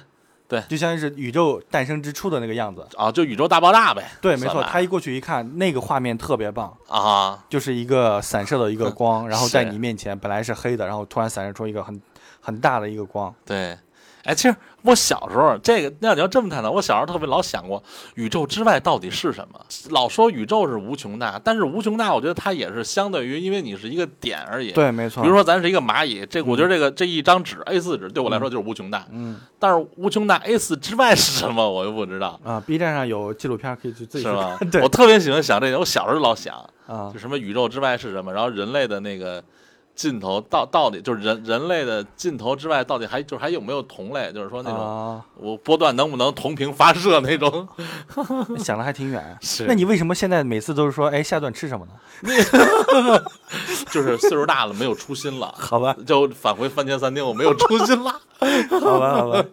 [SPEAKER 2] 就相当于是宇宙诞生之初的那个样子？
[SPEAKER 1] 啊，就宇宙大爆炸呗，
[SPEAKER 2] 对，没
[SPEAKER 1] 算
[SPEAKER 2] 错。
[SPEAKER 1] 吧
[SPEAKER 2] 他一过去一看，那个画面特别棒，
[SPEAKER 1] 啊，
[SPEAKER 2] 就是一个散射的一个光，然后在
[SPEAKER 1] 嗯是
[SPEAKER 2] 你面前本来是黑的，然后突然散射出一个很很大的一个光。
[SPEAKER 1] 对，哎，其实我小时候这个，那你要这么谈的，我小时候特别老想过宇宙之外到底是什么。老说宇宙是无穷大，但是无穷大，我觉得它也是相对于，因为你是一个点而已。，
[SPEAKER 2] 对，没错。
[SPEAKER 1] 比如，说咱是一个蚂蚁，这我觉得
[SPEAKER 2] 啊嗯
[SPEAKER 1] 这个这一张纸 A 4纸对我来说就是无穷大，
[SPEAKER 2] 嗯
[SPEAKER 1] 但是无穷大 A 4之外是什么， 我又不知道。
[SPEAKER 2] 啊，B 站上有纪录片可以去自己
[SPEAKER 1] 是
[SPEAKER 2] 去
[SPEAKER 1] 吗
[SPEAKER 2] 看。？对
[SPEAKER 1] 我特别喜欢想这个，我小时候老想，
[SPEAKER 2] 啊
[SPEAKER 1] 就，什么宇宙之外是什么，然后人类的那个尽头到到底就是人人类的尽头之外，到底还就是还有没有同类？就是说那种
[SPEAKER 2] 啊，
[SPEAKER 1] 我波段能不能同频发射那种？
[SPEAKER 2] 想的还挺远。
[SPEAKER 1] 是
[SPEAKER 2] 那你为什么现在每次都是说，哎，下段吃什么呢？
[SPEAKER 1] 就是岁数大了没有初心了，
[SPEAKER 2] 好吧，
[SPEAKER 1] 就返回番茄三丁，我没有初心了。
[SPEAKER 2] 好吧，好 吧。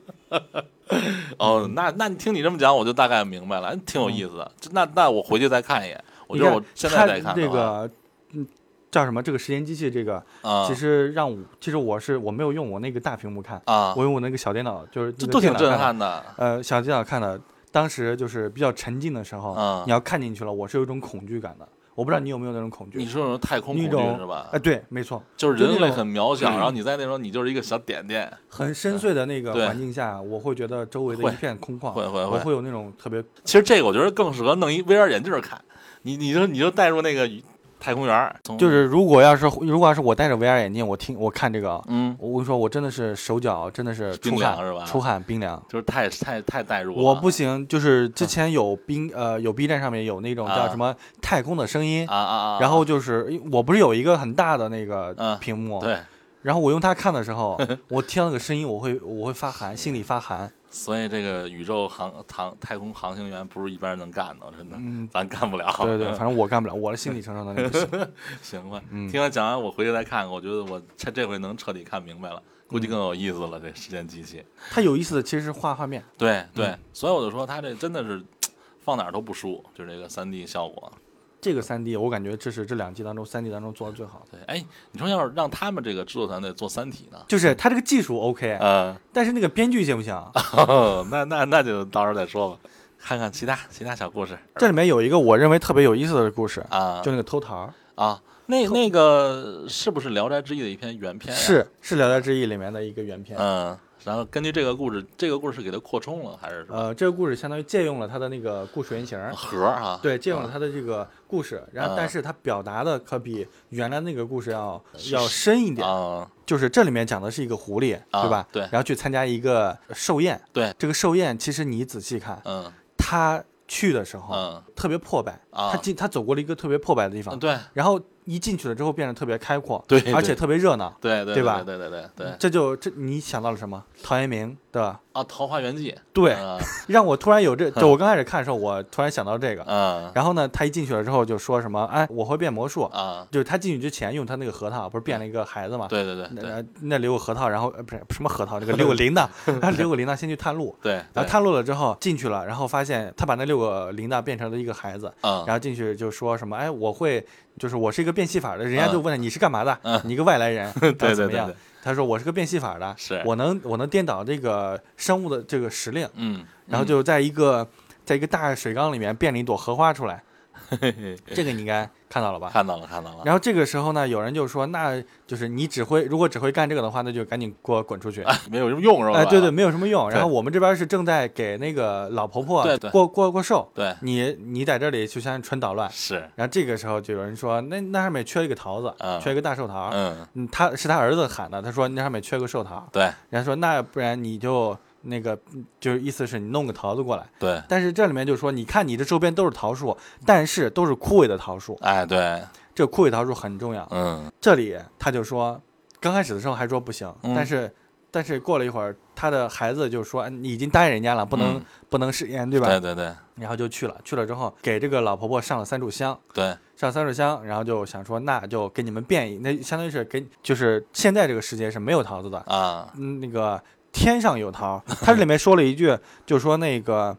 [SPEAKER 1] 哦，那那你听你这么讲，我就大概明白了，嗯挺有意思的。那那我回去再看一眼，我觉得我现在再
[SPEAKER 2] 嗯看
[SPEAKER 1] 看
[SPEAKER 2] 这个，嗯，叫什么？这个时间机器，这个
[SPEAKER 1] 啊，
[SPEAKER 2] 其实让我，其实我是我没有用我那个大屏幕看，
[SPEAKER 1] 啊，
[SPEAKER 2] 我用我那个小电脑，就是
[SPEAKER 1] 这
[SPEAKER 2] 那个
[SPEAKER 1] 都挺
[SPEAKER 2] 电脑
[SPEAKER 1] 震
[SPEAKER 2] 看的。
[SPEAKER 1] 撼的。
[SPEAKER 2] 呃，小电脑看的，当时就是比较沉浸的时候，
[SPEAKER 1] 啊
[SPEAKER 2] 你要看进去了，我是有一种恐惧感的。我不知道你有没有那种恐
[SPEAKER 1] 你
[SPEAKER 2] 惧？
[SPEAKER 1] 说那种太空
[SPEAKER 2] 那
[SPEAKER 1] 恐
[SPEAKER 2] 种
[SPEAKER 1] 惧是吧
[SPEAKER 2] 哎，？对，没错，
[SPEAKER 1] 就是人
[SPEAKER 2] 就那
[SPEAKER 1] 类
[SPEAKER 2] 种嗯
[SPEAKER 1] 很渺小，然后你在那时候你就是一个小点点，
[SPEAKER 2] 很深邃的那个
[SPEAKER 1] 对
[SPEAKER 2] 环境下，我会觉得周围的
[SPEAKER 1] 会
[SPEAKER 2] 一片空旷，
[SPEAKER 1] 会会嗯
[SPEAKER 2] 我
[SPEAKER 1] 会
[SPEAKER 2] 会有那种特别
[SPEAKER 1] 其实这个我觉得更适合弄一 VR 眼镜儿看，你你就你就带入那个宇太空员儿，从
[SPEAKER 2] 就是如果要是如果要是我戴着 VR 眼镜，我听我看这个啊，
[SPEAKER 1] 嗯，
[SPEAKER 2] 我跟你说，我真的是手脚真的是出
[SPEAKER 1] 冰凉
[SPEAKER 2] 汗
[SPEAKER 1] 是吧
[SPEAKER 2] 出汗冰凉。
[SPEAKER 1] 就是太太太带入了。
[SPEAKER 2] 我不行，就是之前有冰呃有 B 站上面有那种
[SPEAKER 1] 嗯啊
[SPEAKER 2] 叫什么太空的声音，
[SPEAKER 1] 啊啊啊，
[SPEAKER 2] 然后就是因为我不是有一个很大的那个
[SPEAKER 1] 嗯
[SPEAKER 2] 屏幕，
[SPEAKER 1] 对，
[SPEAKER 2] 然后我用它看的 时候，我听到那个声音，我会我会发
[SPEAKER 1] 嗯
[SPEAKER 2] 寒，心里发寒。
[SPEAKER 1] 所以这个宇宙航航太空航行员不是一般人能干的，真的，
[SPEAKER 2] 嗯，
[SPEAKER 1] 咱干不了。
[SPEAKER 2] 对对，反正我干不了，我的心理承受能 力不行。
[SPEAKER 1] 行吧。
[SPEAKER 2] 嗯
[SPEAKER 1] 听他讲完，我回去再看看，我觉得我这这回能彻底看明白了，估计更有意思了。这时间机器，嗯
[SPEAKER 2] 它有意思的其实是画画面，
[SPEAKER 1] 对对，所以我就说他这真的是放哪儿都不输，就这个三 D 效果。
[SPEAKER 2] 这个三 D 我感觉这是这两季当中三 D 当中做的 最好的，
[SPEAKER 1] 对，哎，你说要是让他们这个制作团队做《三体》呢？
[SPEAKER 2] 就是它这个技术 OK，
[SPEAKER 1] 呃，
[SPEAKER 2] 但是那个编剧行不行啊？
[SPEAKER 1] 那那那就到时候再说吧，看看其他其他小故事
[SPEAKER 2] 这里面有一个我认为特别有意思的故事，
[SPEAKER 1] 啊
[SPEAKER 2] 就那个偷桃儿，
[SPEAKER 1] 啊，那那个是不是《聊斋志异》的一篇原片、呀？
[SPEAKER 2] 是是《聊斋志异》里面的一个原片。
[SPEAKER 1] 嗯，然后根据这个故事，这个故事是给它扩充了还是什么？
[SPEAKER 2] 呃，这个故事相当于借用了他的那个故事原型儿，
[SPEAKER 1] 盒儿啊，
[SPEAKER 2] 对，借用了他的这个故事，然后
[SPEAKER 1] 啊
[SPEAKER 2] 但是他表达的可比原来那个故事要
[SPEAKER 1] 是
[SPEAKER 2] 要深一点。
[SPEAKER 1] 啊，
[SPEAKER 2] 就是这里面讲的是一个狐狸，
[SPEAKER 1] 啊
[SPEAKER 2] 对吧？
[SPEAKER 1] 对
[SPEAKER 2] 然后去参加一个寿宴，
[SPEAKER 1] 对
[SPEAKER 2] 这个寿宴，其实你仔细看，
[SPEAKER 1] 嗯
[SPEAKER 2] 他去的时候、
[SPEAKER 1] 嗯
[SPEAKER 2] 特别破败，
[SPEAKER 1] 啊
[SPEAKER 2] 他进他走过了一个特别破败的地方，
[SPEAKER 1] 嗯，对
[SPEAKER 2] 然后一进去了之后变得特别开阔，
[SPEAKER 1] 对对
[SPEAKER 2] 而且特别热闹。
[SPEAKER 1] 对对
[SPEAKER 2] 对吧
[SPEAKER 1] 对对对对
[SPEAKER 2] 这就这你想到了什么？陶渊明的
[SPEAKER 1] 啊，《桃花源记》
[SPEAKER 2] 对，
[SPEAKER 1] 啊
[SPEAKER 2] 让我突然有
[SPEAKER 1] 嗯
[SPEAKER 2] 这，就我刚开始看的时候，我突然想到这个。
[SPEAKER 1] 啊
[SPEAKER 2] 然后呢，他一进去了之后就说什么，哎，我会变魔术，
[SPEAKER 1] 啊，
[SPEAKER 2] 就是他进去之前用他那个核桃，不是变了一个孩子嘛？。
[SPEAKER 1] 对对对对对
[SPEAKER 2] 那那留个核桃，然后呃不是什么核 桃，这个留个铃铛，然后留个铃铛先去探路，
[SPEAKER 1] 对，
[SPEAKER 2] 然后探路了之后进去了，然后发现他把那六个铃铛变成了一个孩子，
[SPEAKER 1] 啊
[SPEAKER 2] 然后进去就说什么，哎，我会，就是我是一个变戏法的，人家就问他你是干嘛的，
[SPEAKER 1] 嗯
[SPEAKER 2] 你一个外来人，对
[SPEAKER 1] 对
[SPEAKER 2] 怎
[SPEAKER 1] 对
[SPEAKER 2] 么
[SPEAKER 1] 对
[SPEAKER 2] 样
[SPEAKER 1] 对？，
[SPEAKER 2] 他说我是个变戏法的，
[SPEAKER 1] 是
[SPEAKER 2] 我能我能颠倒这个生物的这个时令，
[SPEAKER 1] 嗯，
[SPEAKER 2] 然后就在一个在一个大水缸里面变了一朵荷花出来，
[SPEAKER 1] 嗯
[SPEAKER 2] 这个你应该看到了吧？
[SPEAKER 1] 看到了看到了，
[SPEAKER 2] 然后这个时候呢，有人就说，那就是你只会如果只会干这个的话，那就赶紧给我滚出去。
[SPEAKER 1] 啊没有什么用是吧？
[SPEAKER 2] 哎，对对，没有什么用。然后
[SPEAKER 1] 对
[SPEAKER 2] 我们这边是正在给那个老婆婆
[SPEAKER 1] 对对
[SPEAKER 2] 过过过寿，
[SPEAKER 1] 对
[SPEAKER 2] 你你在这里就像纯捣乱。
[SPEAKER 1] 是
[SPEAKER 2] 然后这个时候就有人说，那那上面缺一个桃子，
[SPEAKER 1] 嗯
[SPEAKER 2] 缺一个大寿桃。
[SPEAKER 1] 嗯
[SPEAKER 2] 嗯，他是他儿子喊的，他说那上面缺个寿桃。
[SPEAKER 1] 对
[SPEAKER 2] 然后说那不然你就那个就是意思是你弄个桃子过来。
[SPEAKER 1] 对，
[SPEAKER 2] 但是这里面就说，你看你这周边都是桃树，但是都是枯萎的桃树，
[SPEAKER 1] 哎对，
[SPEAKER 2] 这枯萎桃树很重要。
[SPEAKER 1] 嗯
[SPEAKER 2] 这里他就说，刚开始的时候还说不行，
[SPEAKER 1] 嗯
[SPEAKER 2] 但是但是过了一会儿，他的孩子就说哎你已经答应人家了，不能、
[SPEAKER 1] 嗯
[SPEAKER 2] 不能食言，对吧？
[SPEAKER 1] 对对对
[SPEAKER 2] 然后就去了，去了之后给这个老婆婆上了三炷香，
[SPEAKER 1] 对
[SPEAKER 2] 上三炷香，然后就想说那就给你们变一，那相当于是给就是现在这个世界是没有桃子的，
[SPEAKER 1] 啊
[SPEAKER 2] 嗯，那个天上有桃，他这里面说了一句，就说那个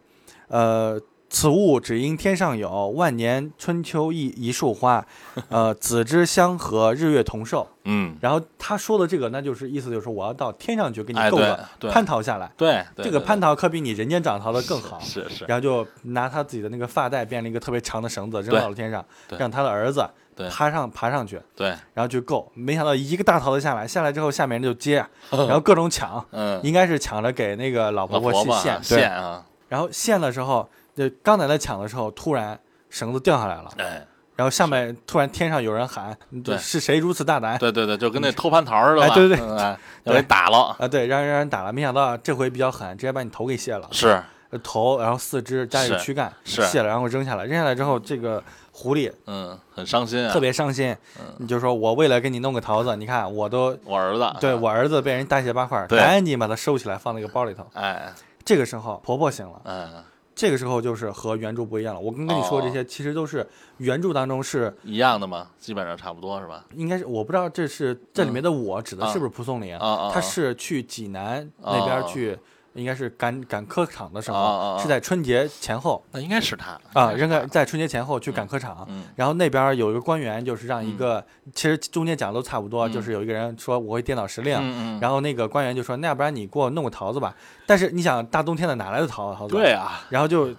[SPEAKER 2] 呃。此物只因天上有，万年春秋一一树花，呃，子之相合，日月同寿。
[SPEAKER 1] 嗯，
[SPEAKER 2] 然后他说的这个，那就是意思就是说我要到天上去给你
[SPEAKER 1] 哎
[SPEAKER 2] 够
[SPEAKER 1] 对
[SPEAKER 2] 个
[SPEAKER 1] 对
[SPEAKER 2] 蟠桃下来，
[SPEAKER 1] 对对
[SPEAKER 2] 这个
[SPEAKER 1] 对
[SPEAKER 2] 蟠桃可比你人间长桃的更好。
[SPEAKER 1] 是是
[SPEAKER 2] 然后就拿他自己的那个发带变了一个特别长的绳子扔到了天上，
[SPEAKER 1] 对
[SPEAKER 2] 让他的儿子
[SPEAKER 1] 对
[SPEAKER 2] 爬上爬上去，
[SPEAKER 1] 对，
[SPEAKER 2] 然后去够。没想到一个大桃子下来，下来之后下面人就 接，啊然后各种抢，
[SPEAKER 1] 嗯，
[SPEAKER 2] 应该是抢着给那个老婆
[SPEAKER 1] 老
[SPEAKER 2] 婆
[SPEAKER 1] 婆
[SPEAKER 2] 系
[SPEAKER 1] 嘛
[SPEAKER 2] 线，对
[SPEAKER 1] 线啊，
[SPEAKER 2] 然后线的时候，就刚才在抢的时候，突然绳子掉下来了，
[SPEAKER 1] 哎，
[SPEAKER 2] 然后下面突然天上有人喊：“
[SPEAKER 1] 对
[SPEAKER 2] 是谁如此大胆？”
[SPEAKER 1] 对对对，就 跟那偷蟠桃似的吧，
[SPEAKER 2] 哎对对对
[SPEAKER 1] 嗯哎要给打了，
[SPEAKER 2] 啊，对，让让人打了，没想到这回比较狠，直接把你头给卸了，
[SPEAKER 1] 是
[SPEAKER 2] 呃头，然后四肢加一个
[SPEAKER 1] 是
[SPEAKER 2] 躯干
[SPEAKER 1] 是
[SPEAKER 2] 卸了，然后扔下来，扔下来之后，这个狐狸
[SPEAKER 1] 嗯，很伤心啊，
[SPEAKER 2] 特别伤心，你就说我为了给你弄个桃子，你看我都
[SPEAKER 1] 我儿子，
[SPEAKER 2] 对，我儿子被人大卸八块儿，
[SPEAKER 1] 啊对
[SPEAKER 2] 赶紧把它收起来放那个包里头。
[SPEAKER 1] 哎，
[SPEAKER 2] 这个时候婆婆醒了，
[SPEAKER 1] 嗯，
[SPEAKER 2] 这个时候就是和原著不一样了。我刚跟你说这
[SPEAKER 1] 哦
[SPEAKER 2] 些，其实都是原著当中是
[SPEAKER 1] 一样的嘛，基本上差不多是吧？
[SPEAKER 2] 应该是我不知道这是这里面的我指的是不是蒲松龄
[SPEAKER 1] 嗯啊啊啊
[SPEAKER 2] 他是去济南那边去，应该是赶赶科场的时
[SPEAKER 1] 啊啊
[SPEAKER 2] 候，
[SPEAKER 1] 啊
[SPEAKER 2] 是在春节前后
[SPEAKER 1] 那应该是他
[SPEAKER 2] 啊，应该在春节前后去赶科场。
[SPEAKER 1] 嗯
[SPEAKER 2] 然后那边有一个官员，就是让一个，其实中间讲的都差不多，就是有一个人说我会颠倒时令，
[SPEAKER 1] 嗯嗯嗯，
[SPEAKER 2] 然后那个官员就说，那要不然你给我弄个桃子吧。但是你想，大冬天的哪来的桃桃子？
[SPEAKER 1] 对。啊，
[SPEAKER 2] 然后就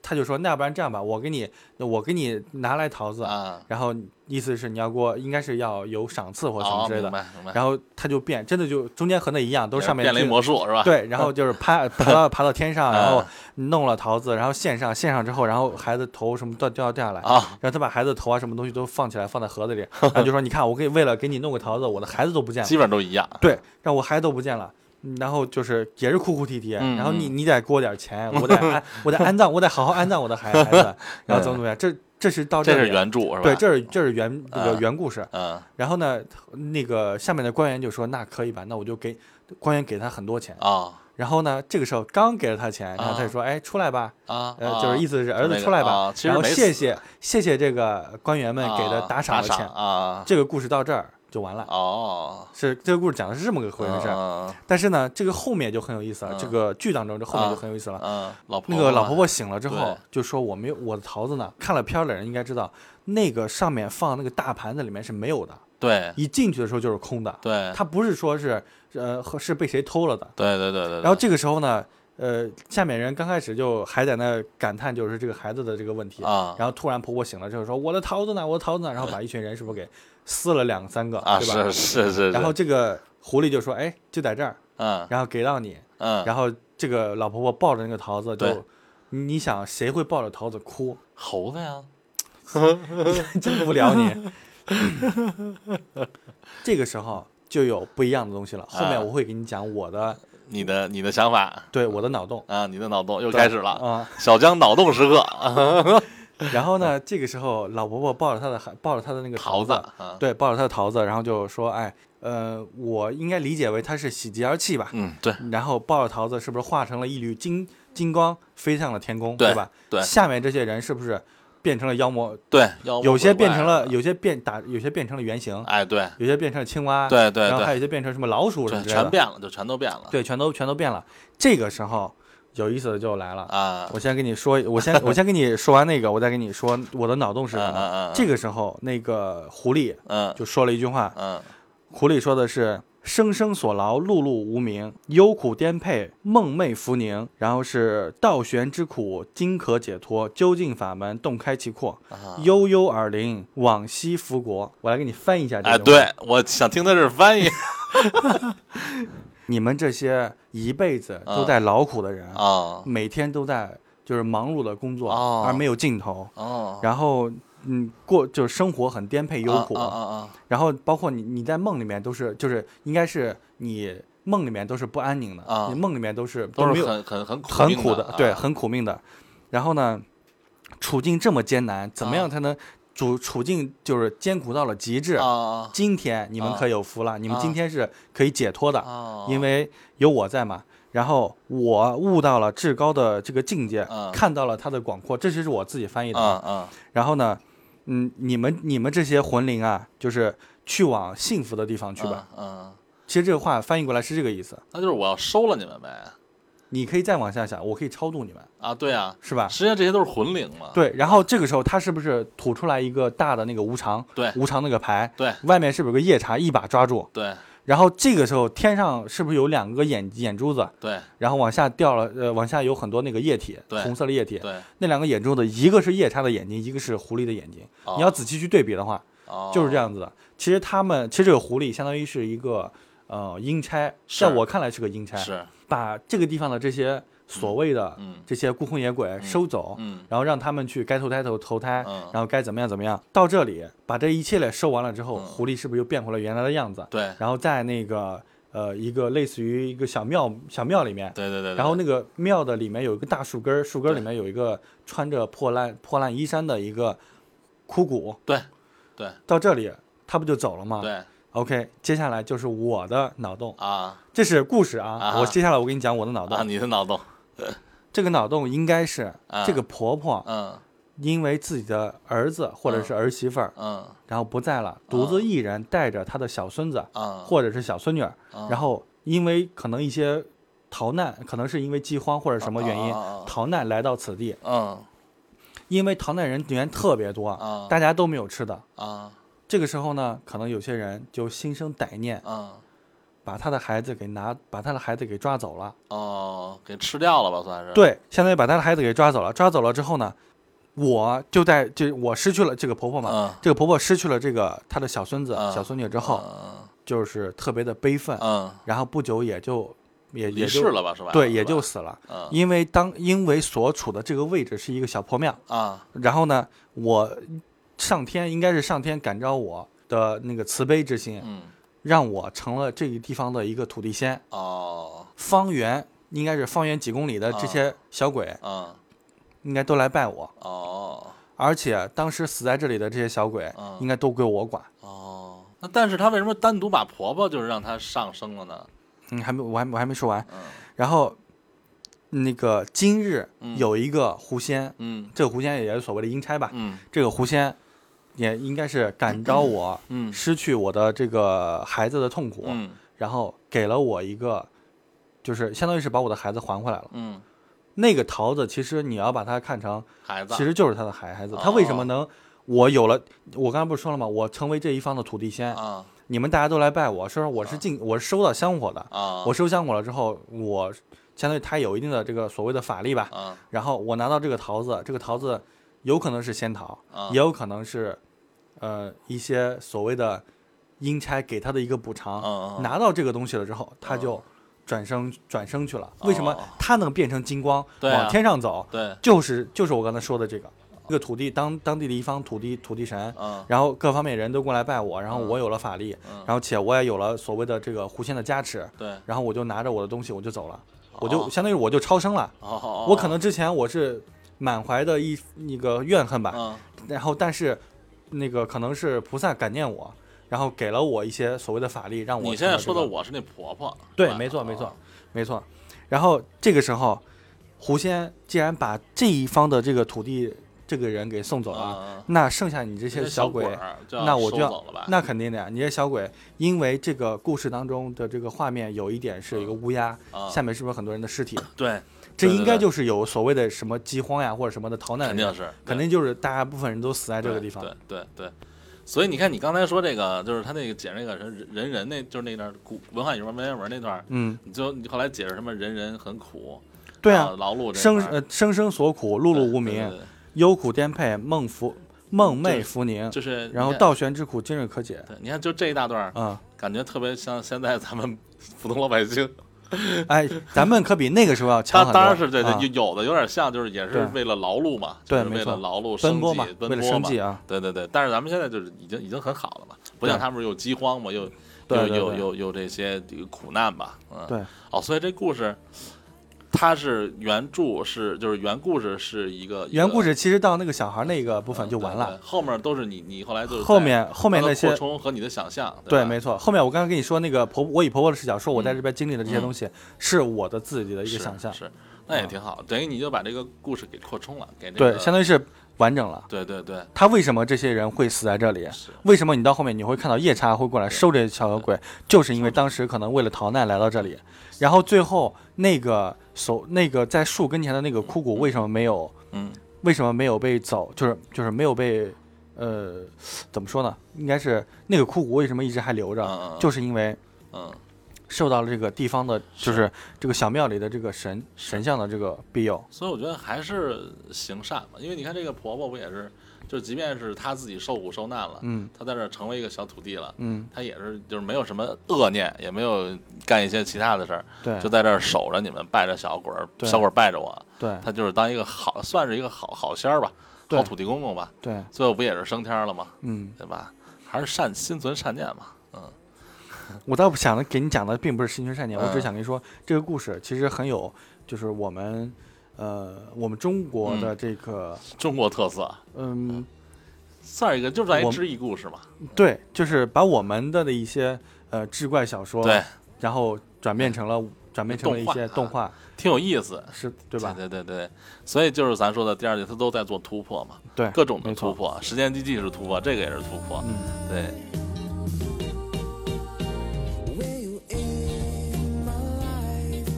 [SPEAKER 2] 他就说，那要不然这样吧，我给你，我给你拿来桃子，
[SPEAKER 1] 啊，
[SPEAKER 2] 然后意思是你要给我，应该是要有赏赐或什
[SPEAKER 1] 哦，
[SPEAKER 2] 么之类
[SPEAKER 1] 明
[SPEAKER 2] 的。
[SPEAKER 1] 白明白，
[SPEAKER 2] 然后他就变，真的就中间和那一样，都是上面
[SPEAKER 1] 变雷
[SPEAKER 2] 去
[SPEAKER 1] 魔术是吧？，
[SPEAKER 2] 对，然后就是爬爬到爬到天上，然后
[SPEAKER 1] 啊
[SPEAKER 2] 弄了桃子，
[SPEAKER 1] 嗯
[SPEAKER 2] 然后献上，献上之后，然后孩子头什么掉掉掉下来，
[SPEAKER 1] 啊，
[SPEAKER 2] 然后他把孩子头啊什么东西都放起来，放在盒 子里，然后就说你看，我给为了给你弄个桃子，我的孩子都不见了
[SPEAKER 1] 基，本都一样，
[SPEAKER 2] 对，让我孩子都不见了。嗯然后就是也是哭哭啼啼，
[SPEAKER 1] 嗯
[SPEAKER 2] 然后你
[SPEAKER 1] 嗯
[SPEAKER 2] 你得给我点钱，我得 安我得安葬，我得好好安葬我的孩孩子，然后怎么怎么样，这这是到
[SPEAKER 1] 这
[SPEAKER 2] 这
[SPEAKER 1] 是
[SPEAKER 2] 里
[SPEAKER 1] 原著是吧？
[SPEAKER 2] 对，这是这是原这个
[SPEAKER 1] 啊
[SPEAKER 2] 原故事。
[SPEAKER 1] 嗯
[SPEAKER 2] 然后呢，那个下面的官员就说：“那可以吧，那我就给官员给他很多钱。
[SPEAKER 1] 啊”
[SPEAKER 2] 然后呢，这个时候刚给了他钱，然后他就
[SPEAKER 1] 啊
[SPEAKER 2] 说：“哎，出来吧。”
[SPEAKER 1] 啊，
[SPEAKER 2] 呃，就是意
[SPEAKER 1] 思
[SPEAKER 2] 思是
[SPEAKER 1] 就
[SPEAKER 2] 儿
[SPEAKER 1] 那
[SPEAKER 2] 子
[SPEAKER 1] 个
[SPEAKER 2] 出来吧
[SPEAKER 1] 啊，其
[SPEAKER 2] 然
[SPEAKER 1] 实
[SPEAKER 2] 后
[SPEAKER 1] 没
[SPEAKER 2] 谢
[SPEAKER 1] 死
[SPEAKER 2] 谢谢谢这个官员们给的打
[SPEAKER 1] 赏
[SPEAKER 2] 赏的钱。
[SPEAKER 1] 啊，
[SPEAKER 2] 这个故事到这儿就完了，
[SPEAKER 1] 哦，
[SPEAKER 2] 是这个故事讲的是这么个回事。
[SPEAKER 1] 嗯
[SPEAKER 2] 但是呢，这个后面就很有意思了，这
[SPEAKER 1] 嗯
[SPEAKER 2] 个剧当中这后面就
[SPEAKER 1] 啊
[SPEAKER 2] 很有意思了。
[SPEAKER 1] 嗯，老婆
[SPEAKER 2] 那个老
[SPEAKER 1] 嘛
[SPEAKER 2] 婆婆醒了之后
[SPEAKER 1] 对
[SPEAKER 2] 就说：“我没有我的桃子呢。”看了片儿的人应该知道，那个上面放那个大盘子里面是没有的，
[SPEAKER 1] 对
[SPEAKER 2] 一进去的时候就是空的。
[SPEAKER 1] 对
[SPEAKER 2] 它不是说是呃和是被谁偷了的。
[SPEAKER 1] 对对对对，
[SPEAKER 2] 然后这个时候呢，呃，下面人刚开始就还在那感叹就是这个孩子的这个问题。
[SPEAKER 1] 啊
[SPEAKER 2] 然后突然婆婆醒了之后说：“我的桃子呢？我的桃子呢？”然后把一群人是不是给撕了两三个，
[SPEAKER 1] 啊
[SPEAKER 2] 对吧？
[SPEAKER 1] 是是是，
[SPEAKER 2] 然后这个狐狸就说：“哎，就在这儿，
[SPEAKER 1] 嗯
[SPEAKER 2] 然后给到你。”
[SPEAKER 1] 嗯，
[SPEAKER 2] 然后这个老婆婆抱着那个桃子
[SPEAKER 1] 对
[SPEAKER 2] 就，你想谁会抱着桃子哭？
[SPEAKER 1] 猴子呀，
[SPEAKER 2] 真无聊你。这个时候就有不一样的东西了。后面
[SPEAKER 1] 啊
[SPEAKER 2] 我会给你讲我的，
[SPEAKER 1] 你的你的想法
[SPEAKER 2] 对我的脑洞
[SPEAKER 1] 啊，你的脑洞又开始了，
[SPEAKER 2] 啊。
[SPEAKER 1] 小江脑洞时 刻，啊
[SPEAKER 2] 然后呢，这个时候老婆婆抱着她的孩，抱着她的那个
[SPEAKER 1] 桃子
[SPEAKER 2] 子，
[SPEAKER 1] 啊，
[SPEAKER 2] 对，抱着她的桃子，然后就说：“哎，呃，我应该理解为她是喜极而泣吧。”
[SPEAKER 1] 嗯对
[SPEAKER 2] 然后抱着桃子，是不是化成了一缕金金光，飞向了天空，
[SPEAKER 1] 对
[SPEAKER 2] 吧？
[SPEAKER 1] 对
[SPEAKER 2] 下面这些人是不是变成了妖魔？
[SPEAKER 1] 对，妖魔
[SPEAKER 2] 有
[SPEAKER 1] 鬼
[SPEAKER 2] 些变
[SPEAKER 1] 怪
[SPEAKER 2] 成了，有些变打，有些变成了原形，
[SPEAKER 1] 哎对
[SPEAKER 2] 有些变成了青蛙，
[SPEAKER 1] 对对
[SPEAKER 2] 然后还
[SPEAKER 1] 对
[SPEAKER 2] 有一些变成什么老鼠什
[SPEAKER 1] 对，
[SPEAKER 2] 么之类的
[SPEAKER 1] 全，变了，就全都变了，
[SPEAKER 2] 对，全都全都变了。这个时候有意思的就来了，
[SPEAKER 1] 啊
[SPEAKER 2] 我先跟你说，我先我先跟你说完那个，我再跟你说我的脑洞是什么。
[SPEAKER 1] 嗯嗯嗯嗯
[SPEAKER 2] 这个时候，那个狐狸
[SPEAKER 1] 嗯
[SPEAKER 2] 就说了一句话，
[SPEAKER 1] 嗯
[SPEAKER 2] 狐狸说的是“生生所劳，碌碌无名，忧苦颠沛，梦寐浮宁”，然后是“倒悬之苦，今可解脱，究竟法门，洞开其阔，
[SPEAKER 1] 啊。
[SPEAKER 2] 悠悠尔陵，往昔福国”。我来给你翻译一下这
[SPEAKER 1] 哎，
[SPEAKER 2] 句话
[SPEAKER 1] 对，我想听他这翻译
[SPEAKER 2] 你们这些一辈子都
[SPEAKER 1] 啊
[SPEAKER 2] 在劳苦的人，
[SPEAKER 1] 啊，
[SPEAKER 2] 每天都在就是忙碌的工作，
[SPEAKER 1] 哦
[SPEAKER 2] 而没有尽头，
[SPEAKER 1] 哦，
[SPEAKER 2] 然后嗯，过就是生活很颠沛忧苦，
[SPEAKER 1] 啊啊啊，
[SPEAKER 2] 然后包括你你在梦里面都是就是应该是你梦里面都是不安宁的，
[SPEAKER 1] 啊
[SPEAKER 2] 你梦里面都是
[SPEAKER 1] 都
[SPEAKER 2] 没
[SPEAKER 1] 是
[SPEAKER 2] 有
[SPEAKER 1] 很很很苦
[SPEAKER 2] 很
[SPEAKER 1] 命
[SPEAKER 2] 苦
[SPEAKER 1] 的，啊
[SPEAKER 2] 对，很苦命的。然后呢，处境这么艰难，
[SPEAKER 1] 啊
[SPEAKER 2] 怎么样才能处、处境就是艰苦到了极致？
[SPEAKER 1] 啊啊
[SPEAKER 2] 今天你们
[SPEAKER 1] 啊
[SPEAKER 2] 可有福了，你们今
[SPEAKER 1] 啊
[SPEAKER 2] 天是可以解脱的，
[SPEAKER 1] 啊，
[SPEAKER 2] 因为有我在嘛。然后我悟到了至高的这个境界，
[SPEAKER 1] 啊
[SPEAKER 2] 看到了它的广阔，这是我自己翻译的。
[SPEAKER 1] 啊啊
[SPEAKER 2] 然后呢，嗯，你们你们这些魂灵啊，就是去往幸福的地方去吧。，
[SPEAKER 1] 嗯，
[SPEAKER 2] 其实这个话翻译过来是这个意思。
[SPEAKER 1] 那就是我要收了你们呗，
[SPEAKER 2] 你可以再往下想，我可以超度你们，
[SPEAKER 1] 啊，对啊，
[SPEAKER 2] 是吧？
[SPEAKER 1] 实际上这些都是魂灵嘛，
[SPEAKER 2] 对，然后这个时候他是不是吐出来一个大的那个无常？
[SPEAKER 1] 对
[SPEAKER 2] 无常那个牌，
[SPEAKER 1] 对
[SPEAKER 2] 外面是不是有个夜叉，一把抓住？
[SPEAKER 1] 对
[SPEAKER 2] 然后这个时候天上是不是有两个眼眼珠子？
[SPEAKER 1] 对
[SPEAKER 2] 然后往下掉了，呃，往下有很多那个液体，
[SPEAKER 1] 对
[SPEAKER 2] 红色的液体。
[SPEAKER 1] 对，
[SPEAKER 2] 那两个眼珠子，一个是夜叉的眼睛，一个是狐狸的眼睛。
[SPEAKER 1] 哦
[SPEAKER 2] 你要仔细去对比的话，
[SPEAKER 1] 哦
[SPEAKER 2] 就是这，样子的。其实他们其实这个狐狸相当于是一个呃阴差，
[SPEAKER 1] 是
[SPEAKER 2] 在我看来是个阴差，
[SPEAKER 1] 哦是，
[SPEAKER 2] 把这个地方的这些所谓的
[SPEAKER 1] 嗯
[SPEAKER 2] 这些孤魂野鬼收走，
[SPEAKER 1] 嗯
[SPEAKER 2] 然后让他们去该投胎投投胎，
[SPEAKER 1] 嗯，
[SPEAKER 2] 然后该怎么样怎么样。到这里把这一系列收完了之后，
[SPEAKER 1] 嗯
[SPEAKER 2] 狐狸是不是又变回了原来的样子？
[SPEAKER 1] 对
[SPEAKER 2] 然后在那个呃一个类似于一个小庙小庙里面，
[SPEAKER 1] 对对对对，
[SPEAKER 2] 然后那个庙的里面有一个大树根儿，树根儿里
[SPEAKER 1] 对
[SPEAKER 2] 面有一个穿着破烂破烂衣衫的一个枯骨。
[SPEAKER 1] 对，对
[SPEAKER 2] 到这里他不就走了吗？
[SPEAKER 1] 对
[SPEAKER 2] OK，接下来就是我的脑洞，
[SPEAKER 1] 啊
[SPEAKER 2] 这是故事啊。
[SPEAKER 1] 啊
[SPEAKER 2] 我接下来我跟你讲我的脑洞，
[SPEAKER 1] 啊，你的脑洞，
[SPEAKER 2] 这个脑洞应该是、
[SPEAKER 1] 啊啊
[SPEAKER 2] 这个婆婆
[SPEAKER 1] 嗯
[SPEAKER 2] 因为自己的儿子或者是儿媳妇儿，
[SPEAKER 1] 嗯
[SPEAKER 2] 然后不在了，
[SPEAKER 1] 啊
[SPEAKER 2] 独自一人带着她的小孙子、
[SPEAKER 1] 嗯，
[SPEAKER 2] 或者是小孙女儿，
[SPEAKER 1] 嗯
[SPEAKER 2] 然后因为可能一些逃难，可能是因为饥荒或者什么原因、
[SPEAKER 1] 啊啊啊啊
[SPEAKER 2] 逃难来到此地，
[SPEAKER 1] 嗯
[SPEAKER 2] 因为逃难人员特别多，
[SPEAKER 1] 啊
[SPEAKER 2] 大家都没有吃的。
[SPEAKER 1] 啊
[SPEAKER 2] 这个时候呢，可能有些人就心生歹念，
[SPEAKER 1] 嗯
[SPEAKER 2] 把他的孩子给拿，把他的孩子给抓走了。
[SPEAKER 1] 哦，给吃掉了吧，算是，
[SPEAKER 2] 对，相当于把他的孩子给抓走了。抓走了之后呢，我就在这，我失去了这个婆婆嘛，
[SPEAKER 1] 嗯
[SPEAKER 2] 这个婆婆失去了这个她的小孙子、
[SPEAKER 1] 嗯
[SPEAKER 2] 小孙女之后，
[SPEAKER 1] 嗯
[SPEAKER 2] 就是特别的悲愤，
[SPEAKER 1] 嗯，
[SPEAKER 2] 然后不久也就也
[SPEAKER 1] 离
[SPEAKER 2] 也
[SPEAKER 1] 世
[SPEAKER 2] 就
[SPEAKER 1] 了吧，是吧？
[SPEAKER 2] 对，
[SPEAKER 1] 是
[SPEAKER 2] 也
[SPEAKER 1] 吧
[SPEAKER 2] 就死了。
[SPEAKER 1] 嗯
[SPEAKER 2] 因为当因为所处的这个位置是一个小破庙，
[SPEAKER 1] 啊
[SPEAKER 2] 然后呢，我上天应该是上天感召我的那个慈悲之心，
[SPEAKER 1] 嗯
[SPEAKER 2] 让我成了这个地方的一个土地仙。
[SPEAKER 1] 哦
[SPEAKER 2] 方圆应该是方圆几公里的这些小鬼，
[SPEAKER 1] 嗯
[SPEAKER 2] 应该都来拜我，
[SPEAKER 1] 哦
[SPEAKER 2] 而且当时死在这里的这些小鬼，
[SPEAKER 1] 嗯
[SPEAKER 2] 应该都归我管。
[SPEAKER 1] 哦，那但是他为什么单独把婆婆就是让她上升了呢？
[SPEAKER 2] 嗯，还没，我还我还没说完。
[SPEAKER 1] 嗯
[SPEAKER 2] 然后，那个今日
[SPEAKER 1] 嗯
[SPEAKER 2] 有一个狐仙，
[SPEAKER 1] 嗯
[SPEAKER 2] 这个狐仙也是所谓的阴差吧。
[SPEAKER 1] 嗯
[SPEAKER 2] 这个狐仙也应该是感召我，
[SPEAKER 1] 嗯
[SPEAKER 2] 失去我的这个孩子的痛苦，
[SPEAKER 1] 嗯
[SPEAKER 2] 然后给了我一个，就是相当于是把我的孩子还回来了。
[SPEAKER 1] 嗯，
[SPEAKER 2] 那个桃子其实你要把它看成，
[SPEAKER 1] 孩子啊
[SPEAKER 2] 其实就是他的孩孩子
[SPEAKER 1] 哦。
[SPEAKER 2] 他为什么能？我有了，我刚才不是说了吗？我成为这一方的土地仙，
[SPEAKER 1] 啊
[SPEAKER 2] 你们大家都来拜我，说我是进，我是收到香火的。
[SPEAKER 1] 啊，
[SPEAKER 2] 我收香火了之后，我相当于他有一定的这个所谓的法力吧，
[SPEAKER 1] 啊
[SPEAKER 2] 然后我拿到这个桃子，这个桃子有可能是仙桃，
[SPEAKER 1] 啊
[SPEAKER 2] 也有可能是呃一些所谓的阴差给他的一个补偿。
[SPEAKER 1] 嗯嗯
[SPEAKER 2] 拿到这个东西了之后，他就转生、转生去了。为什么
[SPEAKER 1] 啊哦
[SPEAKER 2] 他能变成金光、
[SPEAKER 1] 对啊
[SPEAKER 2] 往天上走？
[SPEAKER 1] 对
[SPEAKER 2] 就是就是我刚才说的这个，一个土地当当地的一方土地土地神。
[SPEAKER 1] 嗯
[SPEAKER 2] 然后各方面人都过来拜我，然后
[SPEAKER 1] 嗯
[SPEAKER 2] 我有了法力，
[SPEAKER 1] 嗯
[SPEAKER 2] 然后且我也有了所谓的这个狐仙的加持，
[SPEAKER 1] 对
[SPEAKER 2] 然后我就拿着我的东西我就走了，我
[SPEAKER 1] 哦
[SPEAKER 2] 就相当于我就超生了，
[SPEAKER 1] 哦，
[SPEAKER 2] 我可能之前我是满怀的一那个怨恨吧，
[SPEAKER 1] 嗯
[SPEAKER 2] 然后但是那个可能是菩萨感念我，然后给了我一些所谓的法力，让我
[SPEAKER 1] 你现在
[SPEAKER 2] 成
[SPEAKER 1] 说
[SPEAKER 2] 了
[SPEAKER 1] 的
[SPEAKER 2] 这个
[SPEAKER 1] 我是那婆婆，
[SPEAKER 2] 对，没错没
[SPEAKER 1] 哦
[SPEAKER 2] 错没错。然后这个时候，狐仙既然把这一方的这个土地这个人给送走了，
[SPEAKER 1] 啊，
[SPEAKER 2] 那剩下你这
[SPEAKER 1] 这
[SPEAKER 2] 些
[SPEAKER 1] 小
[SPEAKER 2] 鬼，
[SPEAKER 1] 那
[SPEAKER 2] 那我就
[SPEAKER 1] 走了吧
[SPEAKER 2] 要，那肯定的呀，你这小鬼，因为这个故事当中的这个画面有一点是一个乌鸦，
[SPEAKER 1] 啊
[SPEAKER 2] 下面是不是有很多人的尸体？
[SPEAKER 1] 对，
[SPEAKER 2] 这
[SPEAKER 1] 对
[SPEAKER 2] 应该
[SPEAKER 1] 对
[SPEAKER 2] 就是有所谓的什么饥荒呀，或者什么的逃难
[SPEAKER 1] 肯
[SPEAKER 2] 人
[SPEAKER 1] 定是
[SPEAKER 2] 肯
[SPEAKER 1] 对
[SPEAKER 2] 定就是大部分人都死在这个地方。
[SPEAKER 1] 对对对对，所以你看，你刚才说这个，就是他那个解释那个人人人那，就是那段古文化语文文言文那段儿，
[SPEAKER 2] 嗯，
[SPEAKER 1] 你就你后来解释什么人人很苦，
[SPEAKER 2] 对
[SPEAKER 1] 啊
[SPEAKER 2] 啊，
[SPEAKER 1] 劳碌这
[SPEAKER 2] 生
[SPEAKER 1] 块儿
[SPEAKER 2] 呃生生所苦，碌碌无
[SPEAKER 1] 对对
[SPEAKER 2] 名，
[SPEAKER 1] 对对
[SPEAKER 2] 忧苦颠沛，梦浮梦
[SPEAKER 1] 就
[SPEAKER 2] 寐
[SPEAKER 1] 是
[SPEAKER 2] 浮凝，
[SPEAKER 1] 就是
[SPEAKER 2] 然后
[SPEAKER 1] 你看
[SPEAKER 2] 道玄之苦，今日可解。
[SPEAKER 1] 对，你看就这一大段儿，
[SPEAKER 2] 啊，
[SPEAKER 1] 感觉特别像现在咱们 普通老百姓，
[SPEAKER 2] 哎，咱们可比那个时候要强
[SPEAKER 1] 他
[SPEAKER 2] 很多。
[SPEAKER 1] 当然是对
[SPEAKER 2] 啊
[SPEAKER 1] 对，有有的有点像，就是也是
[SPEAKER 2] 对
[SPEAKER 1] 为了劳碌嘛，就
[SPEAKER 2] 对
[SPEAKER 1] 是为
[SPEAKER 2] 没
[SPEAKER 1] 了
[SPEAKER 2] 错
[SPEAKER 1] 劳碌
[SPEAKER 2] 奔
[SPEAKER 1] 生
[SPEAKER 2] 波
[SPEAKER 1] 计
[SPEAKER 2] 嘛，
[SPEAKER 1] 奔
[SPEAKER 2] 为了
[SPEAKER 1] 波
[SPEAKER 2] 生
[SPEAKER 1] 嘛
[SPEAKER 2] 计，啊，
[SPEAKER 1] 对对对，但是咱们现在就是已经已经很好了嘛，不像
[SPEAKER 2] 对
[SPEAKER 1] 他们有饥荒嘛，又
[SPEAKER 2] 对
[SPEAKER 1] 又
[SPEAKER 2] 对
[SPEAKER 1] 又
[SPEAKER 2] 对
[SPEAKER 1] 又又这些这个苦难吧，嗯，
[SPEAKER 2] 对，
[SPEAKER 1] 哦，所以这故事它是原著是就是原故事是一个
[SPEAKER 2] 原故
[SPEAKER 1] 一
[SPEAKER 2] 事其实到那个小孩那个部
[SPEAKER 1] 个
[SPEAKER 2] 分就完
[SPEAKER 1] 对
[SPEAKER 2] 了，
[SPEAKER 1] 对后面都是你你后来就是
[SPEAKER 2] 后
[SPEAKER 1] 在
[SPEAKER 2] 面后面
[SPEAKER 1] 它的
[SPEAKER 2] 那些
[SPEAKER 1] 扩充和你的想象，
[SPEAKER 2] 对，
[SPEAKER 1] 吧
[SPEAKER 2] 没错。后面我刚刚跟你说那个婆，我以婆婆的视角说我在
[SPEAKER 1] 嗯
[SPEAKER 2] 这边经历的这些东西，是我的自己的一
[SPEAKER 1] 是
[SPEAKER 2] 个想象，嗯
[SPEAKER 1] 是，那也挺好，等于你就把这个故事给扩充了，给这
[SPEAKER 2] 对
[SPEAKER 1] 个，
[SPEAKER 2] 相当于是完整了。
[SPEAKER 1] 对对对
[SPEAKER 2] 他为什么这些人会死在这里？
[SPEAKER 1] 是，
[SPEAKER 2] 为什么你到后面你会看到夜叉会过来收这些小鬼？就是因为当时可能为了逃难来到这里，然后最后那个手那个在树跟前的那个枯骨为什么没有
[SPEAKER 1] 嗯
[SPEAKER 2] 为什么没有被走？就是就是没有被呃怎么说呢？应该是那个枯骨为什么一直还留
[SPEAKER 1] 嗯
[SPEAKER 2] 着
[SPEAKER 1] 嗯？嗯
[SPEAKER 2] 就是因为
[SPEAKER 1] 嗯
[SPEAKER 2] 受到了这个地方的，就是是这个小庙里的这个神神像的这个庇佑。
[SPEAKER 1] 所以我觉得还是行善吧，因为你看这个婆婆不也是就即便是他自己受苦受难了，
[SPEAKER 2] 嗯
[SPEAKER 1] 他在这儿成为一个小土地了，
[SPEAKER 2] 嗯，
[SPEAKER 1] 他也是就是没有什么恶念，也没有干一些其他的事儿，
[SPEAKER 2] 对
[SPEAKER 1] 就在这儿守着你们，拜着小鬼儿，
[SPEAKER 2] 哎对
[SPEAKER 1] 小鬼儿拜着我，
[SPEAKER 2] 对
[SPEAKER 1] 他就是当一个好，算是一个好好仙儿吧，
[SPEAKER 2] 对
[SPEAKER 1] 好土地公公吧，
[SPEAKER 2] 对，
[SPEAKER 1] 最后不也是升天了吗？
[SPEAKER 2] 嗯，
[SPEAKER 1] 对吧？还是善心存善念嘛，嗯，
[SPEAKER 2] 我倒不想的给你讲的并不是心存善念，我只
[SPEAKER 1] 嗯
[SPEAKER 2] 想跟你说，这个故事其实很有，就是我们呃我们中国
[SPEAKER 1] 嗯
[SPEAKER 2] 的这个
[SPEAKER 1] 中国特色，
[SPEAKER 2] 嗯
[SPEAKER 1] 算是一个就算
[SPEAKER 2] 我
[SPEAKER 1] 一
[SPEAKER 2] 们
[SPEAKER 1] 知意故事嘛，
[SPEAKER 2] 对，就是把我们的的一些呃志怪小说，
[SPEAKER 1] 对，嗯
[SPEAKER 2] 然后转变成了转变成了一些动
[SPEAKER 1] 动
[SPEAKER 2] 画，
[SPEAKER 1] 挺有意思，
[SPEAKER 2] 是对吧？
[SPEAKER 1] 对对对对，所以就是咱说的第二季，它都在做突破嘛，
[SPEAKER 2] 对
[SPEAKER 1] 各种的
[SPEAKER 2] 哎没错
[SPEAKER 1] 突破，时间机器是突破，这个也是突破，
[SPEAKER 2] 嗯，
[SPEAKER 1] 对。
[SPEAKER 4] When you in my life,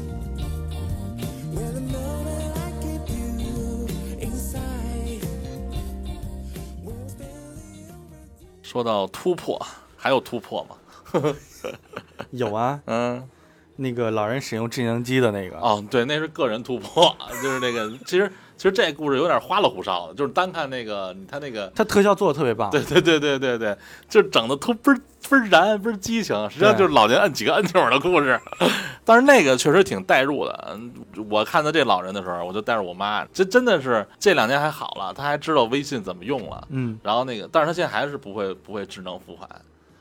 [SPEAKER 4] when I know that I keep you inside, won't spell it over.
[SPEAKER 1] 说到突破，还有突破吗？
[SPEAKER 2] 有啊，
[SPEAKER 1] 嗯，
[SPEAKER 2] 那个老人使用智能机的那个，
[SPEAKER 1] 哦，对，那是个人突破， 就是那个，其实其实这故事有点花里胡哨的，就是单看那个他那个，
[SPEAKER 2] 他特效做的特别棒，
[SPEAKER 1] 对对对对对对，就是整的突倍儿倍儿燃倍儿激情，实际上
[SPEAKER 2] 对
[SPEAKER 1] 就是老年按几个按钮的故事， 但是那个确实挺代入的。嗯我看到这老人的时候，我就带着我妈，这真的是这两年还好了，她还知道微信怎么用了，
[SPEAKER 2] 嗯
[SPEAKER 1] 然后那个，但是她现在还是不会不会智能付款，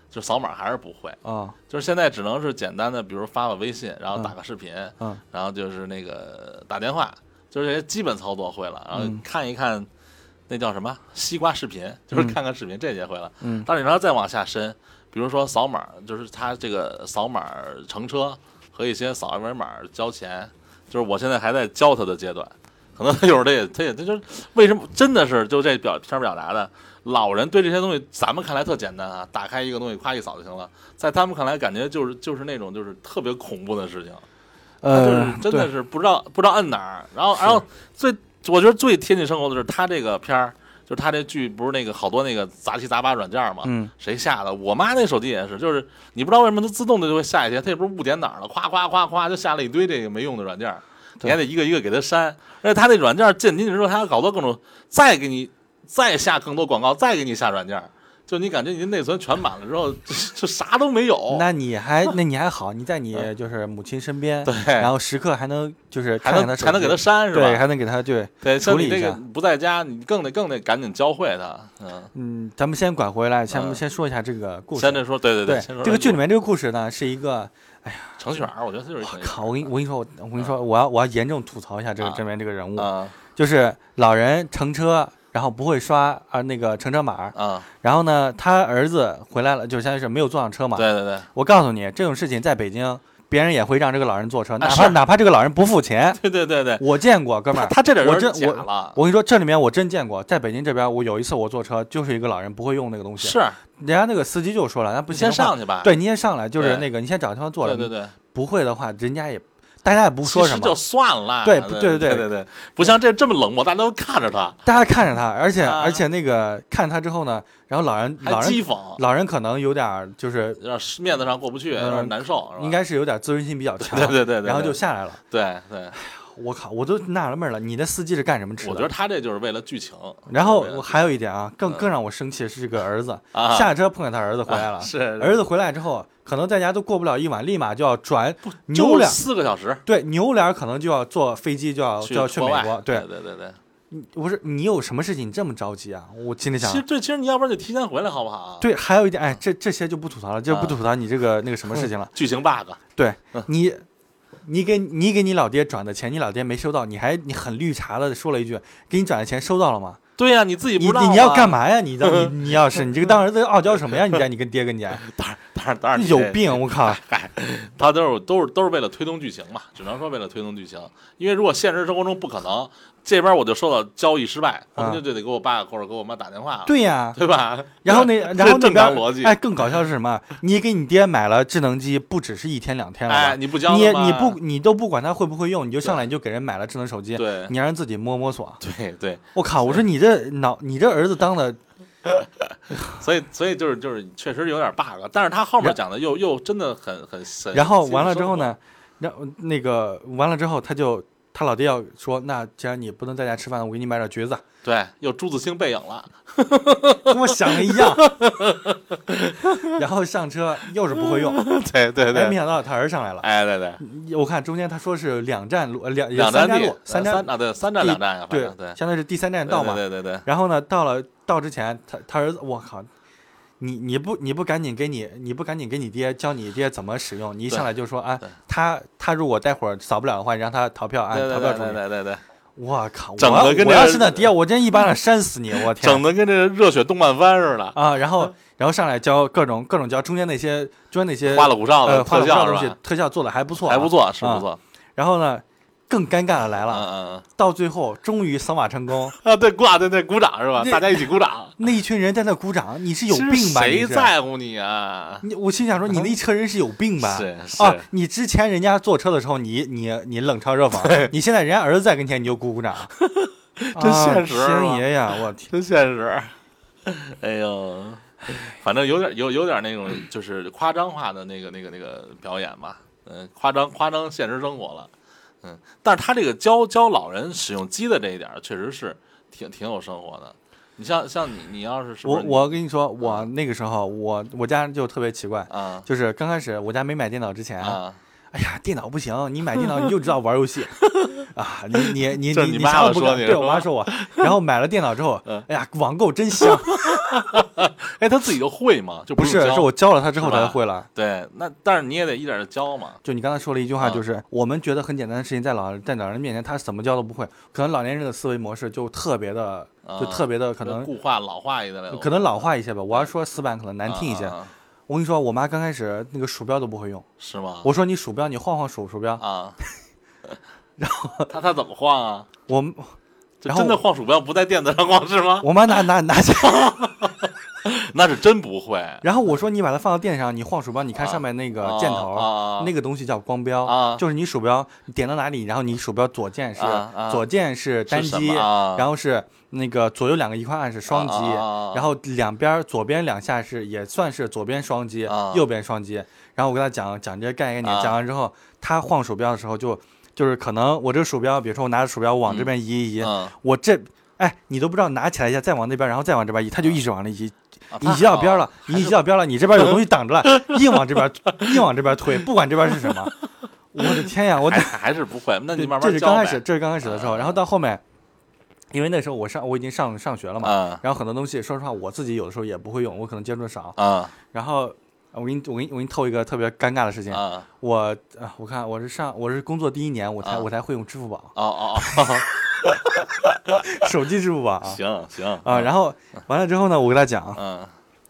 [SPEAKER 1] 就扫码还是不会。
[SPEAKER 2] 啊
[SPEAKER 1] 就是现在只能是简单的，比如发个微信，然后打个视频，
[SPEAKER 2] 嗯
[SPEAKER 1] 然后就是那个打电话，就是这些基本操作会了，然后
[SPEAKER 2] 嗯
[SPEAKER 1] 看一看那叫什么西瓜视频，就是看看视频，这些会了。
[SPEAKER 2] 嗯
[SPEAKER 1] 但是你让它再往下深，比如说扫码，就是它这个扫码乘车和一些扫二维码交钱，就是我现在还在教他的阶段。可能他有时候他也他也他就是为什么真的是就这表片儿表达的，老人对这些东西咱们看来特简单啊，打开一个东西夸一扫就行了，在他们看来感觉就是就是那种就是特别恐怖的事情，
[SPEAKER 2] 呃，
[SPEAKER 1] 就是真的
[SPEAKER 2] 对
[SPEAKER 1] 是不知道不知道摁哪儿。然后然后最我觉得最贴近生活的是他这个片儿，就是他这剧不是那个好多那个杂七杂八软件嘛，
[SPEAKER 2] 嗯
[SPEAKER 1] 谁下的？我妈那手机也是，就是你不知道为什么它自动的就会下一些，它也不是误点哪儿了，夸夸夸夸就下了一堆这个没用的软件儿，你
[SPEAKER 2] 对
[SPEAKER 1] 还得一个一个给它删。而且它那软件儿进进去之后，它还搞多各种，再给你再下更多广告，再给你下软件儿，就你感觉你的内存全满了之后，就就啥都没有。
[SPEAKER 2] 那你还那你还好，你在你就是母亲身边，
[SPEAKER 1] 哦嗯对
[SPEAKER 2] 然后时刻还能就是
[SPEAKER 1] 还
[SPEAKER 2] 看看
[SPEAKER 1] 能
[SPEAKER 2] 她手
[SPEAKER 1] 还能给
[SPEAKER 2] 机
[SPEAKER 1] 它删是
[SPEAKER 2] 对，
[SPEAKER 1] 吧？
[SPEAKER 2] 还能给她对，
[SPEAKER 1] 对，像
[SPEAKER 2] 处
[SPEAKER 1] 你
[SPEAKER 2] 理一
[SPEAKER 1] 这个
[SPEAKER 2] 下
[SPEAKER 1] 不在家，你更得更得赶紧教会它。嗯，
[SPEAKER 2] 嗯，咱们先拐回来，先、
[SPEAKER 1] 嗯
[SPEAKER 2] 先说一下这个故事。
[SPEAKER 1] 先着说，对对
[SPEAKER 2] 对
[SPEAKER 1] 先说
[SPEAKER 2] 这个剧里面这个故事呢，是一个
[SPEAKER 1] 程序员儿，我觉得就是
[SPEAKER 2] 我靠，我跟你我跟你说，我我跟你说，我要我要严重吐槽一下这个
[SPEAKER 1] 啊
[SPEAKER 2] 这边这个人物，
[SPEAKER 1] 啊
[SPEAKER 2] 就是老人乘车，然后不会刷啊那个乘车码，
[SPEAKER 1] 啊，
[SPEAKER 2] 然后呢，他儿子回来了，就相当于是没有坐上车嘛。
[SPEAKER 1] 对对对。
[SPEAKER 2] 我告诉你，这种事情在北京，别人也会让这个老人坐车，哪
[SPEAKER 1] 啊是
[SPEAKER 2] 怕哪怕这个老人不 付钱，
[SPEAKER 1] 对对对对，
[SPEAKER 2] 我见过，哥们
[SPEAKER 1] 他
[SPEAKER 2] 儿，
[SPEAKER 1] 他这点
[SPEAKER 2] 我
[SPEAKER 1] 有点
[SPEAKER 2] 真
[SPEAKER 1] 假
[SPEAKER 2] 我
[SPEAKER 1] 了，
[SPEAKER 2] 我跟你说，这里面我真见过，在北京这边，我有一次我坐车，就是一个老人不会用那个东西，
[SPEAKER 1] 是
[SPEAKER 2] 人家那个司机就说了，那不
[SPEAKER 1] 你
[SPEAKER 2] 行
[SPEAKER 1] 先
[SPEAKER 2] 的话
[SPEAKER 1] 上去吧。
[SPEAKER 2] 对，你先上来，就是
[SPEAKER 1] 对
[SPEAKER 2] 那个你先找地方坐着，
[SPEAKER 1] 对对对，
[SPEAKER 2] 不会的话，人家也大家也不
[SPEAKER 1] 不
[SPEAKER 2] 说什么
[SPEAKER 1] 就，算了。
[SPEAKER 2] 对
[SPEAKER 1] 对
[SPEAKER 2] 对对
[SPEAKER 1] 对
[SPEAKER 2] 对
[SPEAKER 1] 对对，不像这这么冷漠，大家都看着他，
[SPEAKER 2] 大家看着他，而且、
[SPEAKER 1] 啊
[SPEAKER 2] 而且那个看着他之后呢，然后老人
[SPEAKER 1] 还
[SPEAKER 2] 老
[SPEAKER 1] 讥
[SPEAKER 2] 人
[SPEAKER 1] 讽，
[SPEAKER 2] 老人可能有点儿就是
[SPEAKER 1] 让面子上过不去，
[SPEAKER 2] 嗯
[SPEAKER 1] 有点难受，是吧
[SPEAKER 2] 应该是有点自尊心比较 强，
[SPEAKER 1] 对对对对对
[SPEAKER 2] 然后就下来了。
[SPEAKER 1] 对对。
[SPEAKER 2] 我靠，我都纳了闷儿了，你的司机是干什么吃的？
[SPEAKER 1] 我觉得他这就是为了剧情。
[SPEAKER 2] 然后
[SPEAKER 1] 为了
[SPEAKER 2] 我还有一点啊，更
[SPEAKER 1] 嗯
[SPEAKER 2] 更让我生气的是这个儿子，
[SPEAKER 1] 啊
[SPEAKER 2] 下车碰见他儿子回来了，
[SPEAKER 1] 是
[SPEAKER 2] 儿子回来之后，可能在家都过不了一晚，立马就要转
[SPEAKER 1] 就
[SPEAKER 2] 扭脸，
[SPEAKER 1] 四个小时
[SPEAKER 2] 对扭脸可能就要坐飞机就哦要就要去
[SPEAKER 1] 国
[SPEAKER 2] 美
[SPEAKER 1] 外
[SPEAKER 2] 国，
[SPEAKER 1] 对
[SPEAKER 2] 对，
[SPEAKER 1] 对对对。
[SPEAKER 2] 你不是你有什么事情你这么着急啊？我心里想
[SPEAKER 1] 其，实对，其实你要不然就提前回来好不啊好？，
[SPEAKER 2] 对，还有一点，哎，这这些就不吐槽了，就不
[SPEAKER 1] 啊嗯
[SPEAKER 2] 吐槽你这个那个什么 事情了。
[SPEAKER 1] 剧情 bug。
[SPEAKER 2] 对你，你给你给你老爹转的钱，你老爹没收到，你还你很绿茶的说了一句，给你转的钱收到了吗？
[SPEAKER 1] 对呀，你自己不
[SPEAKER 2] 你
[SPEAKER 1] 知道
[SPEAKER 2] 你你要
[SPEAKER 1] 啊
[SPEAKER 2] 干？嘛呀？你这 你你要是你这个当儿子傲娇什么呀？你家你跟爹跟家
[SPEAKER 1] 当然当然，
[SPEAKER 2] 你
[SPEAKER 1] 你
[SPEAKER 2] 有
[SPEAKER 1] 这
[SPEAKER 2] 病！我 靠，
[SPEAKER 1] 他都是都是都是为了推动剧情嘛，只能说为了推动剧情。因为如果现实生活中不可能，这边我就受到交易失败，我们就就得给我爸或者给我妈打电话了，
[SPEAKER 2] 啊对呀。
[SPEAKER 1] 对吧？
[SPEAKER 2] 然 后那然后那
[SPEAKER 1] 正
[SPEAKER 2] 边
[SPEAKER 1] 常
[SPEAKER 2] 儿
[SPEAKER 1] 逻辑，
[SPEAKER 2] 哎，更搞笑是什么？你给你爹买了智能机，不只是一天两天了吧
[SPEAKER 1] 哎，你不教
[SPEAKER 2] 你
[SPEAKER 1] 他吗
[SPEAKER 2] 你不你都不管他会不会用，你就上来你就给人买了智能手机，
[SPEAKER 1] 对
[SPEAKER 2] 你让人自己摸摸索。
[SPEAKER 1] 对对，
[SPEAKER 2] 我靠！我说你这脑，你这儿子当的，
[SPEAKER 1] 所以所以就是就是确实有点 bug，但是他后面讲的又又真的很很很，
[SPEAKER 2] 然后完了之后？呢，然后那个完了之后他就他老爹要说，那既然你不能在家吃饭，我给你买点橘子，
[SPEAKER 1] 对，又朱自清背影 了，
[SPEAKER 2] 跟我想的一样。 然后上车又是不会用，
[SPEAKER 1] 对对
[SPEAKER 2] 哎，没
[SPEAKER 1] 对，
[SPEAKER 2] 想到他儿上来了。
[SPEAKER 1] 哎对对，
[SPEAKER 2] 我看中间他说是两站路，呃两
[SPEAKER 1] 两站
[SPEAKER 2] 三站
[SPEAKER 1] 地
[SPEAKER 2] 路，，三站
[SPEAKER 1] 啊对，三站
[SPEAKER 2] 地
[SPEAKER 1] 两站呀，反
[SPEAKER 2] 对
[SPEAKER 1] 正对，
[SPEAKER 2] 相当于是第三站到嘛。
[SPEAKER 1] 对对对对，
[SPEAKER 2] 然后呢，到了到之前，他他儿子，我靠，你你不你不赶紧给你你不赶紧给你爹教你爹怎么使用，你一上来就说啊
[SPEAKER 1] 对，
[SPEAKER 2] 他他如果待会儿扫不了的话，你让他逃票，按
[SPEAKER 1] 对
[SPEAKER 2] 逃
[SPEAKER 1] 对
[SPEAKER 2] 啊票
[SPEAKER 1] 对
[SPEAKER 2] 处
[SPEAKER 1] 对
[SPEAKER 2] 理。
[SPEAKER 1] 对对对，
[SPEAKER 2] 我靠，
[SPEAKER 1] 整
[SPEAKER 2] 我要
[SPEAKER 1] 得跟
[SPEAKER 2] 我
[SPEAKER 1] 那
[SPEAKER 2] 要
[SPEAKER 1] 个
[SPEAKER 2] 是那爹，我真一巴掌扇死你！我
[SPEAKER 1] 整
[SPEAKER 2] 天
[SPEAKER 1] 的跟这热血动漫番似的，
[SPEAKER 2] 啊！然后然后上来教各种各种教，中间那些中间那些
[SPEAKER 1] 花里胡哨
[SPEAKER 2] 呃
[SPEAKER 1] 的
[SPEAKER 2] 花
[SPEAKER 1] 特
[SPEAKER 2] 里胡哨
[SPEAKER 1] 效
[SPEAKER 2] 的东
[SPEAKER 1] 是
[SPEAKER 2] 西
[SPEAKER 1] 吧？，
[SPEAKER 2] 特效做的还不错，
[SPEAKER 1] 还不。错，是
[SPEAKER 2] 啊
[SPEAKER 1] 不错，
[SPEAKER 2] 然后呢，更尴尬的来
[SPEAKER 1] 嗯
[SPEAKER 2] 了，
[SPEAKER 1] 嗯
[SPEAKER 2] 到最后终于扫码成功，
[SPEAKER 1] 嗯啊，对，挂对对，鼓掌是吧？
[SPEAKER 2] 那
[SPEAKER 1] 大家一起鼓掌，
[SPEAKER 2] 那一群人在那鼓掌，你是有
[SPEAKER 1] 其实
[SPEAKER 2] 病吧？你
[SPEAKER 1] 谁
[SPEAKER 2] 是
[SPEAKER 1] 在乎你啊？
[SPEAKER 2] 你我心想说，你那一车人是有病吧？
[SPEAKER 1] 是是
[SPEAKER 2] 啊，你之前人家坐车的时候，你你你冷嘲热讽，你现在人家儿子在跟前，你就鼓鼓掌，
[SPEAKER 1] 真现实是吧
[SPEAKER 2] 啊星爷呀，我天，
[SPEAKER 1] 真现实。 哎呦，反正有点有有点那种就是夸张化的那个那个那个表演吧，嗯，夸张夸张现实生活了，嗯，但是他这个教教老人使用鸡的这一点儿，确实是挺挺有生活的。你像像你你要是是不
[SPEAKER 2] 我
[SPEAKER 1] 是你嗯
[SPEAKER 2] 我跟你说，我那个时候，我我家就特别奇怪，
[SPEAKER 1] 啊
[SPEAKER 2] 就是刚开始我家没买电脑之前，
[SPEAKER 1] 啊，
[SPEAKER 2] 哎呀，电脑不行，你买电脑你就知道玩游 戏啊，你你你
[SPEAKER 1] 这
[SPEAKER 2] 你
[SPEAKER 1] 你
[SPEAKER 2] 你
[SPEAKER 1] 妈
[SPEAKER 2] 啥
[SPEAKER 1] 要
[SPEAKER 2] 都不
[SPEAKER 1] 说
[SPEAKER 2] 干，
[SPEAKER 1] 你
[SPEAKER 2] 对
[SPEAKER 1] 是
[SPEAKER 2] 我
[SPEAKER 1] 吧嗯
[SPEAKER 2] 妈说我，然后买了电脑之后，哎呀，网购真香，
[SPEAKER 1] 哎，他自己就会嘛，就
[SPEAKER 2] 不
[SPEAKER 1] 用
[SPEAKER 2] 是，
[SPEAKER 1] 教
[SPEAKER 2] 是我教了他之后
[SPEAKER 1] 是吧
[SPEAKER 2] 才会了。
[SPEAKER 1] 对，那但是你也得一点儿教嘛，
[SPEAKER 2] 就你刚才说了一句话，
[SPEAKER 1] 啊
[SPEAKER 2] 就是、我们觉得很简单的事情，在老在老人面前，他怎么教都不会。可能老年人的思维模式就特别的，
[SPEAKER 1] 啊
[SPEAKER 2] 就特别的可能
[SPEAKER 1] 固化老化一点了，
[SPEAKER 2] 可能老化一些吧。我要说死板，可能难听一些。
[SPEAKER 1] 啊啊啊
[SPEAKER 2] 我跟你说，我妈刚开始那个鼠标都不会用，
[SPEAKER 1] 是吗？
[SPEAKER 2] 我说你鼠标，你晃晃鼠鼠标，
[SPEAKER 1] 啊，然后他他怎么晃啊？
[SPEAKER 2] 我
[SPEAKER 1] 就
[SPEAKER 2] 然后
[SPEAKER 1] 真的晃鼠标不在垫子上晃是吗？
[SPEAKER 2] 我妈拿拿拿起来，
[SPEAKER 1] 那是真不会啊
[SPEAKER 2] 然后我说你把它放到垫上，你晃鼠标，你看
[SPEAKER 1] 啊
[SPEAKER 2] 上面那个
[SPEAKER 1] 啊
[SPEAKER 2] 箭头，
[SPEAKER 1] 啊啊啊
[SPEAKER 2] 那个东西叫光标，
[SPEAKER 1] 啊
[SPEAKER 2] 就是你鼠标你点到哪里，然后你鼠标左键是、
[SPEAKER 1] 啊啊
[SPEAKER 2] 左键是单
[SPEAKER 1] 什
[SPEAKER 2] 击，
[SPEAKER 1] 么啊
[SPEAKER 2] 然后是那个左右两个一块按是双击，
[SPEAKER 1] 啊啊啊啊
[SPEAKER 2] 然后两边儿左边两下是也算是左边双击，
[SPEAKER 1] 啊
[SPEAKER 2] 右边双击。然后我跟他讲讲这些概念，
[SPEAKER 1] 啊
[SPEAKER 2] 讲完之后，他晃鼠标的时候就就是可能我这个鼠标，比如说我拿着鼠标往这边移一移，
[SPEAKER 1] 嗯
[SPEAKER 2] 我这哎你都不知道拿起来一下，再往那边，然后再往这边移，
[SPEAKER 1] 啊
[SPEAKER 2] 他就一直往那移。你
[SPEAKER 1] 他
[SPEAKER 2] 移到边儿了
[SPEAKER 1] 啊，
[SPEAKER 2] 你移到边儿了，你这边有东西 挡着了，硬往这边，硬往这边推，不管这边是什么。我的天呀，我
[SPEAKER 1] 还还是不会，那你
[SPEAKER 2] 对
[SPEAKER 1] 慢慢
[SPEAKER 2] 这是
[SPEAKER 1] 教
[SPEAKER 2] 刚开
[SPEAKER 1] 呗
[SPEAKER 2] 始，这是刚开始的时候，
[SPEAKER 1] 啊
[SPEAKER 2] 然后到后面，因为那时候我上我已经上上学了嘛，
[SPEAKER 1] 啊
[SPEAKER 2] 然后很多东西说实话我自己有的时候也不会用，我可能接触的少。
[SPEAKER 1] 啊
[SPEAKER 2] 然后我给你我给你我给你透一个特别尴尬的事情，
[SPEAKER 1] 啊
[SPEAKER 2] 我啊我看我是上我是工作第一年我才、
[SPEAKER 1] 啊
[SPEAKER 2] 我才会用支付宝
[SPEAKER 1] 哦哦哦，
[SPEAKER 2] 手机支付宝啊
[SPEAKER 1] 行行
[SPEAKER 2] 啊，然后完了之后呢，我跟他讲，
[SPEAKER 1] 嗯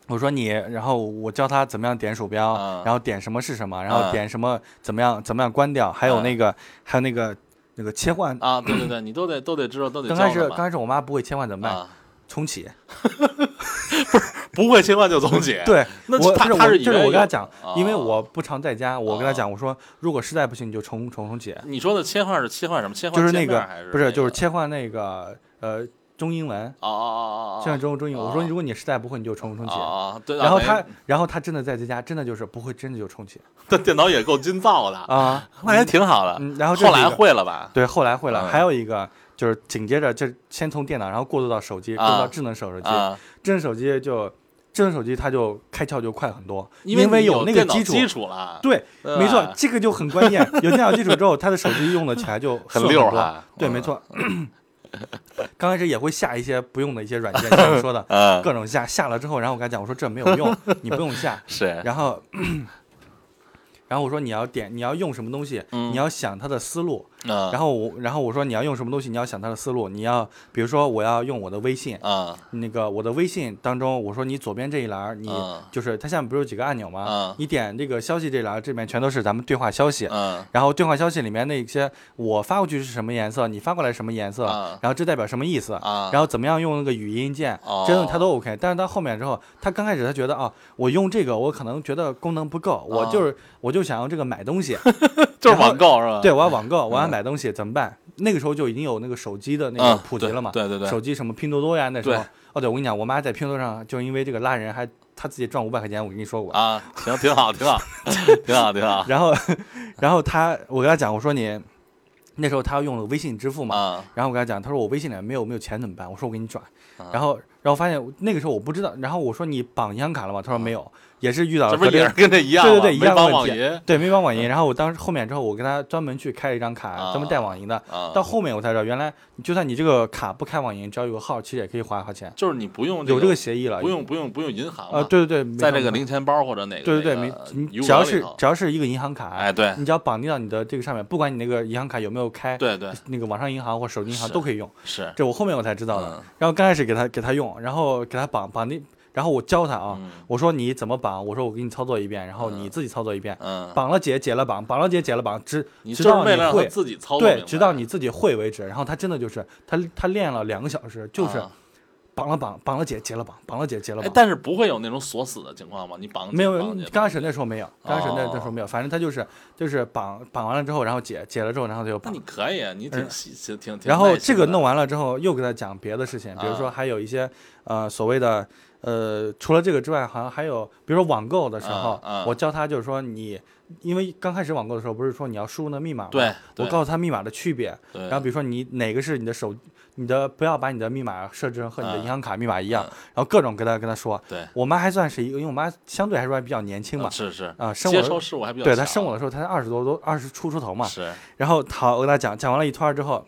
[SPEAKER 2] 我说你，然后我教他怎么样点鼠标，
[SPEAKER 1] 啊
[SPEAKER 2] 然后点什么是什么，然后
[SPEAKER 1] 啊
[SPEAKER 2] 点什么怎么样怎么样关掉，还有
[SPEAKER 1] 啊
[SPEAKER 2] 那个、还有那个那个切换。
[SPEAKER 1] 啊，对对对，你都得都得知道，都得
[SPEAKER 2] 刚
[SPEAKER 1] 教
[SPEAKER 2] 开始
[SPEAKER 1] 他
[SPEAKER 2] 刚
[SPEAKER 1] 嘛
[SPEAKER 2] 开始我妈不会切换怎么办？
[SPEAKER 1] 啊，
[SPEAKER 2] 重启。
[SPEAKER 1] 不会切换就重启，
[SPEAKER 2] 对，
[SPEAKER 1] 那
[SPEAKER 2] 我
[SPEAKER 1] 他
[SPEAKER 2] 不是
[SPEAKER 1] 他
[SPEAKER 2] 我
[SPEAKER 1] 是以
[SPEAKER 2] 就是
[SPEAKER 1] 为
[SPEAKER 2] 我跟他
[SPEAKER 1] 有
[SPEAKER 2] 讲
[SPEAKER 1] 啊，
[SPEAKER 2] 因为我不常在家，我跟他
[SPEAKER 1] 啊
[SPEAKER 2] 讲，我说如果实在不行你就重重重启，
[SPEAKER 1] 你说的切换是切换什么？切换
[SPEAKER 2] 就是
[SPEAKER 1] 界
[SPEAKER 2] 那
[SPEAKER 1] 面
[SPEAKER 2] 个
[SPEAKER 1] 还是
[SPEAKER 2] 不是
[SPEAKER 1] 那
[SPEAKER 2] 就是
[SPEAKER 1] 个
[SPEAKER 2] 切换那个呃中英文，
[SPEAKER 1] 哦哦哦哦哦，
[SPEAKER 2] 切换中中英文。我说
[SPEAKER 1] 啊
[SPEAKER 2] 如果你实在不会你就重重启
[SPEAKER 1] 啊。啊，对，啊
[SPEAKER 2] 然后
[SPEAKER 1] 没
[SPEAKER 2] 他，然后他真的在这家，真的就是不会，真的就重启
[SPEAKER 1] 这电脑也够劲造的，
[SPEAKER 2] 啊。
[SPEAKER 1] 那也挺好的。
[SPEAKER 2] 嗯然后这
[SPEAKER 1] 后
[SPEAKER 2] 是一
[SPEAKER 1] 来
[SPEAKER 2] 个
[SPEAKER 1] 会了吧？
[SPEAKER 2] 对，后来会了。
[SPEAKER 1] 嗯
[SPEAKER 2] 还有一个就是紧接着就是先从电脑，然后过渡到手机，过渡
[SPEAKER 1] 啊
[SPEAKER 2] 到智能手手机。
[SPEAKER 1] 啊，
[SPEAKER 2] 智能手机就智能手机它就开窍就快很多，因
[SPEAKER 1] 为你
[SPEAKER 2] 有那个
[SPEAKER 1] 电脑
[SPEAKER 2] 基
[SPEAKER 1] 基
[SPEAKER 2] 础。
[SPEAKER 1] 础嗯了，
[SPEAKER 2] 对，
[SPEAKER 1] 对
[SPEAKER 2] 没错
[SPEAKER 1] 吧，
[SPEAKER 2] 这个就很 关键。有电脑基础之后，它的手机用的起来就
[SPEAKER 1] 很
[SPEAKER 2] 顺
[SPEAKER 1] 溜
[SPEAKER 2] 多
[SPEAKER 1] 哈
[SPEAKER 2] 对，没
[SPEAKER 1] 嗯
[SPEAKER 2] 错。刚开始也会下一些不用的一些软件，像你说的
[SPEAKER 1] 嗯，
[SPEAKER 2] 各种下，下了之后，然后我跟他讲，我说这没有 用，你不用下。
[SPEAKER 1] 是
[SPEAKER 2] 然后， 然后我说你要点，你要用什么东西，
[SPEAKER 1] 嗯
[SPEAKER 2] 你要想它的思路，
[SPEAKER 1] 嗯
[SPEAKER 2] 然后我，然后我说你要用什么东西，你要想它的思路，你要比如说我要用我的微信，
[SPEAKER 1] 啊
[SPEAKER 2] 那个我的微信当中，我说你左边这一栏儿，你
[SPEAKER 1] 嗯
[SPEAKER 2] 就是它下面不是有几个按钮吗？
[SPEAKER 1] 嗯
[SPEAKER 2] 你点这个消息这栏儿，这里面全都是咱们对话消息。
[SPEAKER 1] 嗯
[SPEAKER 2] 然后对话消息里面那些我发过去是什么颜色，你发过来什么颜色，
[SPEAKER 1] 嗯
[SPEAKER 2] 然后这代表什么意思，
[SPEAKER 1] 啊，
[SPEAKER 2] 然
[SPEAKER 1] 后
[SPEAKER 2] 后怎么样用那个语音键，
[SPEAKER 1] 哦
[SPEAKER 2] 这些东西他都 OK。但是到后面之后，他刚开始他觉得啊，我用这个我可能觉得功能不够，我
[SPEAKER 1] 哦
[SPEAKER 2] 就是我就想用这个买东西，
[SPEAKER 1] 就是
[SPEAKER 2] 然后
[SPEAKER 1] 网购是吧？
[SPEAKER 2] 对，我要网购，我要
[SPEAKER 1] 嗯
[SPEAKER 2] 买东西怎么办？那个时候就已经有那个手机的那个
[SPEAKER 1] 嗯
[SPEAKER 2] 普及
[SPEAKER 1] 对
[SPEAKER 2] 了嘛，
[SPEAKER 1] 对对对
[SPEAKER 2] 手机什么拼多多呀，那时候
[SPEAKER 1] 对。
[SPEAKER 2] 哦，对，我跟你讲，我妈在拼多多上就因为这个拉人还，她自己赚五百块钱，我跟你说过。
[SPEAKER 1] 啊，行， 挺好，挺好，挺好，挺好
[SPEAKER 2] 然后，然后她，我跟她讲，我说你，那时候他用了微信支付嘛，
[SPEAKER 1] 啊，
[SPEAKER 2] 然后我跟他讲，他说我微信里面没有没有钱怎么办？我说我给你转。
[SPEAKER 1] 啊
[SPEAKER 2] 然后然后发现那个时候我不知道，然后我说你绑银行卡了吗？他说没有，也是遇到
[SPEAKER 1] 啊这
[SPEAKER 2] 了
[SPEAKER 1] 不
[SPEAKER 2] 和
[SPEAKER 1] 是也
[SPEAKER 2] 别
[SPEAKER 1] 是跟这一样
[SPEAKER 2] 对
[SPEAKER 1] 吗？
[SPEAKER 2] 对对一
[SPEAKER 1] 没
[SPEAKER 2] 样的
[SPEAKER 1] 绑
[SPEAKER 2] 问
[SPEAKER 1] 网
[SPEAKER 2] 题
[SPEAKER 1] 银
[SPEAKER 2] 对没绑网银。然后我当时后面之后，我跟他专门去开了一张卡，专门带网银的。
[SPEAKER 1] 啊，
[SPEAKER 2] 到后面我才知道，原来就算你这个卡不开网银，只要有个号，其实也可以花花钱，
[SPEAKER 1] 就是你不用
[SPEAKER 2] 有
[SPEAKER 1] 这
[SPEAKER 2] 这个协议了。
[SPEAKER 1] 不用不用不用银行
[SPEAKER 2] 啊，
[SPEAKER 1] 嘛，
[SPEAKER 2] 对对对，
[SPEAKER 1] 在
[SPEAKER 2] 没
[SPEAKER 1] 这个
[SPEAKER 2] 错
[SPEAKER 1] 零钱包或者哪个
[SPEAKER 2] 对对对，
[SPEAKER 1] 那
[SPEAKER 2] 没
[SPEAKER 1] 个
[SPEAKER 2] 你
[SPEAKER 1] 余
[SPEAKER 2] 只要
[SPEAKER 1] 额里
[SPEAKER 2] 是嗯
[SPEAKER 1] 头
[SPEAKER 2] 只要是一个银行卡，
[SPEAKER 1] 哎对
[SPEAKER 2] 你只要绑定到你的这个上面，不管你那个银行卡有没有开，
[SPEAKER 1] 对对
[SPEAKER 2] 那个网上银行或手机银行
[SPEAKER 1] 是
[SPEAKER 2] 都可以用。
[SPEAKER 1] 是
[SPEAKER 2] 这我后面我才知道的。
[SPEAKER 1] 嗯
[SPEAKER 2] 然后刚开始给他给他用，然后给他绑绑定，然后我教他啊，
[SPEAKER 1] 嗯
[SPEAKER 2] 我说你怎么绑，我说我给你操作一遍，然后
[SPEAKER 1] 嗯
[SPEAKER 2] 你自己操作一遍，
[SPEAKER 1] 嗯，
[SPEAKER 2] 绑了解解了绑，绑了解解了绑，直
[SPEAKER 1] 你
[SPEAKER 2] 直
[SPEAKER 1] 就是
[SPEAKER 2] 到
[SPEAKER 1] 为
[SPEAKER 2] 你
[SPEAKER 1] 了让他
[SPEAKER 2] 会，
[SPEAKER 1] 自己操作明
[SPEAKER 2] 对
[SPEAKER 1] 白，
[SPEAKER 2] 直到你自己会为止。然后他真的就是他他练了两个小时，就是
[SPEAKER 1] 啊
[SPEAKER 2] 绑了绑，绑了解解了绑，绑了解解了
[SPEAKER 1] 哎，
[SPEAKER 2] 绑。
[SPEAKER 1] 但是不会有那种锁死的情况吗？你绑
[SPEAKER 2] 没有，
[SPEAKER 1] 绑
[SPEAKER 2] 嗯
[SPEAKER 1] 紧
[SPEAKER 2] 刚开始那时候没有，刚开始那
[SPEAKER 1] 哦
[SPEAKER 2] 那时候没有，反正他就是就是绑绑完了之后，然后解解了之后，然后他就
[SPEAKER 1] 那
[SPEAKER 2] 绑
[SPEAKER 1] 你。可以啊，你挺
[SPEAKER 2] 嗯
[SPEAKER 1] 细挺挺挺耐心的。
[SPEAKER 2] 然后这个弄完了之后，又跟他讲别的事情，比如说
[SPEAKER 1] 啊
[SPEAKER 2] 还有一些呃所谓的呃，除了这个之外，好像还有比如说网购的时候
[SPEAKER 1] 啊啊，
[SPEAKER 2] 我教他就是说你，因为刚开始网购的时候不是说你要输入那密码吗？
[SPEAKER 1] 对，
[SPEAKER 2] 我
[SPEAKER 1] 对
[SPEAKER 2] 告诉他密码的区别，
[SPEAKER 1] 对
[SPEAKER 2] 然后比如说你哪个是你的手，你的不要把你的密码设置成和你的
[SPEAKER 1] 嗯
[SPEAKER 2] 银行卡密码一样，
[SPEAKER 1] 嗯
[SPEAKER 2] 然后各种跟他跟他说。
[SPEAKER 1] 对
[SPEAKER 2] 我妈还算是一个，因为我妈相对来说还比较年轻
[SPEAKER 1] 呃
[SPEAKER 2] 嘛，
[SPEAKER 1] 是是
[SPEAKER 2] 啊生
[SPEAKER 1] 接
[SPEAKER 2] 我
[SPEAKER 1] 收事物还比较
[SPEAKER 2] 对她
[SPEAKER 1] 强
[SPEAKER 2] 生我的时候她才二十多多二十出出头嘛，
[SPEAKER 1] 是
[SPEAKER 2] 然后好，我跟他讲，讲完了一圈儿之后，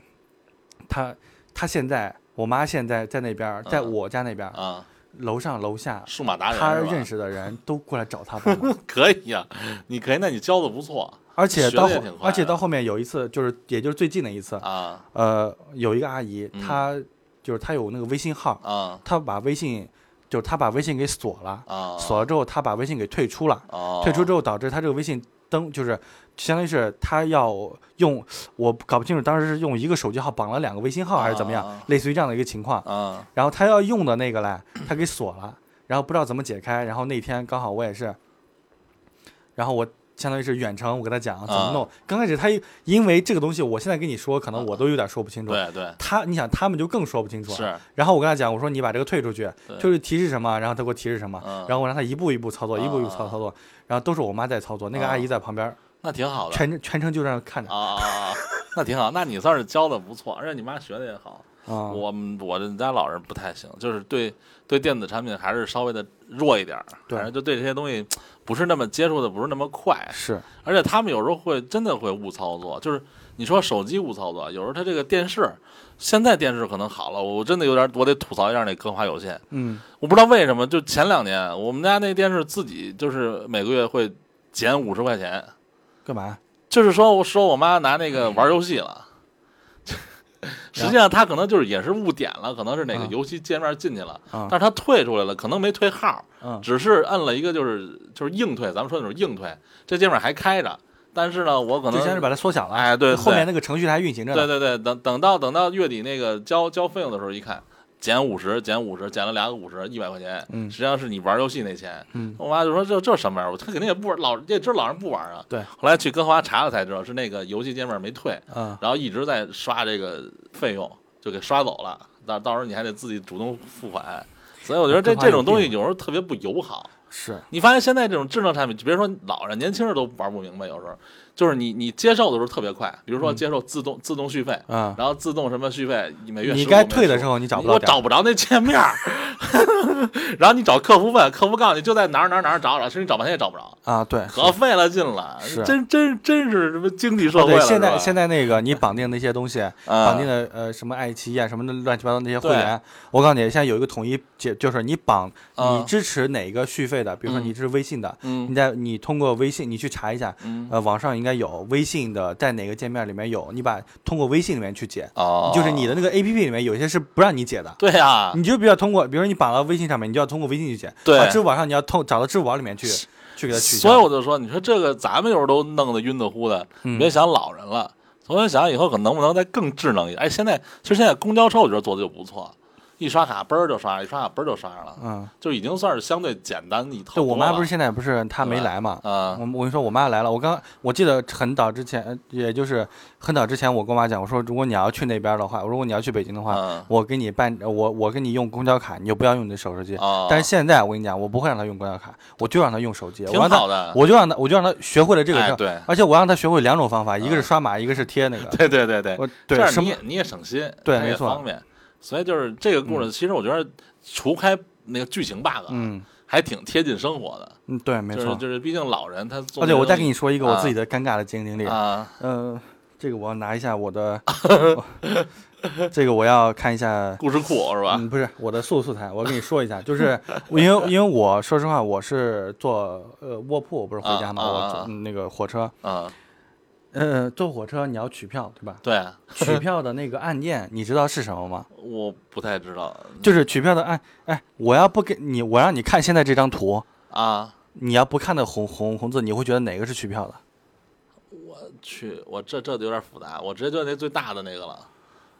[SPEAKER 2] 他他现在，我妈现在在那边儿，在
[SPEAKER 1] 嗯
[SPEAKER 2] 我家那边儿，
[SPEAKER 1] 啊，
[SPEAKER 2] 楼上楼下，
[SPEAKER 1] 数码达人
[SPEAKER 2] 他
[SPEAKER 1] 是吧
[SPEAKER 2] 认识的人都过来找他帮忙
[SPEAKER 1] 可以呀，你可以，那你教的不错
[SPEAKER 2] 而且
[SPEAKER 1] 学
[SPEAKER 2] 到
[SPEAKER 1] 得也
[SPEAKER 2] 后
[SPEAKER 1] 挺快
[SPEAKER 2] 而且
[SPEAKER 1] 的
[SPEAKER 2] 到后面有一次，就是也就是最近的一次，
[SPEAKER 1] 啊
[SPEAKER 2] 呃，有一个阿姨，
[SPEAKER 1] 嗯
[SPEAKER 2] 她就是她有那个微信号，
[SPEAKER 1] 啊
[SPEAKER 2] 她把微信就是她把微信给锁了，
[SPEAKER 1] 啊，
[SPEAKER 2] 锁了之后她把微信给退出了，
[SPEAKER 1] 哦
[SPEAKER 2] 退出之后导致他这个微信登就是相当于是他要用我搞不清楚当时是用一个手机号绑了两个微信号还是怎么样，
[SPEAKER 1] 啊
[SPEAKER 2] 类似于这样的一个情况。
[SPEAKER 1] 啊
[SPEAKER 2] 然后他要用的那个嘞，他给锁了，然后不知道怎么解开。然后那天刚好我也是，然后我。相当于是远程，我跟他
[SPEAKER 1] 啊
[SPEAKER 2] 讲怎么弄。刚开始他因为这个东西，我现在跟你说，可能我都有点说不清楚。
[SPEAKER 1] 啊对对
[SPEAKER 2] 他，你想他们就更说不清楚了。
[SPEAKER 1] 是
[SPEAKER 2] 然后我跟他讲，我说你把这个退出去，
[SPEAKER 1] 对
[SPEAKER 2] 就是提示什么，然后他给我提示什么，
[SPEAKER 1] 嗯
[SPEAKER 2] 然后我让他一步一步操作，一步一步操
[SPEAKER 1] 啊
[SPEAKER 2] 操作，然后都是我妈在操作，那个阿姨在旁边，
[SPEAKER 1] 那挺好的
[SPEAKER 2] 全全程就这样看着
[SPEAKER 1] 啊啊啊，啊那挺好，那你算是教的不错，而且你妈学的也好。
[SPEAKER 2] 啊。
[SPEAKER 1] 我们我们家老人不太行，就是对对电子产品还是稍微的弱一点儿，
[SPEAKER 2] 对
[SPEAKER 1] 反正就对这些东西不是那么接触的不是那么快，
[SPEAKER 2] 是
[SPEAKER 1] 而且他们有时候会真的会误操作，就是你说手机误操作，有时候他这个电视，现在电视可能好了，我真的有点我得吐槽一下那更华有线，
[SPEAKER 2] 嗯
[SPEAKER 1] 我不知道为什么，就前两年我们家那电视自己就是每个月会减五十块钱，
[SPEAKER 2] 干嘛？
[SPEAKER 1] 就是说我说我妈拿那
[SPEAKER 2] 嗯
[SPEAKER 1] 个玩游戏了， 实际上她可能就是也是误点了，可能是哪个
[SPEAKER 2] 啊
[SPEAKER 1] 游戏界面进去了，
[SPEAKER 2] 啊
[SPEAKER 1] 但是她退出来了，可能没退号，
[SPEAKER 2] 嗯
[SPEAKER 1] 只是摁了一个就是就是硬退，咱们说那种硬退，这界面还开着，但是呢，我可
[SPEAKER 2] 就
[SPEAKER 1] 能
[SPEAKER 2] 先是把它缩小了，
[SPEAKER 1] 哎对
[SPEAKER 2] 后
[SPEAKER 1] 对
[SPEAKER 2] 面那个程序还运行着
[SPEAKER 1] 对
[SPEAKER 2] 呢。
[SPEAKER 1] 对对，等等到等到月底那个交交费用的时候，一看减五十，减五十，减了两个五十，一百块钱，
[SPEAKER 2] 嗯
[SPEAKER 1] 实际上是你玩游戏那钱。
[SPEAKER 2] 嗯
[SPEAKER 1] 我妈就说这这什么玩意儿？我她肯定也不玩，老也知道老人不玩啊。
[SPEAKER 2] 对
[SPEAKER 1] 后来去跟花查了才知道是那个游戏界面没退，
[SPEAKER 2] 嗯，
[SPEAKER 1] 然后一直在刷这个费用，就给刷走了。到到时候你还得自己主动付款，所以我觉得这
[SPEAKER 2] 跟花
[SPEAKER 1] 这
[SPEAKER 2] 有
[SPEAKER 1] 种东西
[SPEAKER 2] 病啊
[SPEAKER 1] 有时候特别不友好。
[SPEAKER 2] 是
[SPEAKER 1] 你发现现在这种智能产品，就别说老人，年轻人都玩不明白。有时候就是你你接受的时候特别快，比如说接受自动、自动续费，
[SPEAKER 2] 嗯啊，
[SPEAKER 1] 然后自动什么续费每月
[SPEAKER 2] 你
[SPEAKER 1] 15
[SPEAKER 2] 该退的
[SPEAKER 1] 每月
[SPEAKER 2] 时候你找不
[SPEAKER 1] 我
[SPEAKER 2] 到点儿
[SPEAKER 1] 找不着那界面儿， 然后你找客服问，客服告诉你就在哪儿哪儿哪儿找找，其实你找半天也找不着，
[SPEAKER 2] 啊，对。
[SPEAKER 1] 可费了劲了，
[SPEAKER 2] 是哦
[SPEAKER 1] 真真真是什么经济社会
[SPEAKER 2] 对，
[SPEAKER 1] 了。
[SPEAKER 2] 现在
[SPEAKER 1] 是吧
[SPEAKER 2] 现在那个你绑定那些东西，
[SPEAKER 1] 啊
[SPEAKER 2] 绑定的呃什么爱奇艺啊什么的乱七八糟那些会
[SPEAKER 1] 对
[SPEAKER 2] 员，我告诉你，现在有一个统一解，就是你绑
[SPEAKER 1] 啊
[SPEAKER 2] 你支持哪个续费的，比如说
[SPEAKER 1] 嗯
[SPEAKER 2] 你支持微信的，你
[SPEAKER 1] 嗯
[SPEAKER 2] 在你通过微信你去查一下，
[SPEAKER 1] 嗯
[SPEAKER 2] 呃，网上应该有微信的，在哪个界面里面有，你把通过微信里面去解，
[SPEAKER 1] 哦，
[SPEAKER 2] 就是你的那个 A P P 里面有些是不让你解的，
[SPEAKER 1] 对啊呀，
[SPEAKER 2] 你就必须要通过，比如说你绑到微信上面，你就要通过微信去解，
[SPEAKER 1] 对
[SPEAKER 2] 啊支付宝上你要通找到支付宝里面去去给它取消，
[SPEAKER 1] 所以我就说，你说这个咱们有时候都弄得晕得乎的，
[SPEAKER 2] 嗯
[SPEAKER 1] 别想老人了。从小想以后可能不能再更智能一点？哎，现在其实现在公交车我觉得做的就不错，一刷卡嘣儿就刷上，一刷卡嘣儿就刷上了，
[SPEAKER 2] 嗯，
[SPEAKER 1] 就已经算是相对简单一套
[SPEAKER 2] 对
[SPEAKER 1] 多了。
[SPEAKER 2] 我妈不是现在不是她没来嘛，
[SPEAKER 1] 啊
[SPEAKER 2] 我我跟你说，我妈来了，我刚我记得很早之前，呃也就是很早之前，我跟我妈讲，我说如果你要去那边的话，如果你要去北京的话，
[SPEAKER 1] 嗯
[SPEAKER 2] 我给你办，呃我我给你用公交卡，你就不要用你的手机。
[SPEAKER 1] 啊，
[SPEAKER 2] 但是现在我跟你讲，我不会让她用公交卡，我就让她用手机，我
[SPEAKER 1] 挺
[SPEAKER 2] 让她
[SPEAKER 1] 好的，
[SPEAKER 2] 我就让她我就让她学会了这个事
[SPEAKER 1] 哎
[SPEAKER 2] 儿，
[SPEAKER 1] 对
[SPEAKER 2] 而且我让她学会两种方法，一个是
[SPEAKER 1] 嗯
[SPEAKER 2] 刷码，一个是贴那个。
[SPEAKER 1] 对对对对，
[SPEAKER 2] 我
[SPEAKER 1] 这
[SPEAKER 2] 对
[SPEAKER 1] 样
[SPEAKER 2] 什
[SPEAKER 1] 你
[SPEAKER 2] 么
[SPEAKER 1] 也你也省心，
[SPEAKER 2] 对
[SPEAKER 1] 它
[SPEAKER 2] 没
[SPEAKER 1] 也
[SPEAKER 2] 错
[SPEAKER 1] 方便。所以就是这个故事，其实我觉得除开那个剧情 bug，
[SPEAKER 2] 嗯
[SPEAKER 1] 还挺贴近生活的。
[SPEAKER 2] 嗯对没
[SPEAKER 1] 就
[SPEAKER 2] 错
[SPEAKER 1] 是。就是，毕竟老人他做
[SPEAKER 2] 而
[SPEAKER 1] 这东
[SPEAKER 2] 且
[SPEAKER 1] 西。
[SPEAKER 2] 我再给你说一个我
[SPEAKER 1] 啊
[SPEAKER 2] 自己的尴尬的经历，
[SPEAKER 1] 啊，
[SPEAKER 2] 嗯，这个我要拿一下 我的，这个我要看一下
[SPEAKER 1] 故事库是吧？
[SPEAKER 2] 嗯，不是我的素素材，我跟你说一下， 就是我因为因为我说实话，我是坐呃卧铺，我不是回家嘛，
[SPEAKER 1] 啊啊
[SPEAKER 2] 我
[SPEAKER 1] 啊
[SPEAKER 2] 坐
[SPEAKER 1] 啊
[SPEAKER 2] 嗯那个火车，
[SPEAKER 1] 嗯，？
[SPEAKER 2] 呃，坐火车你要取票对吧
[SPEAKER 1] 对，
[SPEAKER 2] 取票的那个按键你知道是什么吗？
[SPEAKER 1] 我不太知道
[SPEAKER 2] 就是取票的按，哎，我要不给你，我让你看现在这张图，
[SPEAKER 1] 啊。
[SPEAKER 2] 你要不看那红红红字，你会觉得哪个是取票的？
[SPEAKER 1] 去，我这这有点复杂，我直接就那最大的那个了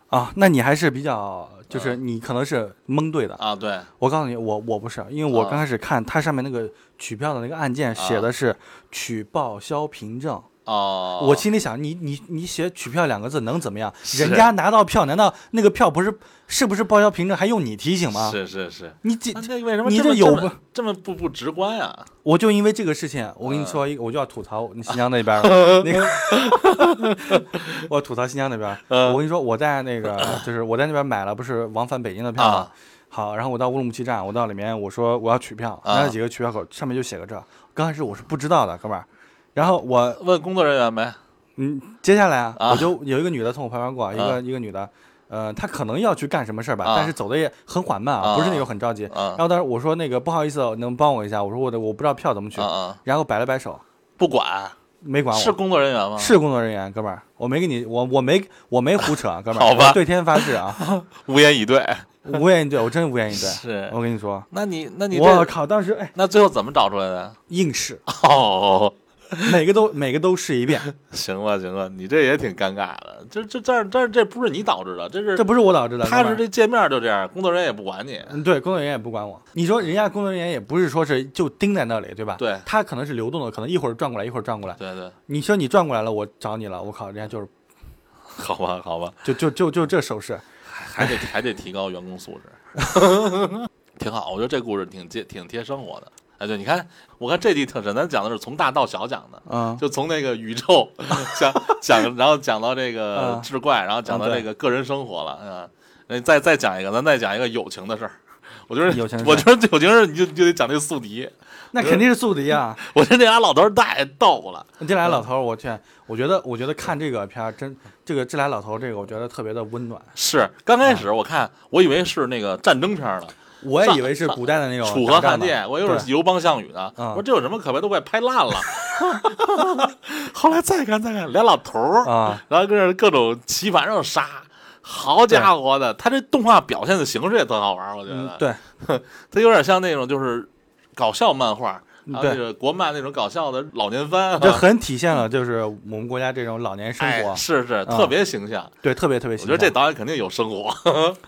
[SPEAKER 2] 啊，那你还是比较，就是你可能是蒙对的。
[SPEAKER 1] 啊。对，
[SPEAKER 2] 我告诉你，我我不是，因为我
[SPEAKER 1] 啊
[SPEAKER 2] 刚开始看它上面那个取票的那个按键写
[SPEAKER 1] 啊
[SPEAKER 2] 的是取报销凭证，
[SPEAKER 1] 哦，
[SPEAKER 2] 我心里想，你你你写取票两个字能怎么样？
[SPEAKER 1] 是
[SPEAKER 2] 人家拿到票，难道那个票不是是不是报销凭证还用你提醒吗？
[SPEAKER 1] 是是是。
[SPEAKER 2] 你这
[SPEAKER 1] 那这为什么
[SPEAKER 2] 你
[SPEAKER 1] 这么
[SPEAKER 2] 这有
[SPEAKER 1] 这么这么不不直观啊呀？
[SPEAKER 2] 我就因为这个事情，我跟你
[SPEAKER 1] 嗯
[SPEAKER 2] 说一个，我就要吐槽你新疆那边儿 那个， 我吐槽新疆那边儿。
[SPEAKER 1] 嗯
[SPEAKER 2] 我跟你说，我在 那个就是我在那边买了不是往返北京的票吗
[SPEAKER 1] 啊？
[SPEAKER 2] 好，然后我到乌鲁木齐站，我到里面我说我要取票，
[SPEAKER 1] 啊
[SPEAKER 2] 那几个取票口上面就写个这，刚开始我是不知道的，哥们儿。然后我
[SPEAKER 1] 问工作人员呗。
[SPEAKER 2] 嗯，接下来啊，
[SPEAKER 1] 啊
[SPEAKER 2] 我就有一个女的从我旁边过，一个一个女的，呃，她可能要去干什么事儿吧，
[SPEAKER 1] 啊
[SPEAKER 2] 但是走的也很缓慢
[SPEAKER 1] 啊
[SPEAKER 2] 不是那种很着急。
[SPEAKER 1] 啊
[SPEAKER 2] 然后当时我说那个不好意思哦，能帮我一下？我说我的我不知道票怎么取
[SPEAKER 1] 啊，啊，
[SPEAKER 2] 然后摆了摆手，
[SPEAKER 1] 不管
[SPEAKER 2] 没管我。
[SPEAKER 1] 是工作人员吗？
[SPEAKER 2] 是工作人员，哥们儿，我没给你，我我没我没 胡扯，哥们儿，
[SPEAKER 1] 好吧
[SPEAKER 2] 我对天发誓啊，
[SPEAKER 1] 无言以对。
[SPEAKER 2] 无言以对，我真无言以 对。
[SPEAKER 1] 是
[SPEAKER 2] 我跟你说，
[SPEAKER 1] 那你那你
[SPEAKER 2] 我
[SPEAKER 1] 这
[SPEAKER 2] 靠，当时哎，
[SPEAKER 1] 那最后怎么找出来的？
[SPEAKER 2] 硬 试，
[SPEAKER 1] 哦，
[SPEAKER 2] 每个都每个都试一遍，
[SPEAKER 1] 行了行了，你这也挺尴尬的。这这这这这不是你导致的，这是
[SPEAKER 2] 这不是我导致的，
[SPEAKER 1] 他
[SPEAKER 2] 哥们
[SPEAKER 1] 是
[SPEAKER 2] 儿
[SPEAKER 1] 这界面就这样，工作人员也不管你。
[SPEAKER 2] 嗯，对，工作人员也不管我。你说人家工作人员也不是说是就盯在那里，对吧？
[SPEAKER 1] 对
[SPEAKER 2] 他可能是流动的，可能一会儿转过来，一会儿转过来。
[SPEAKER 1] 对 对，
[SPEAKER 2] 你说你转过来了，我找你了，我靠，人家就是
[SPEAKER 1] 好吧好吧，
[SPEAKER 2] 就就就就这手势。
[SPEAKER 1] 还得还得提高员工素质， 挺好。我觉得这故事挺贴挺贴生活的。哎，对，你看，我看这集特深，咱讲的是从大到小讲的，
[SPEAKER 2] 嗯，
[SPEAKER 1] 就从那个宇宙讲讲，然后讲到这个
[SPEAKER 2] 嗯
[SPEAKER 1] 志怪，然后讲到
[SPEAKER 2] 嗯对
[SPEAKER 1] 这个个人生活了，啊，那再再讲一个，咱再讲一个友情的事儿。我觉得
[SPEAKER 2] 友情的事儿
[SPEAKER 1] 我觉得友情是你就你就得讲这宿敌，
[SPEAKER 2] 那肯定是宿敌啊！
[SPEAKER 1] 我觉得这俩老头儿太逗了，
[SPEAKER 2] 这俩老头儿，我劝，我觉得，我觉得看这个片儿真，这个这俩老头儿，这个我觉得特别的温暖。
[SPEAKER 1] 是刚
[SPEAKER 2] 啊
[SPEAKER 1] 开始我看我以为是那个战争片儿呢，
[SPEAKER 2] 我也以为是古代的那种
[SPEAKER 1] 楚
[SPEAKER 2] 打
[SPEAKER 1] 河
[SPEAKER 2] 仗
[SPEAKER 1] 汉
[SPEAKER 2] 嘛
[SPEAKER 1] 界，我又是
[SPEAKER 2] 对
[SPEAKER 1] 刘邦项羽呢。
[SPEAKER 2] 嗯
[SPEAKER 1] 我说这有什么可拍，都快拍烂了。 后来再看再看，俩老头儿，
[SPEAKER 2] 啊，
[SPEAKER 1] 然后跟着各种棋盘上杀，好家伙的，他这动画表现的形式也特好玩儿，我觉
[SPEAKER 2] 嗯
[SPEAKER 1] 得，，
[SPEAKER 2] 对，
[SPEAKER 1] 他有点像那种就是搞笑漫画，还有
[SPEAKER 2] 嗯对
[SPEAKER 1] 那个国漫那种搞笑的老年番啊，
[SPEAKER 2] 这很体现了就是我们国家这种老年生活，
[SPEAKER 1] 哎，是是，
[SPEAKER 2] 嗯
[SPEAKER 1] 特别形象。
[SPEAKER 2] 对，特别特
[SPEAKER 1] 我
[SPEAKER 2] 别喜
[SPEAKER 1] 觉
[SPEAKER 2] 欢。
[SPEAKER 1] 得这导演肯定有生 活，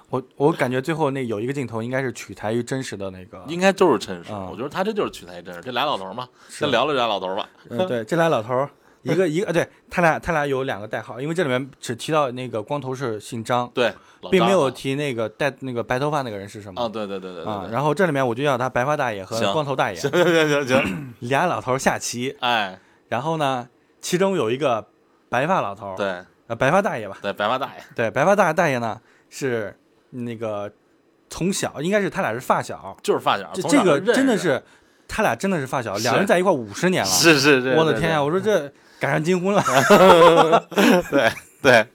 [SPEAKER 2] 我我感觉最后那有一个镜头应该是取材于真实的那个，
[SPEAKER 1] 应该就是陈实。
[SPEAKER 2] 嗯
[SPEAKER 1] 我觉得他这就是取材真实。这俩老头儿嘛，
[SPEAKER 2] 是
[SPEAKER 1] 先聊聊这俩老头儿吧。
[SPEAKER 2] 嗯，对，这俩老头儿，一个一个，啊对他俩他俩有两个代号，因为这里面只提到那个光头是姓张，
[SPEAKER 1] 对，老
[SPEAKER 2] 并
[SPEAKER 1] 张
[SPEAKER 2] 没有
[SPEAKER 1] 啊
[SPEAKER 2] 提那个戴那个白头发那个人是什么
[SPEAKER 1] 啊，对对对对对
[SPEAKER 2] 啊
[SPEAKER 1] 对。
[SPEAKER 2] 然后这里面我就叫他白发大爷和
[SPEAKER 1] 行
[SPEAKER 2] 光头大爷，
[SPEAKER 1] 行行行行，
[SPEAKER 2] 俩老头儿下棋，
[SPEAKER 1] 哎，
[SPEAKER 2] 然后呢，其中有一个白发老头儿，
[SPEAKER 1] 对
[SPEAKER 2] 呃，白发大爷吧，
[SPEAKER 1] 对，白发大爷，
[SPEAKER 2] 对，白发大大爷呢是那个从小应该是他俩是发小，
[SPEAKER 1] 就是发小，啊
[SPEAKER 2] 这
[SPEAKER 1] 从小
[SPEAKER 2] 这个
[SPEAKER 1] 就认识
[SPEAKER 2] 真的是他俩真的是发小，
[SPEAKER 1] 是
[SPEAKER 2] 两人在一块五十年了，
[SPEAKER 1] 是是是，
[SPEAKER 2] 我的
[SPEAKER 1] 是
[SPEAKER 2] 天呀、，我说 这赶上金婚了。
[SPEAKER 1] 是对对，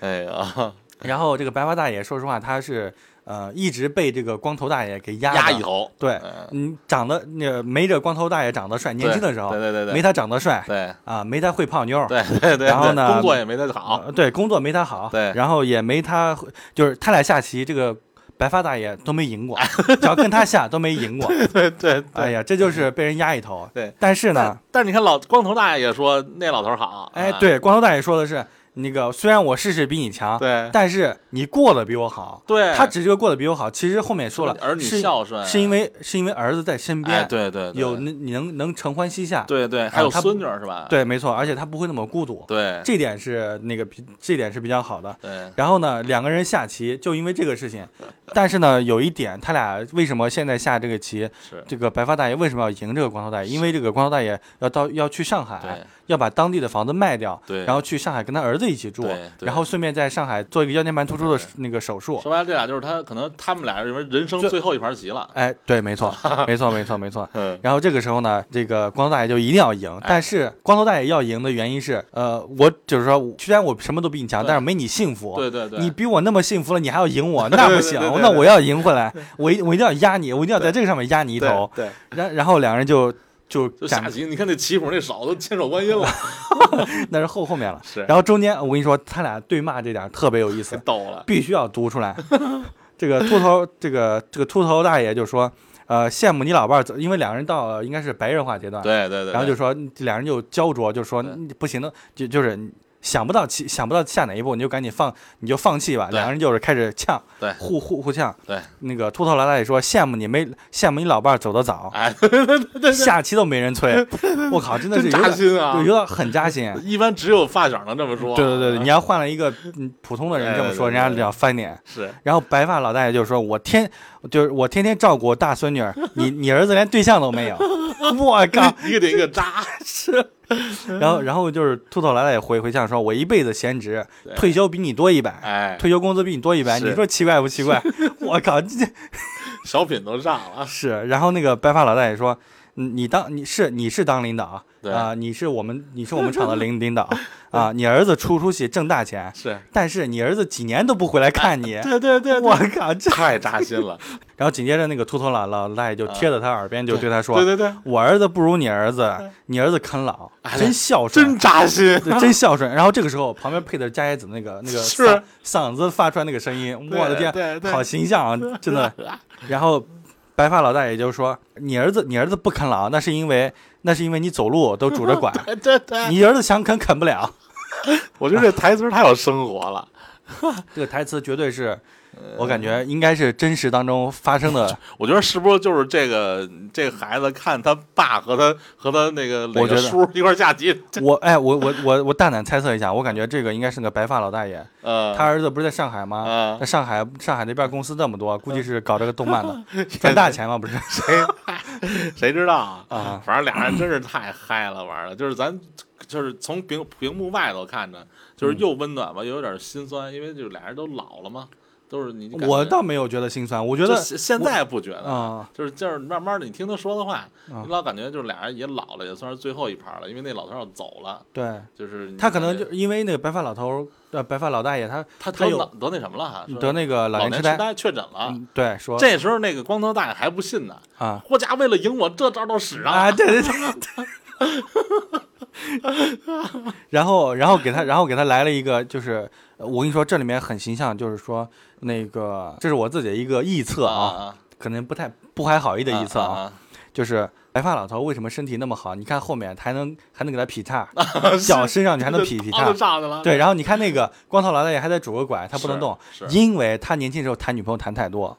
[SPEAKER 1] 哎呀，
[SPEAKER 2] 然后这个白发大爷，说实话他是呃一直被这个光头大爷给压
[SPEAKER 1] 压
[SPEAKER 2] 的
[SPEAKER 1] 一。头，
[SPEAKER 2] 对
[SPEAKER 1] 嗯，
[SPEAKER 2] 嗯，长得那个没这光头大爷长得帅，年轻的时候
[SPEAKER 1] 对对对对
[SPEAKER 2] 没他长得帅
[SPEAKER 1] 对
[SPEAKER 2] 啊，没他会泡妞儿，
[SPEAKER 1] 对对对，
[SPEAKER 2] 然后
[SPEAKER 1] 对
[SPEAKER 2] 呢
[SPEAKER 1] 工作也没他好，
[SPEAKER 2] 呃对，工作没他好，
[SPEAKER 1] 对
[SPEAKER 2] 然后也没他会，就是他俩下棋，这个白发大爷都没 赢过，只要跟他下都没赢过，
[SPEAKER 1] 对 对
[SPEAKER 2] 哎
[SPEAKER 1] 对。
[SPEAKER 2] 呀，这就是被人压一头。
[SPEAKER 1] 对
[SPEAKER 2] 但是呢
[SPEAKER 1] 但，但是你看老光头大爷也说那老头好，
[SPEAKER 2] 哎
[SPEAKER 1] 啊，
[SPEAKER 2] 对，光头大爷说的是，那个虽然我事事比你强，
[SPEAKER 1] 对
[SPEAKER 2] 但是你过得比我好。
[SPEAKER 1] 对，
[SPEAKER 2] 他只是过得比我好，其实后面也说了，
[SPEAKER 1] 儿女
[SPEAKER 2] 是
[SPEAKER 1] 孝顺，
[SPEAKER 2] 是因为是因为儿子在身边，
[SPEAKER 1] 哎，对对，对
[SPEAKER 2] 有那你能能承欢膝下，
[SPEAKER 1] 对对，还有
[SPEAKER 2] 他
[SPEAKER 1] 孙女儿是吧？
[SPEAKER 2] 对没错，而且他不会那么孤独，
[SPEAKER 1] 对
[SPEAKER 2] 这点是那个比这点是比较好的。
[SPEAKER 1] 对
[SPEAKER 2] 然后呢，两个人下棋就因为这个事情，但是呢，有一点他俩为什么现在下这个棋，
[SPEAKER 1] 是，
[SPEAKER 2] 这个白发大爷为什么要赢这个光头大爷？因为这个光头大爷要到要去上海
[SPEAKER 1] 对，
[SPEAKER 2] 要把当地的房子卖掉，
[SPEAKER 1] 对
[SPEAKER 2] 然后去上海跟他儿子一起住
[SPEAKER 1] 对，对
[SPEAKER 2] 然后顺便在上海做一个腰间盘突出的那个手术。
[SPEAKER 1] 说白了，这俩就是他可能他们俩认为人生
[SPEAKER 2] 最
[SPEAKER 1] 最后一盘棋了。
[SPEAKER 2] 哎，对，没错，没错，没错，没错。
[SPEAKER 1] 嗯，
[SPEAKER 2] 然后这个时候呢，这个光头大爷就一定要赢，但是光头大爷要赢的原因是，呃，我就是说，虽然我什么都比你强，
[SPEAKER 1] 对
[SPEAKER 2] 但是没你幸福。
[SPEAKER 1] 对对对，
[SPEAKER 2] 你比我那么幸福了，你还要赢我，那不行
[SPEAKER 1] 对对，对
[SPEAKER 2] 那我要赢回来，我一我一定要压你，我一定要在这个上面压你一
[SPEAKER 1] 对
[SPEAKER 2] 头。
[SPEAKER 1] 对，
[SPEAKER 2] 然然后两个人就就
[SPEAKER 1] 就
[SPEAKER 2] 展
[SPEAKER 1] 下棋，你看那棋谱那手都千手观音 了，
[SPEAKER 2] 那是后后面了。
[SPEAKER 1] 是
[SPEAKER 2] 然后中间我跟你说，他俩对骂这点儿特别有意
[SPEAKER 1] 太
[SPEAKER 2] 思，
[SPEAKER 1] 逗了。
[SPEAKER 2] 必须要读 出来。这个秃头，这个这个秃头大爷就说，呃，羡慕你老伴儿走，因为两个人到了应该是白热化阶段，
[SPEAKER 1] 对对对，
[SPEAKER 2] 然后就说两人就焦灼，就说
[SPEAKER 1] 对
[SPEAKER 2] 你不行的，就就是想不到起想不到下哪一步，你就赶紧放，你就放弃吧。
[SPEAKER 1] 对
[SPEAKER 2] 两人就是开始呛，
[SPEAKER 1] 对
[SPEAKER 2] 互互互呛。
[SPEAKER 1] 对，
[SPEAKER 2] 那个秃头老大爷说羡慕你没羡慕你老伴儿走得早，啊
[SPEAKER 1] 哎，
[SPEAKER 2] 下棋都没人催，我靠，真的是
[SPEAKER 1] 真
[SPEAKER 2] 有
[SPEAKER 1] 扎
[SPEAKER 2] 点
[SPEAKER 1] 心啊
[SPEAKER 2] 对，！有点很扎心。
[SPEAKER 1] 一般只有发小能这么说。啊
[SPEAKER 2] 对对对对，你要换了一个嗯普通的人这么说，
[SPEAKER 1] 对对对
[SPEAKER 2] 人家
[SPEAKER 1] 对
[SPEAKER 2] 比较翻脸。
[SPEAKER 1] 是
[SPEAKER 2] 然后白发老大爷就说：“我天，就是我天天照顾我大孙女儿，你你儿子连对象都没 有，我靠！
[SPEAKER 1] 一个顶一个扎，
[SPEAKER 2] 然后，然后就是秃头来了也回回向说，我一辈子闲职，
[SPEAKER 1] 对
[SPEAKER 2] 退休比你多一百，
[SPEAKER 1] 哎，
[SPEAKER 2] 退休工资比你多一百，
[SPEAKER 1] 是
[SPEAKER 2] 你说奇怪不 奇怪？我靠，这这
[SPEAKER 1] 小品都上了啊。
[SPEAKER 2] 是。然后那个白发老大爷说，嗯你当你是你是当领导啊、
[SPEAKER 1] 对
[SPEAKER 2] 你是我们你是我们厂 的领领导啊，你儿子出出息挣大钱，
[SPEAKER 1] 是，
[SPEAKER 2] 但是你儿子几年都不回来 看你。
[SPEAKER 1] 对对对，
[SPEAKER 2] 我
[SPEAKER 1] 对
[SPEAKER 2] 靠，这
[SPEAKER 1] 太扎心了。
[SPEAKER 2] 然后紧接着那个秃头老老大爷就贴着他耳边就对他说：“
[SPEAKER 1] 啊对对对，
[SPEAKER 2] 我儿子不如你儿子，你儿子啃老，
[SPEAKER 1] 哎
[SPEAKER 2] 真孝顺，
[SPEAKER 1] 真扎心。
[SPEAKER 2] 对，真孝顺。然后这个时候旁边配的是加叶子那个那个
[SPEAKER 1] 是
[SPEAKER 2] 嗓嗓子发出来那个声音，我的 天，
[SPEAKER 1] 对对，
[SPEAKER 2] 好形象啊，真的。然后白发老大爷就说：“你儿子，你儿子不啃老，那是因为那是因为你走路都拄着 拐，
[SPEAKER 1] 对哎对对，
[SPEAKER 2] 你儿子想啃啃不了。
[SPEAKER 1] 我觉得这台词儿太有生活了。”
[SPEAKER 2] 这个台词绝对是
[SPEAKER 1] 呃
[SPEAKER 2] 我感觉应该是真实当中发 生的，
[SPEAKER 1] 我觉得是不是就是这个这个孩子看他爸和他和他那个哪
[SPEAKER 2] 我觉
[SPEAKER 1] 个
[SPEAKER 2] 得
[SPEAKER 1] 叔一块儿下棋，
[SPEAKER 2] 我哎，我我我我大胆猜测一下，我感觉这个应该是个白发老大爷，
[SPEAKER 1] 呃，
[SPEAKER 2] 他儿子不是在上海吗
[SPEAKER 1] 嗯？
[SPEAKER 2] 那上海上海那边公司那么多，估计是搞这个动 漫的，赚大钱嘛，不是？
[SPEAKER 1] 谁谁知道
[SPEAKER 2] 啊
[SPEAKER 1] 反正俩人真是太嗨了，玩儿的就是咱就是从屏屏幕外头看着，就是
[SPEAKER 2] 嗯
[SPEAKER 1] 又温暖吧，又有点心酸，因为就是俩人都老了嘛，都是你感觉
[SPEAKER 2] 我倒没有觉得心酸，我觉
[SPEAKER 1] 就
[SPEAKER 2] 得
[SPEAKER 1] 现现在不觉得。
[SPEAKER 2] 啊，
[SPEAKER 1] 就是就是慢慢的，你听他说的话，
[SPEAKER 2] 啊
[SPEAKER 1] 你老感觉就是俩人也老了，也算是最后一盘了，因为那老头儿要走了，
[SPEAKER 2] 对
[SPEAKER 1] 就是你
[SPEAKER 2] 他可能
[SPEAKER 1] 感觉
[SPEAKER 2] 就因为那个白发老头，呃，白发老大爷，他
[SPEAKER 1] 嗯他
[SPEAKER 2] 他
[SPEAKER 1] 得
[SPEAKER 2] 有
[SPEAKER 1] 脑得那什么了哈，说
[SPEAKER 2] 得那个
[SPEAKER 1] 老
[SPEAKER 2] 老
[SPEAKER 1] 年
[SPEAKER 2] 痴
[SPEAKER 1] 痴
[SPEAKER 2] 呆，
[SPEAKER 1] 呆确诊了。
[SPEAKER 2] 嗯对，说
[SPEAKER 1] 这时候那个光头大爷还不信呢，
[SPEAKER 2] 啊
[SPEAKER 1] 霍家为了赢我，这招都使上
[SPEAKER 2] 啊，
[SPEAKER 1] 了。
[SPEAKER 2] 对对对。然后，然后给他，然后给他来了一个，就是呃我跟你说，这里面很形象，就是说那个，这是我自己的一个臆测啊，
[SPEAKER 1] 啊，
[SPEAKER 2] 可能不太不怀好意的
[SPEAKER 1] 啊
[SPEAKER 2] 臆测
[SPEAKER 1] 啊
[SPEAKER 2] 啊，就是白发老头为什么身体那么好？你看后面还能还能给他劈叉，脚伸上去还能劈劈
[SPEAKER 1] 啊
[SPEAKER 2] 叉
[SPEAKER 1] 就，上去了。
[SPEAKER 2] 对，然后你看那个光头老大爷还在拄个拐，他不能
[SPEAKER 1] 是
[SPEAKER 2] 动
[SPEAKER 1] 是，
[SPEAKER 2] 因为他年轻时候谈女朋友谈太多，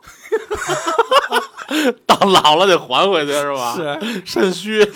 [SPEAKER 1] 到老了得还回去是吧？
[SPEAKER 2] 是
[SPEAKER 1] 肾虚。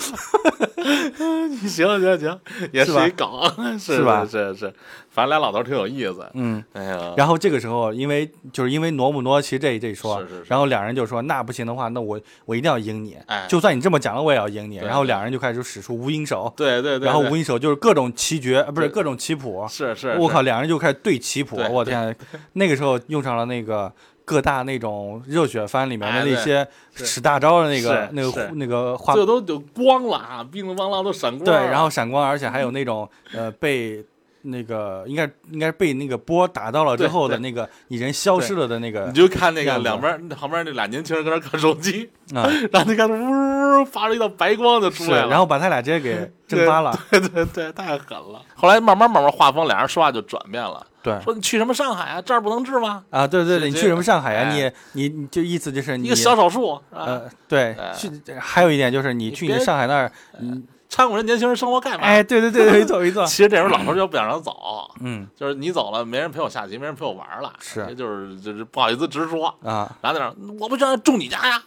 [SPEAKER 1] 你行行行，也
[SPEAKER 2] 是
[SPEAKER 1] 是
[SPEAKER 2] 吧
[SPEAKER 1] 一梗，是
[SPEAKER 2] 是吧
[SPEAKER 1] 是是，反正俩老头儿挺有意思。
[SPEAKER 2] 嗯。
[SPEAKER 1] 哎呀，
[SPEAKER 2] 然后这个时候，因为就是因为挪不挪其实这一这一说，
[SPEAKER 1] 是是是
[SPEAKER 2] 然后两人就说那不行的话，那我我一定要赢你，
[SPEAKER 1] 哎
[SPEAKER 2] 就算你这么讲了，我也要赢你。
[SPEAKER 1] 对
[SPEAKER 2] 然后两人就开始使出无影手，
[SPEAKER 1] 对对对，
[SPEAKER 2] 然后
[SPEAKER 1] 对
[SPEAKER 2] 无影手就是各种棋局，呃不是
[SPEAKER 1] 对
[SPEAKER 2] 各种棋谱，
[SPEAKER 1] 是是，
[SPEAKER 2] 我
[SPEAKER 1] 是
[SPEAKER 2] 靠，，两人就开始对棋谱，
[SPEAKER 1] 对
[SPEAKER 2] 我 天，那个时候用上了那个各大那种热血番里面
[SPEAKER 1] 哎
[SPEAKER 2] 的
[SPEAKER 1] 对
[SPEAKER 2] 那些
[SPEAKER 1] 是
[SPEAKER 2] 使大招的那个
[SPEAKER 1] 是
[SPEAKER 2] 那
[SPEAKER 1] 是
[SPEAKER 2] 个那个画
[SPEAKER 1] 这，都有光了啊，叮铃咣啷都闪光
[SPEAKER 2] 对，
[SPEAKER 1] 了。
[SPEAKER 2] 然后闪光，而且还有那种呃被。那个应该应该被那个波打到了之
[SPEAKER 1] 对
[SPEAKER 2] 后的
[SPEAKER 1] 对
[SPEAKER 2] 那个你人消失了的那个
[SPEAKER 1] 你就看那个
[SPEAKER 2] 样子
[SPEAKER 1] 两边儿旁边那俩年轻人搁那儿看手机，
[SPEAKER 2] 啊，，
[SPEAKER 1] 然后你看呜发出一道白光就是 出来了，
[SPEAKER 2] 然后把他俩直接 给蒸发了。
[SPEAKER 1] 对对对，太狠了。后来慢慢慢慢画风，俩人说话就转变了，
[SPEAKER 2] 对
[SPEAKER 1] 说你去什么上海啊，这儿不能治吗？
[SPEAKER 2] 啊，对对对，
[SPEAKER 1] 是
[SPEAKER 2] 你
[SPEAKER 1] 这
[SPEAKER 2] 去什么上海啊？
[SPEAKER 1] 哎
[SPEAKER 2] 你你你就意思就是
[SPEAKER 1] 一
[SPEAKER 2] 你
[SPEAKER 1] 个小手术啊，
[SPEAKER 2] 呃，对
[SPEAKER 1] 哎，
[SPEAKER 2] 去还有一点就是你
[SPEAKER 1] 你
[SPEAKER 2] 去你
[SPEAKER 1] 别啊
[SPEAKER 2] 上海那儿，嗯，
[SPEAKER 1] 掺和人年轻人生活干嘛？啊
[SPEAKER 2] 哎，对对对，对没 错没错，
[SPEAKER 1] 其实这时候老头就不想让走，
[SPEAKER 2] 嗯
[SPEAKER 1] 就是你走了，没人陪我下棋，没人陪我玩了，
[SPEAKER 2] 是
[SPEAKER 1] 这就是就是不好意思直说。
[SPEAKER 2] 啊，
[SPEAKER 1] 然后在那儿，我不想住你家呀，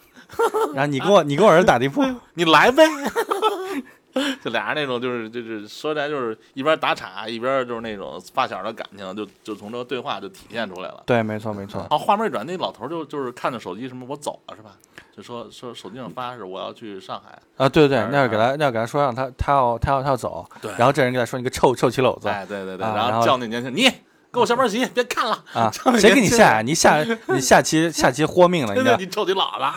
[SPEAKER 2] 然后你给我你给我儿子 打地铺，
[SPEAKER 1] 你来呗。就俩人那种，就是就是说起来就是一边打岔一边就是那种发小的感情，就就从这个对话就体现出来了。
[SPEAKER 2] 对，没错没错，
[SPEAKER 1] 哦，画面一转，那老头儿就就是看着手机什么，我走了是吧？就说说手机上发是我要去上海，
[SPEAKER 2] 啊，对对，
[SPEAKER 1] 是
[SPEAKER 2] 那要给他那要给他说让他他要他要他要走，
[SPEAKER 1] 嗯对
[SPEAKER 2] 然后这人给他说你个臭臭棋篓子
[SPEAKER 1] 哎，对对对，
[SPEAKER 2] 啊
[SPEAKER 1] 然
[SPEAKER 2] 然
[SPEAKER 1] 后
[SPEAKER 2] 后
[SPEAKER 1] 叫那年轻人，你跟我下盘棋，别看了，
[SPEAKER 2] 啊
[SPEAKER 1] 这么，
[SPEAKER 2] 谁给你
[SPEAKER 1] 年轻
[SPEAKER 2] 下呀？你下你下棋下棋豁命 了，你
[SPEAKER 1] 对
[SPEAKER 2] 知
[SPEAKER 1] 对，
[SPEAKER 2] 道
[SPEAKER 1] 你臭你老了。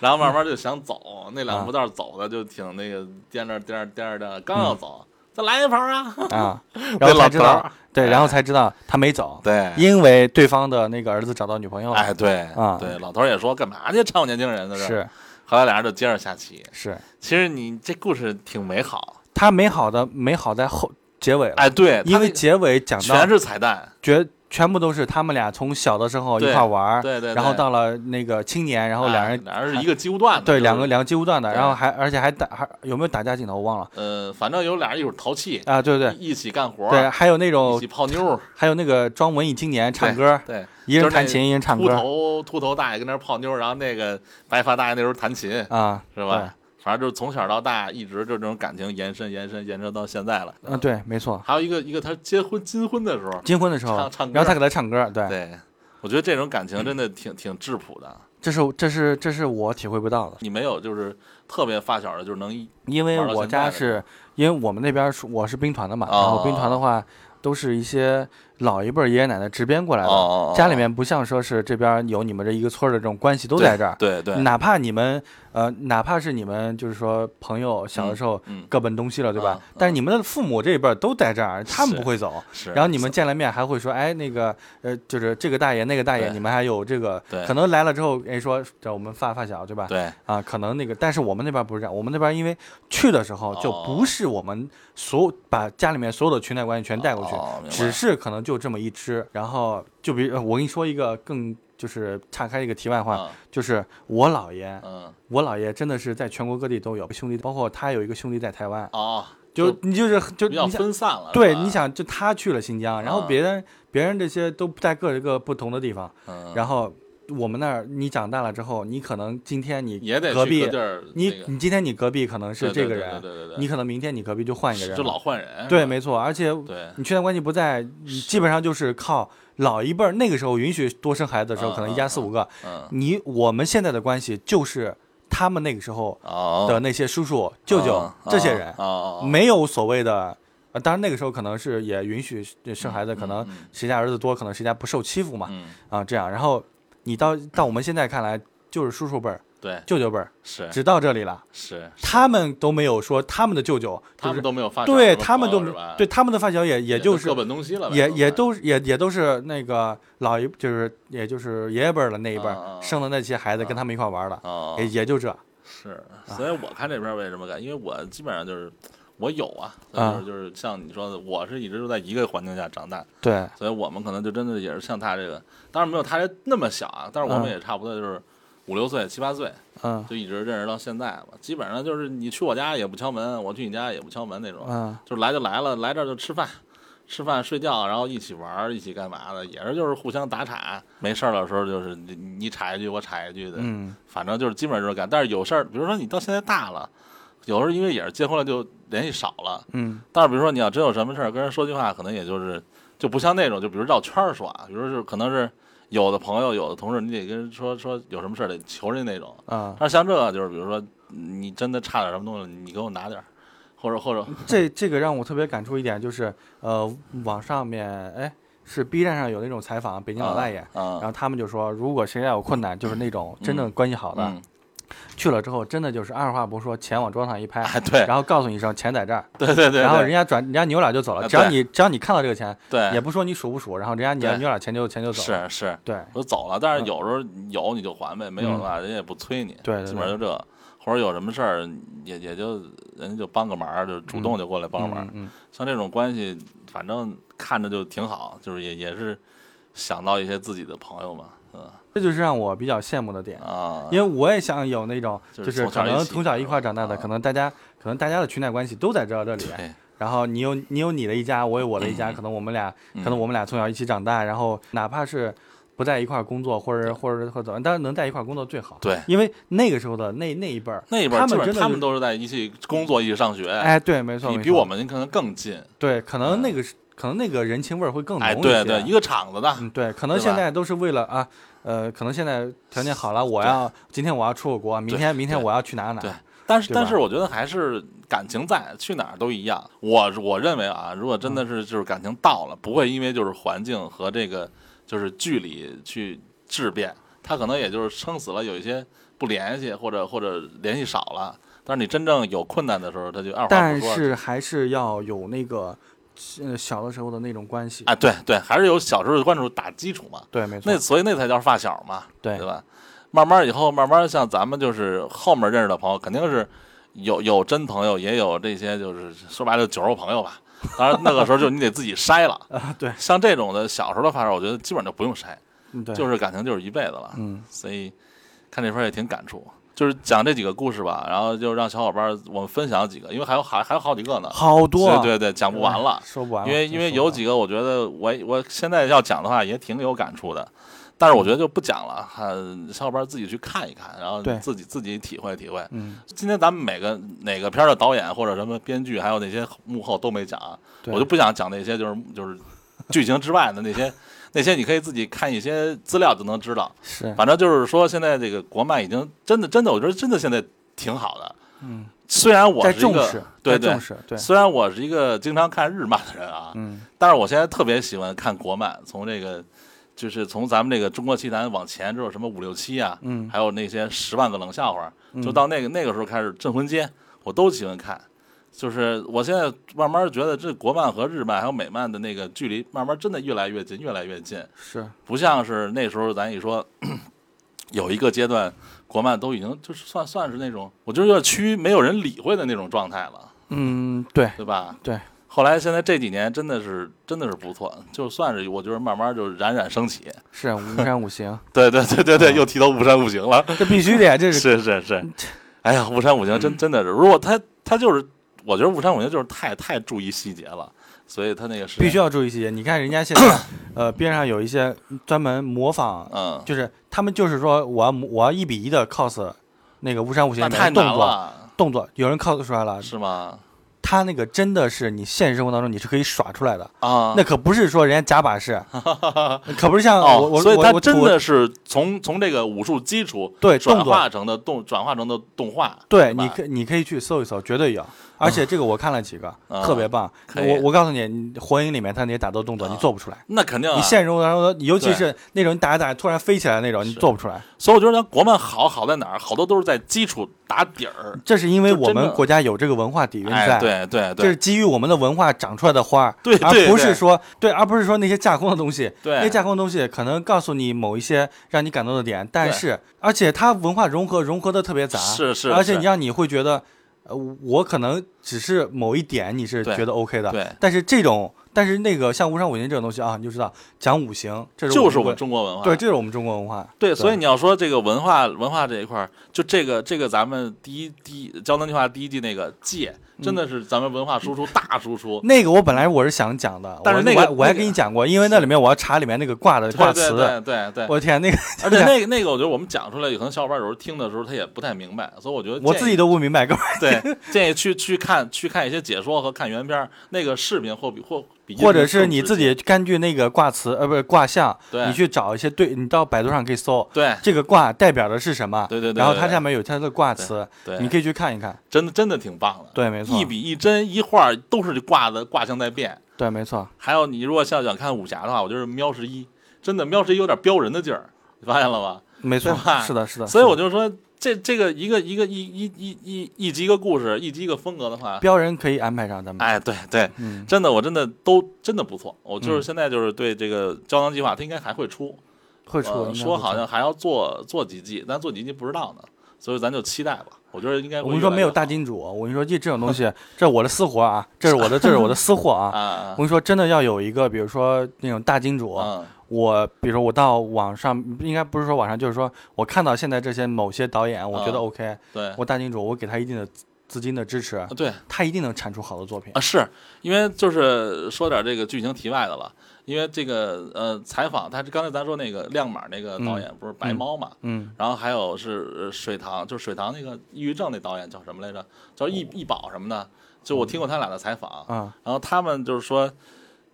[SPEAKER 1] 然后慢慢就想走，那
[SPEAKER 2] 啊
[SPEAKER 1] 两步道儿走的就挺那个颠着颠着颠着的，刚要走，再来一盘儿啊，
[SPEAKER 2] 嗯啊，
[SPEAKER 1] 那
[SPEAKER 2] 然后
[SPEAKER 1] 老
[SPEAKER 2] 才知
[SPEAKER 1] 头
[SPEAKER 2] 道
[SPEAKER 1] 儿，，哎
[SPEAKER 2] 对，然后才知道他没走，
[SPEAKER 1] 对。
[SPEAKER 2] 因为对方的那个儿子找到女朋友了，
[SPEAKER 1] 哎，对
[SPEAKER 2] 啊
[SPEAKER 1] 对，老头儿也说干嘛去掺和年轻人呢？这
[SPEAKER 2] 是
[SPEAKER 1] 后来俩人就接着下棋。
[SPEAKER 2] 是，
[SPEAKER 1] 其实你这故事挺美好，
[SPEAKER 2] 他美好的美好在后结尾了，
[SPEAKER 1] 哎，对，他
[SPEAKER 2] 因为
[SPEAKER 1] 那
[SPEAKER 2] 结尾讲到
[SPEAKER 1] 全是彩蛋，
[SPEAKER 2] 绝全部都是他们俩从小的时候
[SPEAKER 1] 对
[SPEAKER 2] 一块玩儿，
[SPEAKER 1] 对对对
[SPEAKER 2] 然后到了那个青年，然后两人、
[SPEAKER 1] 哎俩人是一个机务段子，
[SPEAKER 2] 对两
[SPEAKER 1] 就是
[SPEAKER 2] 个两个鸡无断的，
[SPEAKER 1] 对
[SPEAKER 2] 然后还而且还打还有没有打架镜头我忘了
[SPEAKER 1] 呃，反正有俩人一会儿淘气，
[SPEAKER 2] 啊？对对
[SPEAKER 1] 一一起干活，
[SPEAKER 2] 对对，，还有那
[SPEAKER 1] 一
[SPEAKER 2] 种
[SPEAKER 1] 起泡妞，
[SPEAKER 2] 还有那个装文艺青年唱歌，
[SPEAKER 1] 对，
[SPEAKER 2] 一人
[SPEAKER 1] 就是那
[SPEAKER 2] 弹琴一人唱
[SPEAKER 1] 秃
[SPEAKER 2] 歌
[SPEAKER 1] 头秃头大爷跟那儿泡妞，然后那个白发大爷那时候弹琴，
[SPEAKER 2] 啊，
[SPEAKER 1] 是吧？反正就是从小到大一直就这种感情延伸延伸延伸到现在了。
[SPEAKER 2] 对？啊，对，没错，
[SPEAKER 1] 还有一个一个他结婚金婚的时候，
[SPEAKER 2] 金婚的时候
[SPEAKER 1] 唱唱，歌
[SPEAKER 2] 然后他给他唱歌，对，
[SPEAKER 1] 对。我觉得这种感情真的挺挺质朴的，
[SPEAKER 2] 这是这是这是我体会不到的，
[SPEAKER 1] 你没有就是特别发小的，就是能一
[SPEAKER 2] 因为
[SPEAKER 1] 玩到
[SPEAKER 2] 我
[SPEAKER 1] 现在
[SPEAKER 2] 家
[SPEAKER 1] 了
[SPEAKER 2] 是因为我们那边是我是兵团的嘛，
[SPEAKER 1] 哦
[SPEAKER 2] 然后兵团的话都是一些老一辈儿爷爷奶奶直编过来的，
[SPEAKER 1] 哦
[SPEAKER 2] 家里面不像说是这边有你们这一个村儿的这种关系都在这儿，
[SPEAKER 1] 对对，
[SPEAKER 2] 哪怕你们呃，哪怕是你们就是说朋友小的时候
[SPEAKER 1] 嗯嗯
[SPEAKER 2] 各奔东西了，对吧
[SPEAKER 1] 嗯？
[SPEAKER 2] 但是你们的父母这一辈儿都在这儿，他们
[SPEAKER 1] 是
[SPEAKER 2] 不会走。
[SPEAKER 1] 是
[SPEAKER 2] 然后你们见了面还会说，哎，那个呃，就是这个大爷那个大爷，
[SPEAKER 1] 对
[SPEAKER 2] 你们还有这个
[SPEAKER 1] 对，
[SPEAKER 2] 可能来了之后，哎，说这我们发发小，对吧？
[SPEAKER 1] 对
[SPEAKER 2] 啊，可能那个，但是我们那边不是这样，我们那边因为去的时候就
[SPEAKER 1] 哦
[SPEAKER 2] 不是我们所有把家里面所有的裙带关系全带过去
[SPEAKER 1] 哦明白，
[SPEAKER 2] 只是可能就这么一只。然后就比呃我跟你说一个更就是岔开一个题外话
[SPEAKER 1] 嗯，
[SPEAKER 2] 就是我姥爷，
[SPEAKER 1] 嗯
[SPEAKER 2] 我姥爷真的是在全国各地都有兄弟，包括他有一个兄弟在台湾，
[SPEAKER 1] 哦，
[SPEAKER 2] 就你就是就
[SPEAKER 1] 比较
[SPEAKER 2] 你想
[SPEAKER 1] 分散了，
[SPEAKER 2] 对，
[SPEAKER 1] 是吧
[SPEAKER 2] 你，想就他去了新疆，然后
[SPEAKER 1] 啊
[SPEAKER 2] 别人别人这些都在各一个不同的地方，
[SPEAKER 1] 嗯
[SPEAKER 2] 然后我们那儿你长大了之后，你可能今天你
[SPEAKER 1] 也得
[SPEAKER 2] 隔
[SPEAKER 1] 去
[SPEAKER 2] 壁
[SPEAKER 1] 各地儿那
[SPEAKER 2] 你
[SPEAKER 1] 个，
[SPEAKER 2] 你今天你隔壁可能是
[SPEAKER 1] 对对
[SPEAKER 2] 这个
[SPEAKER 1] 对
[SPEAKER 2] 人
[SPEAKER 1] 对对对对，
[SPEAKER 2] 你可能明天你隔壁就换一个人了，
[SPEAKER 1] 就老换人，
[SPEAKER 2] 对，没错，而且
[SPEAKER 1] 对
[SPEAKER 2] 你圈内关系不在，你基本上就是靠老一辈儿那个时候允许多生孩子的时候，
[SPEAKER 1] 嗯
[SPEAKER 2] 可
[SPEAKER 1] 嗯
[SPEAKER 2] 能一家四五个，
[SPEAKER 1] 嗯
[SPEAKER 2] 你我们现在的关系就是他们那个时候
[SPEAKER 1] 哦
[SPEAKER 2] 的那些叔叔、舅舅
[SPEAKER 1] 哦
[SPEAKER 2] 这些
[SPEAKER 1] 哦
[SPEAKER 2] 人
[SPEAKER 1] 哦，哦，哦
[SPEAKER 2] 没有所谓的。呃，当然那个时候可能是也允许生孩子，可能
[SPEAKER 1] 嗯
[SPEAKER 2] 谁家儿子多，可能谁家不受欺负嘛，
[SPEAKER 1] 嗯，
[SPEAKER 2] 啊这样。然后你到到我们现在看来，就是叔叔辈儿、
[SPEAKER 1] 对，
[SPEAKER 2] 舅舅辈儿，
[SPEAKER 1] 是
[SPEAKER 2] 只到这里了。
[SPEAKER 1] 是，
[SPEAKER 2] 他们都没有说他们的舅舅，
[SPEAKER 1] 他们
[SPEAKER 2] 就是
[SPEAKER 1] 都没有发小
[SPEAKER 2] 对
[SPEAKER 1] 什么
[SPEAKER 2] 他们
[SPEAKER 1] 朋
[SPEAKER 2] 都
[SPEAKER 1] 友是吧
[SPEAKER 2] 对，他们的发小也也就
[SPEAKER 1] 各
[SPEAKER 2] 是
[SPEAKER 1] 奔东西了呗，
[SPEAKER 2] 也也
[SPEAKER 1] 是
[SPEAKER 2] 都是也也都是那个老一就是也就是爷爷辈儿的那一辈
[SPEAKER 1] 啊啊啊
[SPEAKER 2] 儿生的那些孩子跟他们一块儿玩儿的，
[SPEAKER 1] 哦
[SPEAKER 2] 也也就这
[SPEAKER 1] 是，
[SPEAKER 2] 啊
[SPEAKER 1] 所以我看这边为什么干，因为我基本上就是我有啊，
[SPEAKER 2] 啊
[SPEAKER 1] 就是就是像你说的，我是一直都在一个环境下长大，
[SPEAKER 2] 对
[SPEAKER 1] 所以我们可能就真的也是像他这个，当然没有他这那么小啊，但是我们
[SPEAKER 2] 嗯
[SPEAKER 1] 也差不多就是五六岁、七八岁，
[SPEAKER 2] 嗯
[SPEAKER 1] 就一直认识到现在吧。基本上就是你去我家也不敲门，我去你家也不敲门那种，
[SPEAKER 2] 嗯
[SPEAKER 1] 就是来就来了，来这儿就吃饭。吃饭、睡觉，然后一起玩儿，一起干嘛的，也是就是互相打岔。没事儿的时候，就是你你插一句，我插一句的，
[SPEAKER 2] 嗯
[SPEAKER 1] 反正就是基本上就是干。但是有事儿，比如说你到现在大了，有时候因为也是结婚了就联系少了。
[SPEAKER 2] 嗯
[SPEAKER 1] 但是比如说你要真有什么事儿，跟人说句话，可能也就是就不像那种，就比如绕圈儿说啊，比如说是可能是有的朋友、有的同事，你得跟人说说有什么事儿得求人家那种。
[SPEAKER 2] 啊，
[SPEAKER 1] 但是像这个就是比如说你真的差点什么东西，你给我拿点儿，或者或者
[SPEAKER 2] 这这个让我特别感触一点就是呃网上面哎是 B 站上有那种采访北京老大爷。
[SPEAKER 1] 啊
[SPEAKER 2] 然，后他们就说，如果谁家有困难，就是那种真正关系好的，
[SPEAKER 1] 嗯，
[SPEAKER 2] 去了之后，真的就是二话不说，钱往桌上一拍，
[SPEAKER 1] 哎对
[SPEAKER 2] 然后告诉你一声钱在这儿，
[SPEAKER 1] 对对对，
[SPEAKER 2] 然后
[SPEAKER 1] 对
[SPEAKER 2] 人家转，人家扭脸就走
[SPEAKER 1] 啊
[SPEAKER 2] 了。只要
[SPEAKER 1] 对
[SPEAKER 2] 你只要你看到这个钱，
[SPEAKER 1] 对
[SPEAKER 2] 也不说你数不数，然后人家扭
[SPEAKER 1] 对
[SPEAKER 2] 扭脸钱就钱就走了。
[SPEAKER 1] 是是，
[SPEAKER 2] 对，
[SPEAKER 1] 我走了，但是有时候有你就还呗，没有的话人家也不催你，
[SPEAKER 2] 嗯对对对
[SPEAKER 1] 基本上就这，或者有什么事儿也也就人家就帮个忙儿，就主
[SPEAKER 2] 嗯
[SPEAKER 1] 动就过来帮忙儿。
[SPEAKER 2] 嗯，嗯
[SPEAKER 1] 像这种关系，反正看着就挺好，就是也也是想到一些自己的朋友嘛，嗯
[SPEAKER 2] 这就是让我比较羡慕的点，
[SPEAKER 1] 啊，
[SPEAKER 2] 因为我也想有那种，
[SPEAKER 1] 就
[SPEAKER 2] 就是是
[SPEAKER 1] 从小
[SPEAKER 2] 可
[SPEAKER 1] 一
[SPEAKER 2] 能
[SPEAKER 1] 起
[SPEAKER 2] 从小一块儿长大的，
[SPEAKER 1] 啊
[SPEAKER 2] 可能大家可能大家的裙带关系都在这 这里，
[SPEAKER 1] 对，
[SPEAKER 2] 然后你有你有你的一家，我有我的一家，
[SPEAKER 1] 嗯
[SPEAKER 2] 可能我们俩
[SPEAKER 1] 嗯
[SPEAKER 2] 可能我们俩从小一起长大，然后哪怕是不在一块儿工作，或者或者或者怎么样，当然能在一块儿工作最好。
[SPEAKER 1] 对
[SPEAKER 2] 因为那个时候的那那一辈儿，
[SPEAKER 1] 那一辈儿
[SPEAKER 2] 他
[SPEAKER 1] 基本
[SPEAKER 2] 们真
[SPEAKER 1] 上
[SPEAKER 2] 的
[SPEAKER 1] 他
[SPEAKER 2] 是
[SPEAKER 1] 们都是在一起工作、一起上学，
[SPEAKER 2] 哎，对，没错，
[SPEAKER 1] 你
[SPEAKER 2] 没
[SPEAKER 1] 比
[SPEAKER 2] 错
[SPEAKER 1] 我们可能更近，
[SPEAKER 2] 对，可能
[SPEAKER 1] 嗯
[SPEAKER 2] 那个是、可能那个人情味儿会更浓
[SPEAKER 1] 哎，
[SPEAKER 2] 一些。
[SPEAKER 1] 对对，一个厂子的，
[SPEAKER 2] 嗯，对，可
[SPEAKER 1] 对
[SPEAKER 2] 能
[SPEAKER 1] 吧
[SPEAKER 2] 现在都是为了啊，呃，可能现在条件好了，我要今天我要出个国，明天明天
[SPEAKER 1] 对
[SPEAKER 2] 我要去哪哪。
[SPEAKER 1] 对但是
[SPEAKER 2] 对吧
[SPEAKER 1] 但是我觉得还是感情在，去哪儿都一样。我我认为啊，如果真
[SPEAKER 2] 嗯
[SPEAKER 1] 的是就是感情到了，不会因为就是环境和这个就是距离去质变，他可能也就是撑死了有一些不联系或者或者联系少了。但是你真正有困难的时候，他就二话不
[SPEAKER 2] 但
[SPEAKER 1] 说。
[SPEAKER 2] 是还是要有那个，呃，小的时候的那种关系。
[SPEAKER 1] 哎，对对，还是有小时候的关注打基础嘛。
[SPEAKER 2] 对，没错
[SPEAKER 1] 那。所以那才叫发小嘛，
[SPEAKER 2] 对。
[SPEAKER 1] 吧？慢慢以后，慢慢像咱们就是后面认识的朋友，肯定是有有真朋友，也有这些就是说白了酒肉朋友吧。当然那个时候就你得自己筛了
[SPEAKER 2] 啊，对，
[SPEAKER 1] 像这种的小时候的发小，我觉得基本就不用筛，
[SPEAKER 2] 嗯对，
[SPEAKER 1] 就是感情就是一辈子了。
[SPEAKER 2] 嗯，
[SPEAKER 1] 所以看这份儿也挺感触，就是讲这几个故事吧，然后就让小伙伴儿我们分享几个，因为还有还还有好几个呢。
[SPEAKER 2] 好多啊，
[SPEAKER 1] 对对对，讲不完了
[SPEAKER 2] 哎。说不完了，
[SPEAKER 1] 因为
[SPEAKER 2] 真
[SPEAKER 1] 因为
[SPEAKER 2] 说不
[SPEAKER 1] 有
[SPEAKER 2] 完
[SPEAKER 1] 几个我觉得我我现在要讲的话也挺有感触的，但是我觉得就不讲了，嗯，小伙伴自己去看一看，然后
[SPEAKER 2] 对
[SPEAKER 1] 自己自己体会体会。
[SPEAKER 2] 嗯，
[SPEAKER 1] 今天咱们每个哪个片儿的导演或者什么编剧，还有那些幕后都没讲啊，
[SPEAKER 2] 对
[SPEAKER 1] 我就不想讲那些就是就是剧情之外的那些那些，你可以自己看一些资料就能知道。
[SPEAKER 2] 是
[SPEAKER 1] 反正就是说，现在这个国漫已经真的真的，我觉得真的现在挺好的。
[SPEAKER 2] 嗯，
[SPEAKER 1] 虽然我
[SPEAKER 2] 在
[SPEAKER 1] 是一
[SPEAKER 2] 重
[SPEAKER 1] 个
[SPEAKER 2] 视，
[SPEAKER 1] 对
[SPEAKER 2] 在
[SPEAKER 1] 对
[SPEAKER 2] 重，视，对，
[SPEAKER 1] 虽然我是一个经常看日漫的人啊，
[SPEAKER 2] 嗯，
[SPEAKER 1] 但是我现在特别喜欢看国漫，从这个就是从咱们这个中国奇谭往前，这有什么五六七啊，
[SPEAKER 2] 嗯
[SPEAKER 1] 还有那些十万个冷笑话，就到那个那个时候开始，《镇魂街》我都喜欢看。就是我现在慢慢觉得，这国漫和日漫还有美漫的那个距离，慢慢真的越来越近，越来越近。
[SPEAKER 2] 是
[SPEAKER 1] 不像是那时候咱一说有一个阶段，国漫都已经就是算算是那种，我觉得有点趋于没有人理会的那种状态了。
[SPEAKER 2] 嗯，对，
[SPEAKER 1] 对吧？
[SPEAKER 2] 对。
[SPEAKER 1] 后来现在这几年真的是真的是不错，就算是我觉得慢慢就冉冉升起。
[SPEAKER 2] 是五山五行，
[SPEAKER 1] 对对对对对，
[SPEAKER 2] 嗯
[SPEAKER 1] 又提到巫山五行了，
[SPEAKER 2] 这必须得，这是
[SPEAKER 1] 是是
[SPEAKER 2] 嗯
[SPEAKER 1] 是。哎呀，巫山五行真真的是，如果他他就是，我觉得巫山五行就是太太注意细节了，所以他那个是
[SPEAKER 2] 必须要注意细节。你看人家现在，呃，边上有一些专门模仿，
[SPEAKER 1] 嗯，
[SPEAKER 2] 就是他们就是说我要模我要一比一的 cos 那个巫山五行
[SPEAKER 1] 那
[SPEAKER 2] 里面
[SPEAKER 1] 太
[SPEAKER 2] 的
[SPEAKER 1] 难
[SPEAKER 2] 动作
[SPEAKER 1] 了，
[SPEAKER 2] 动作，有人 cos 出来了，
[SPEAKER 1] 是吗？
[SPEAKER 2] 他那个真的是你现实生活当中你是可以耍出来的，
[SPEAKER 1] 啊，
[SPEAKER 2] 那可不是说人家假把 式，可不是像我
[SPEAKER 1] 哦，
[SPEAKER 2] 我
[SPEAKER 1] 所以
[SPEAKER 2] 我
[SPEAKER 1] 他
[SPEAKER 2] 我
[SPEAKER 1] 真
[SPEAKER 2] 我
[SPEAKER 1] 的是从从这个武术基础
[SPEAKER 2] 对
[SPEAKER 1] 转
[SPEAKER 2] 动作
[SPEAKER 1] 化成的动转化成的动画，
[SPEAKER 2] 对，
[SPEAKER 1] 吧
[SPEAKER 2] 你可你可以去搜一搜，绝对有。而且这个我看了几个，
[SPEAKER 1] 啊
[SPEAKER 2] 特别棒。
[SPEAKER 1] 可以
[SPEAKER 2] 我我告诉你，你火影里面他那些打斗动作
[SPEAKER 1] 啊
[SPEAKER 2] 你做不出来，
[SPEAKER 1] 那肯定啊
[SPEAKER 2] 你现实中然后尤其
[SPEAKER 1] 对
[SPEAKER 2] 是那种你打着打着突然飞起来那种，你
[SPEAKER 1] 是
[SPEAKER 2] 做不出来。
[SPEAKER 1] 所以我觉得咱国漫好好在哪儿，好多都是在基础打底儿。
[SPEAKER 2] 这是因为
[SPEAKER 1] 就真
[SPEAKER 2] 我
[SPEAKER 1] 的
[SPEAKER 2] 们国家有这个文化底蕴
[SPEAKER 1] 哎，
[SPEAKER 2] 在，
[SPEAKER 1] 对对
[SPEAKER 2] 这是
[SPEAKER 1] 对，
[SPEAKER 2] 基于我们的文化长出来的花儿，
[SPEAKER 1] 对
[SPEAKER 2] 而
[SPEAKER 1] 对
[SPEAKER 2] 不
[SPEAKER 1] 对
[SPEAKER 2] 是说对，而不是说那些架空的东西。
[SPEAKER 1] 对
[SPEAKER 2] 那些架空的东西可能告诉你某一些让你感动的点，但
[SPEAKER 1] 对
[SPEAKER 2] 是而且它文化融合融合的特别杂，
[SPEAKER 1] 是是
[SPEAKER 2] 而且
[SPEAKER 1] 是
[SPEAKER 2] 你让你会觉得，呃，我可能只是某一点你是
[SPEAKER 1] 对
[SPEAKER 2] 觉得 OK 的，
[SPEAKER 1] 对
[SPEAKER 2] 但是这种，但是那个像无上五行这种东西啊，你就知道讲五行，这
[SPEAKER 1] 就是是我们
[SPEAKER 2] 我们中
[SPEAKER 1] 中国文化。
[SPEAKER 2] 对，这是我们中国文化，
[SPEAKER 1] 对所以你要说这个文化文化这一块儿，就这个这个咱们第一第一《江南计划》第一季那个界，真的是咱们文化输出大输出。
[SPEAKER 2] 嗯那个我本来我是想讲的，
[SPEAKER 1] 但是
[SPEAKER 2] 我
[SPEAKER 1] 那个
[SPEAKER 2] 我还我还
[SPEAKER 1] 那个
[SPEAKER 2] 跟你讲过，因为那里面我要查里面那个卦的卦
[SPEAKER 1] 对
[SPEAKER 2] 辞，
[SPEAKER 1] 对对对对，
[SPEAKER 2] 我天，那个
[SPEAKER 1] 而且那个那个，我觉得我们讲出来，可能小伙伴有时候听的时候他也不太明白，所以我觉得
[SPEAKER 2] 我
[SPEAKER 1] 建
[SPEAKER 2] 自己
[SPEAKER 1] 议
[SPEAKER 2] 都不明白，哥们儿
[SPEAKER 1] 对建议去去看去看一些解说和看原片儿，那个视频或比或比音频
[SPEAKER 2] 或者是
[SPEAKER 1] 更
[SPEAKER 2] 你
[SPEAKER 1] 直
[SPEAKER 2] 自
[SPEAKER 1] 接
[SPEAKER 2] 己根据那个卦辞，呃，不是卦象，
[SPEAKER 1] 对
[SPEAKER 2] 你去找一些对，你到百度上可以搜
[SPEAKER 1] 对
[SPEAKER 2] 这个卦代表的是什么，
[SPEAKER 1] 对对对
[SPEAKER 2] 然后
[SPEAKER 1] 对
[SPEAKER 2] 它
[SPEAKER 1] 对
[SPEAKER 2] 下面有它的卦辞，
[SPEAKER 1] 对，
[SPEAKER 2] 你可以去看一看，
[SPEAKER 1] 真的真的挺棒的。
[SPEAKER 2] 对没错
[SPEAKER 1] 一笔一针一画都是挂的卦象在变。
[SPEAKER 2] 对，没错，
[SPEAKER 1] 还有你如果像想看武侠的话，我觉得喵十一真的喵十一有点标人的劲儿，你发现了吗？
[SPEAKER 2] 没错
[SPEAKER 1] 对吧，
[SPEAKER 2] 是的，是的，
[SPEAKER 1] 所以
[SPEAKER 2] 是
[SPEAKER 1] 我
[SPEAKER 2] 的
[SPEAKER 1] 就说这这个一个一个一一一一一集一个故事，一集一个风格的话，
[SPEAKER 2] 标人可以安排上咱们，
[SPEAKER 1] 哎，对对，
[SPEAKER 2] 嗯，
[SPEAKER 1] 真的我真的都真的不错。我就是
[SPEAKER 2] 嗯
[SPEAKER 1] 现在就是对这个《胶囊计划》，它应该还会出，
[SPEAKER 2] 会出，
[SPEAKER 1] 呃
[SPEAKER 2] 应该
[SPEAKER 1] 说
[SPEAKER 2] 会
[SPEAKER 1] 好
[SPEAKER 2] 出
[SPEAKER 1] 像还要做做几季，但做几季不知道呢，所以咱就期待吧。我觉得应该会
[SPEAKER 2] 我跟你说
[SPEAKER 1] 越来
[SPEAKER 2] 没有
[SPEAKER 1] 越
[SPEAKER 2] 大
[SPEAKER 1] 好
[SPEAKER 2] 金主，我跟你说这这种东 西，这是我的私活啊，这是我的这是我的私货啊。
[SPEAKER 1] 啊
[SPEAKER 2] 我跟你说，真的要有一个，比如说那种大金主，
[SPEAKER 1] 啊啊！
[SPEAKER 2] 我比如说我到网上，应该不是说网上，就是说我看到现在这些某些导演，我觉得
[SPEAKER 1] 啊
[SPEAKER 2] OK，、
[SPEAKER 1] 对，
[SPEAKER 2] 我大金主，我给他一定的资资金的支持，
[SPEAKER 1] 啊对
[SPEAKER 2] 他一定能产出好的作品
[SPEAKER 1] 啊，。是因为就是说点这个剧情题外的了。因为这个呃，采访他刚才咱说那个亮马那个导演不是白猫嘛，
[SPEAKER 2] 嗯，
[SPEAKER 1] 然后还有是呃水塘，就是水塘那个抑郁症那导演叫什么来着？叫易易宝什么的。就我听过他俩的采访，
[SPEAKER 2] 啊，
[SPEAKER 1] 然后他们就是说，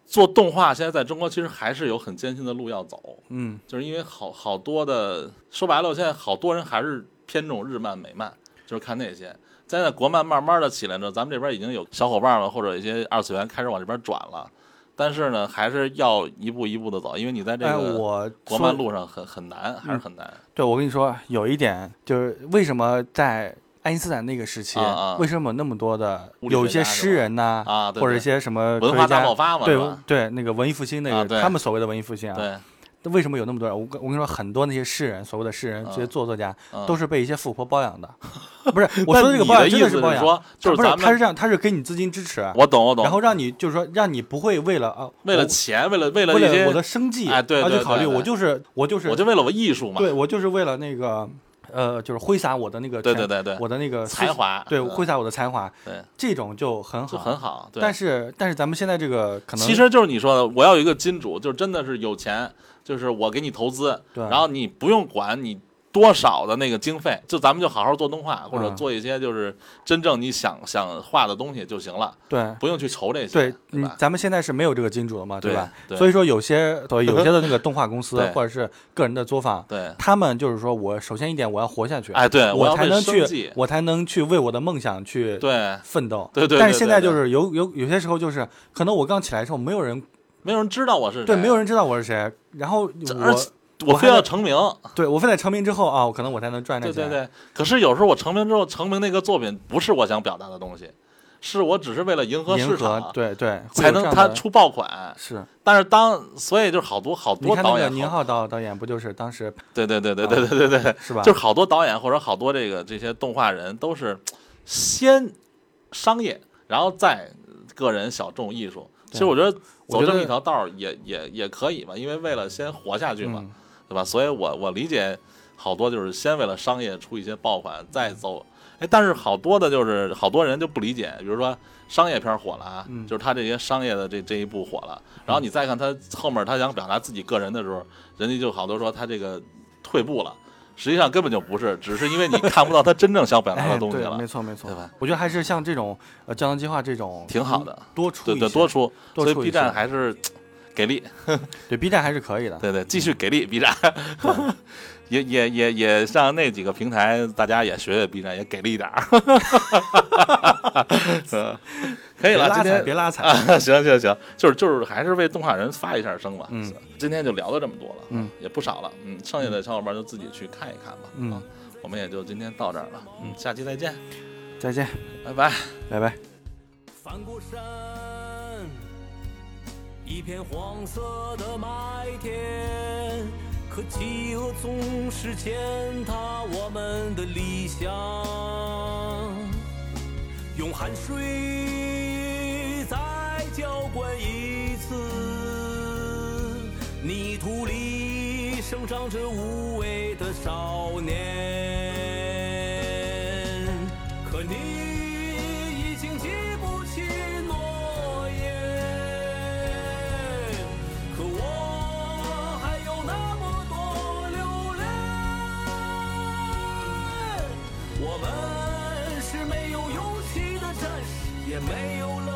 [SPEAKER 1] 做动画现在在中国其实还是有很艰辛的路要走，
[SPEAKER 2] 嗯，
[SPEAKER 1] 就是因为好好多的说白了，我现在好多人还是偏重日漫、美漫，就是看那些。现在国漫慢慢的起来之后，咱们这边已经有小伙伴们或者一些二次元开始往这边转了，但是呢，还是要一步一步的走，因为你在这
[SPEAKER 2] 哎，
[SPEAKER 1] 个
[SPEAKER 2] 我
[SPEAKER 1] 国
[SPEAKER 2] 说
[SPEAKER 1] 漫路上很很难，还是很难。
[SPEAKER 2] 对，我跟你说，有一点就是为什么在爱因斯坦那个时期，
[SPEAKER 1] 啊啊
[SPEAKER 2] 为什么有那么多的
[SPEAKER 1] 物理
[SPEAKER 2] 有一
[SPEAKER 1] 学
[SPEAKER 2] 些
[SPEAKER 1] 家是
[SPEAKER 2] 诗
[SPEAKER 1] 吧
[SPEAKER 2] 人呐、
[SPEAKER 1] 啊对
[SPEAKER 2] 或者
[SPEAKER 1] 对
[SPEAKER 2] 一些什么
[SPEAKER 1] 文
[SPEAKER 2] 科
[SPEAKER 1] 化
[SPEAKER 2] 嗯学家
[SPEAKER 1] 大爆发嘛，是
[SPEAKER 2] 对
[SPEAKER 1] 吧？
[SPEAKER 2] 对，那个文艺复兴那个、
[SPEAKER 1] 啊对
[SPEAKER 2] 他们所谓的文艺复兴啊，
[SPEAKER 1] 对，
[SPEAKER 2] 为什么有那么多人？我跟我跟你说，很多那些诗人，所谓的诗人，这些
[SPEAKER 1] 嗯
[SPEAKER 2] 作作家，
[SPEAKER 1] 嗯
[SPEAKER 2] 都是被一些富婆包养的。不是，我
[SPEAKER 1] 那
[SPEAKER 2] 说的这个
[SPEAKER 1] 你
[SPEAKER 2] 包养
[SPEAKER 1] 的
[SPEAKER 2] 真
[SPEAKER 1] 意思
[SPEAKER 2] 是包养，
[SPEAKER 1] 说就是
[SPEAKER 2] 不是
[SPEAKER 1] 咱们
[SPEAKER 2] 他是这样，他是给你资金支持，
[SPEAKER 1] 我懂，我懂。
[SPEAKER 2] 然后让你就是说让你不会为了啊
[SPEAKER 1] 为了
[SPEAKER 2] 我
[SPEAKER 1] 钱，为了为了
[SPEAKER 2] 为
[SPEAKER 1] 一
[SPEAKER 2] 了
[SPEAKER 1] 些
[SPEAKER 2] 我的生计
[SPEAKER 1] 哎对
[SPEAKER 2] 而去
[SPEAKER 1] 对
[SPEAKER 2] 考虑，
[SPEAKER 1] 对对
[SPEAKER 2] 我就是我就是
[SPEAKER 1] 我就为了我艺术嘛，
[SPEAKER 2] 对我就是为了那个呃，就是挥洒我的那个
[SPEAKER 1] 对
[SPEAKER 2] 全
[SPEAKER 1] 对对对
[SPEAKER 2] 我的那个
[SPEAKER 1] 才
[SPEAKER 2] 思
[SPEAKER 1] 华
[SPEAKER 2] 对，
[SPEAKER 1] 嗯
[SPEAKER 2] 挥洒我的才华，
[SPEAKER 1] 对，
[SPEAKER 2] 这种就很好，
[SPEAKER 1] 就很。好。对，
[SPEAKER 2] 但是但是咱们现在这个可能
[SPEAKER 1] 其实就是你说的，我要有一个金主，就是真的是有钱，就是我给你投资，
[SPEAKER 2] 对
[SPEAKER 1] 然后你不用管你多少的那个经费，就咱们就好好做动画，或者
[SPEAKER 2] 嗯
[SPEAKER 1] 做一些就是真正你想想画的东西就行了，
[SPEAKER 2] 对。
[SPEAKER 1] 不用去愁这些，
[SPEAKER 2] 对
[SPEAKER 1] 对
[SPEAKER 2] 你，
[SPEAKER 1] 吧？
[SPEAKER 2] 咱们现在是没有这个金主了嘛，
[SPEAKER 1] 对
[SPEAKER 2] 吧？
[SPEAKER 1] 对
[SPEAKER 2] 所以说有些 对有些的那个动画公司
[SPEAKER 1] 对
[SPEAKER 2] 或者是个人的作坊，
[SPEAKER 1] 对，
[SPEAKER 2] 他们就是说我首先一点我要活下去，
[SPEAKER 1] 哎，对
[SPEAKER 2] 我
[SPEAKER 1] 要
[SPEAKER 2] 才
[SPEAKER 1] 为
[SPEAKER 2] 能
[SPEAKER 1] 生
[SPEAKER 2] 去
[SPEAKER 1] 计，，
[SPEAKER 2] 我才能去为我的梦想去
[SPEAKER 1] 对，
[SPEAKER 2] 奋斗。
[SPEAKER 1] 对对对
[SPEAKER 2] 但是现在
[SPEAKER 1] 对
[SPEAKER 2] 就
[SPEAKER 1] 对
[SPEAKER 2] 是有有有些时候就是，可能我刚起来的时候，没有人
[SPEAKER 1] 没有人知道我是谁，
[SPEAKER 2] 对，没有人知道我是谁。然后
[SPEAKER 1] 这，
[SPEAKER 2] 我
[SPEAKER 1] 而且我
[SPEAKER 2] 我
[SPEAKER 1] 非
[SPEAKER 2] 还
[SPEAKER 1] 要
[SPEAKER 2] 得
[SPEAKER 1] 成名，
[SPEAKER 2] 对我非得成名之后啊，我可能我才能赚
[SPEAKER 1] 对
[SPEAKER 2] 这
[SPEAKER 1] 对
[SPEAKER 2] 钱。
[SPEAKER 1] 对。可是有时候我成名之后，成名那个作品不是我想表达的东西，是我只是为了迎合
[SPEAKER 2] 迎
[SPEAKER 1] 市
[SPEAKER 2] 合
[SPEAKER 1] 场，
[SPEAKER 2] 对对，会
[SPEAKER 1] 才
[SPEAKER 2] 有这
[SPEAKER 1] 能
[SPEAKER 2] 样
[SPEAKER 1] 他
[SPEAKER 2] 的
[SPEAKER 1] 出爆款。
[SPEAKER 2] 是。
[SPEAKER 1] 但是当所以就是好多好
[SPEAKER 2] 你
[SPEAKER 1] 多
[SPEAKER 2] 看那
[SPEAKER 1] 导
[SPEAKER 2] 个
[SPEAKER 1] 演，
[SPEAKER 2] 宁浩导导演不就是 当时
[SPEAKER 1] 对对对对对对对对，
[SPEAKER 2] 是吧？
[SPEAKER 1] 就是好多导演或者好多这个这些动画人都是先商业，然后再个人小众艺术。其实我觉得
[SPEAKER 2] 我
[SPEAKER 1] 走
[SPEAKER 2] 觉
[SPEAKER 1] 这么
[SPEAKER 2] 得
[SPEAKER 1] 一条道儿也也也可以吧，因为为了先活下去嘛，
[SPEAKER 2] 嗯
[SPEAKER 1] 对吧？所以我我理解好多就是先为了商业出一些爆款，再走。哎，但是好多的就是好多人就不理解，比如说商业片火了啊，
[SPEAKER 2] 嗯
[SPEAKER 1] 就是他这些商业的这这一步火了，然后你再看他后面他想表达自己个人的时候，人家就好多说他这个退步了，实际上根本就不是，只是因为你看不到他真正想表达
[SPEAKER 2] 哎，
[SPEAKER 1] 的东西
[SPEAKER 2] 对，
[SPEAKER 1] 了，
[SPEAKER 2] 没错没错
[SPEAKER 1] 对吧。
[SPEAKER 2] 我觉得还是像这种呃胶囊计划这种嗯
[SPEAKER 1] 挺好的，
[SPEAKER 2] 多出
[SPEAKER 1] 对
[SPEAKER 2] 一
[SPEAKER 1] 对，
[SPEAKER 2] 些
[SPEAKER 1] 多出，
[SPEAKER 2] 多
[SPEAKER 1] 所以
[SPEAKER 2] 出一
[SPEAKER 1] B 站
[SPEAKER 2] 些
[SPEAKER 1] 还是给力，
[SPEAKER 2] 对 B 站还是可以的。
[SPEAKER 1] 对对，继续给力 B 站， 也也也也让那几个平台大家也学学 B 站，也给力一点 儿。嗯可以
[SPEAKER 2] 别
[SPEAKER 1] 了，
[SPEAKER 2] 拉
[SPEAKER 1] 今
[SPEAKER 2] 踩，
[SPEAKER 1] 天
[SPEAKER 2] 别拉踩。
[SPEAKER 1] 啊， 行行行，就是就是还是为动画人发一下声吧。
[SPEAKER 2] 嗯，
[SPEAKER 1] 今天就聊到这么多了，
[SPEAKER 2] 嗯，
[SPEAKER 1] 也不少了，嗯，剩下的小伙伴就自己去看一看吧。
[SPEAKER 2] 嗯
[SPEAKER 1] 啊，我们也就今天到这儿了，嗯，下期再见，
[SPEAKER 2] 再见，
[SPEAKER 1] 拜拜。
[SPEAKER 2] 拜拜。
[SPEAKER 5] 翻过山，一片黄色的麦田，可饥饿总是践踏我们的理想。用汗水再浇灌一次，泥土里生长着无畏的少年。可你已经记不起诺言，可我还有那么多留恋。我们是没有勇气的战士，也没有了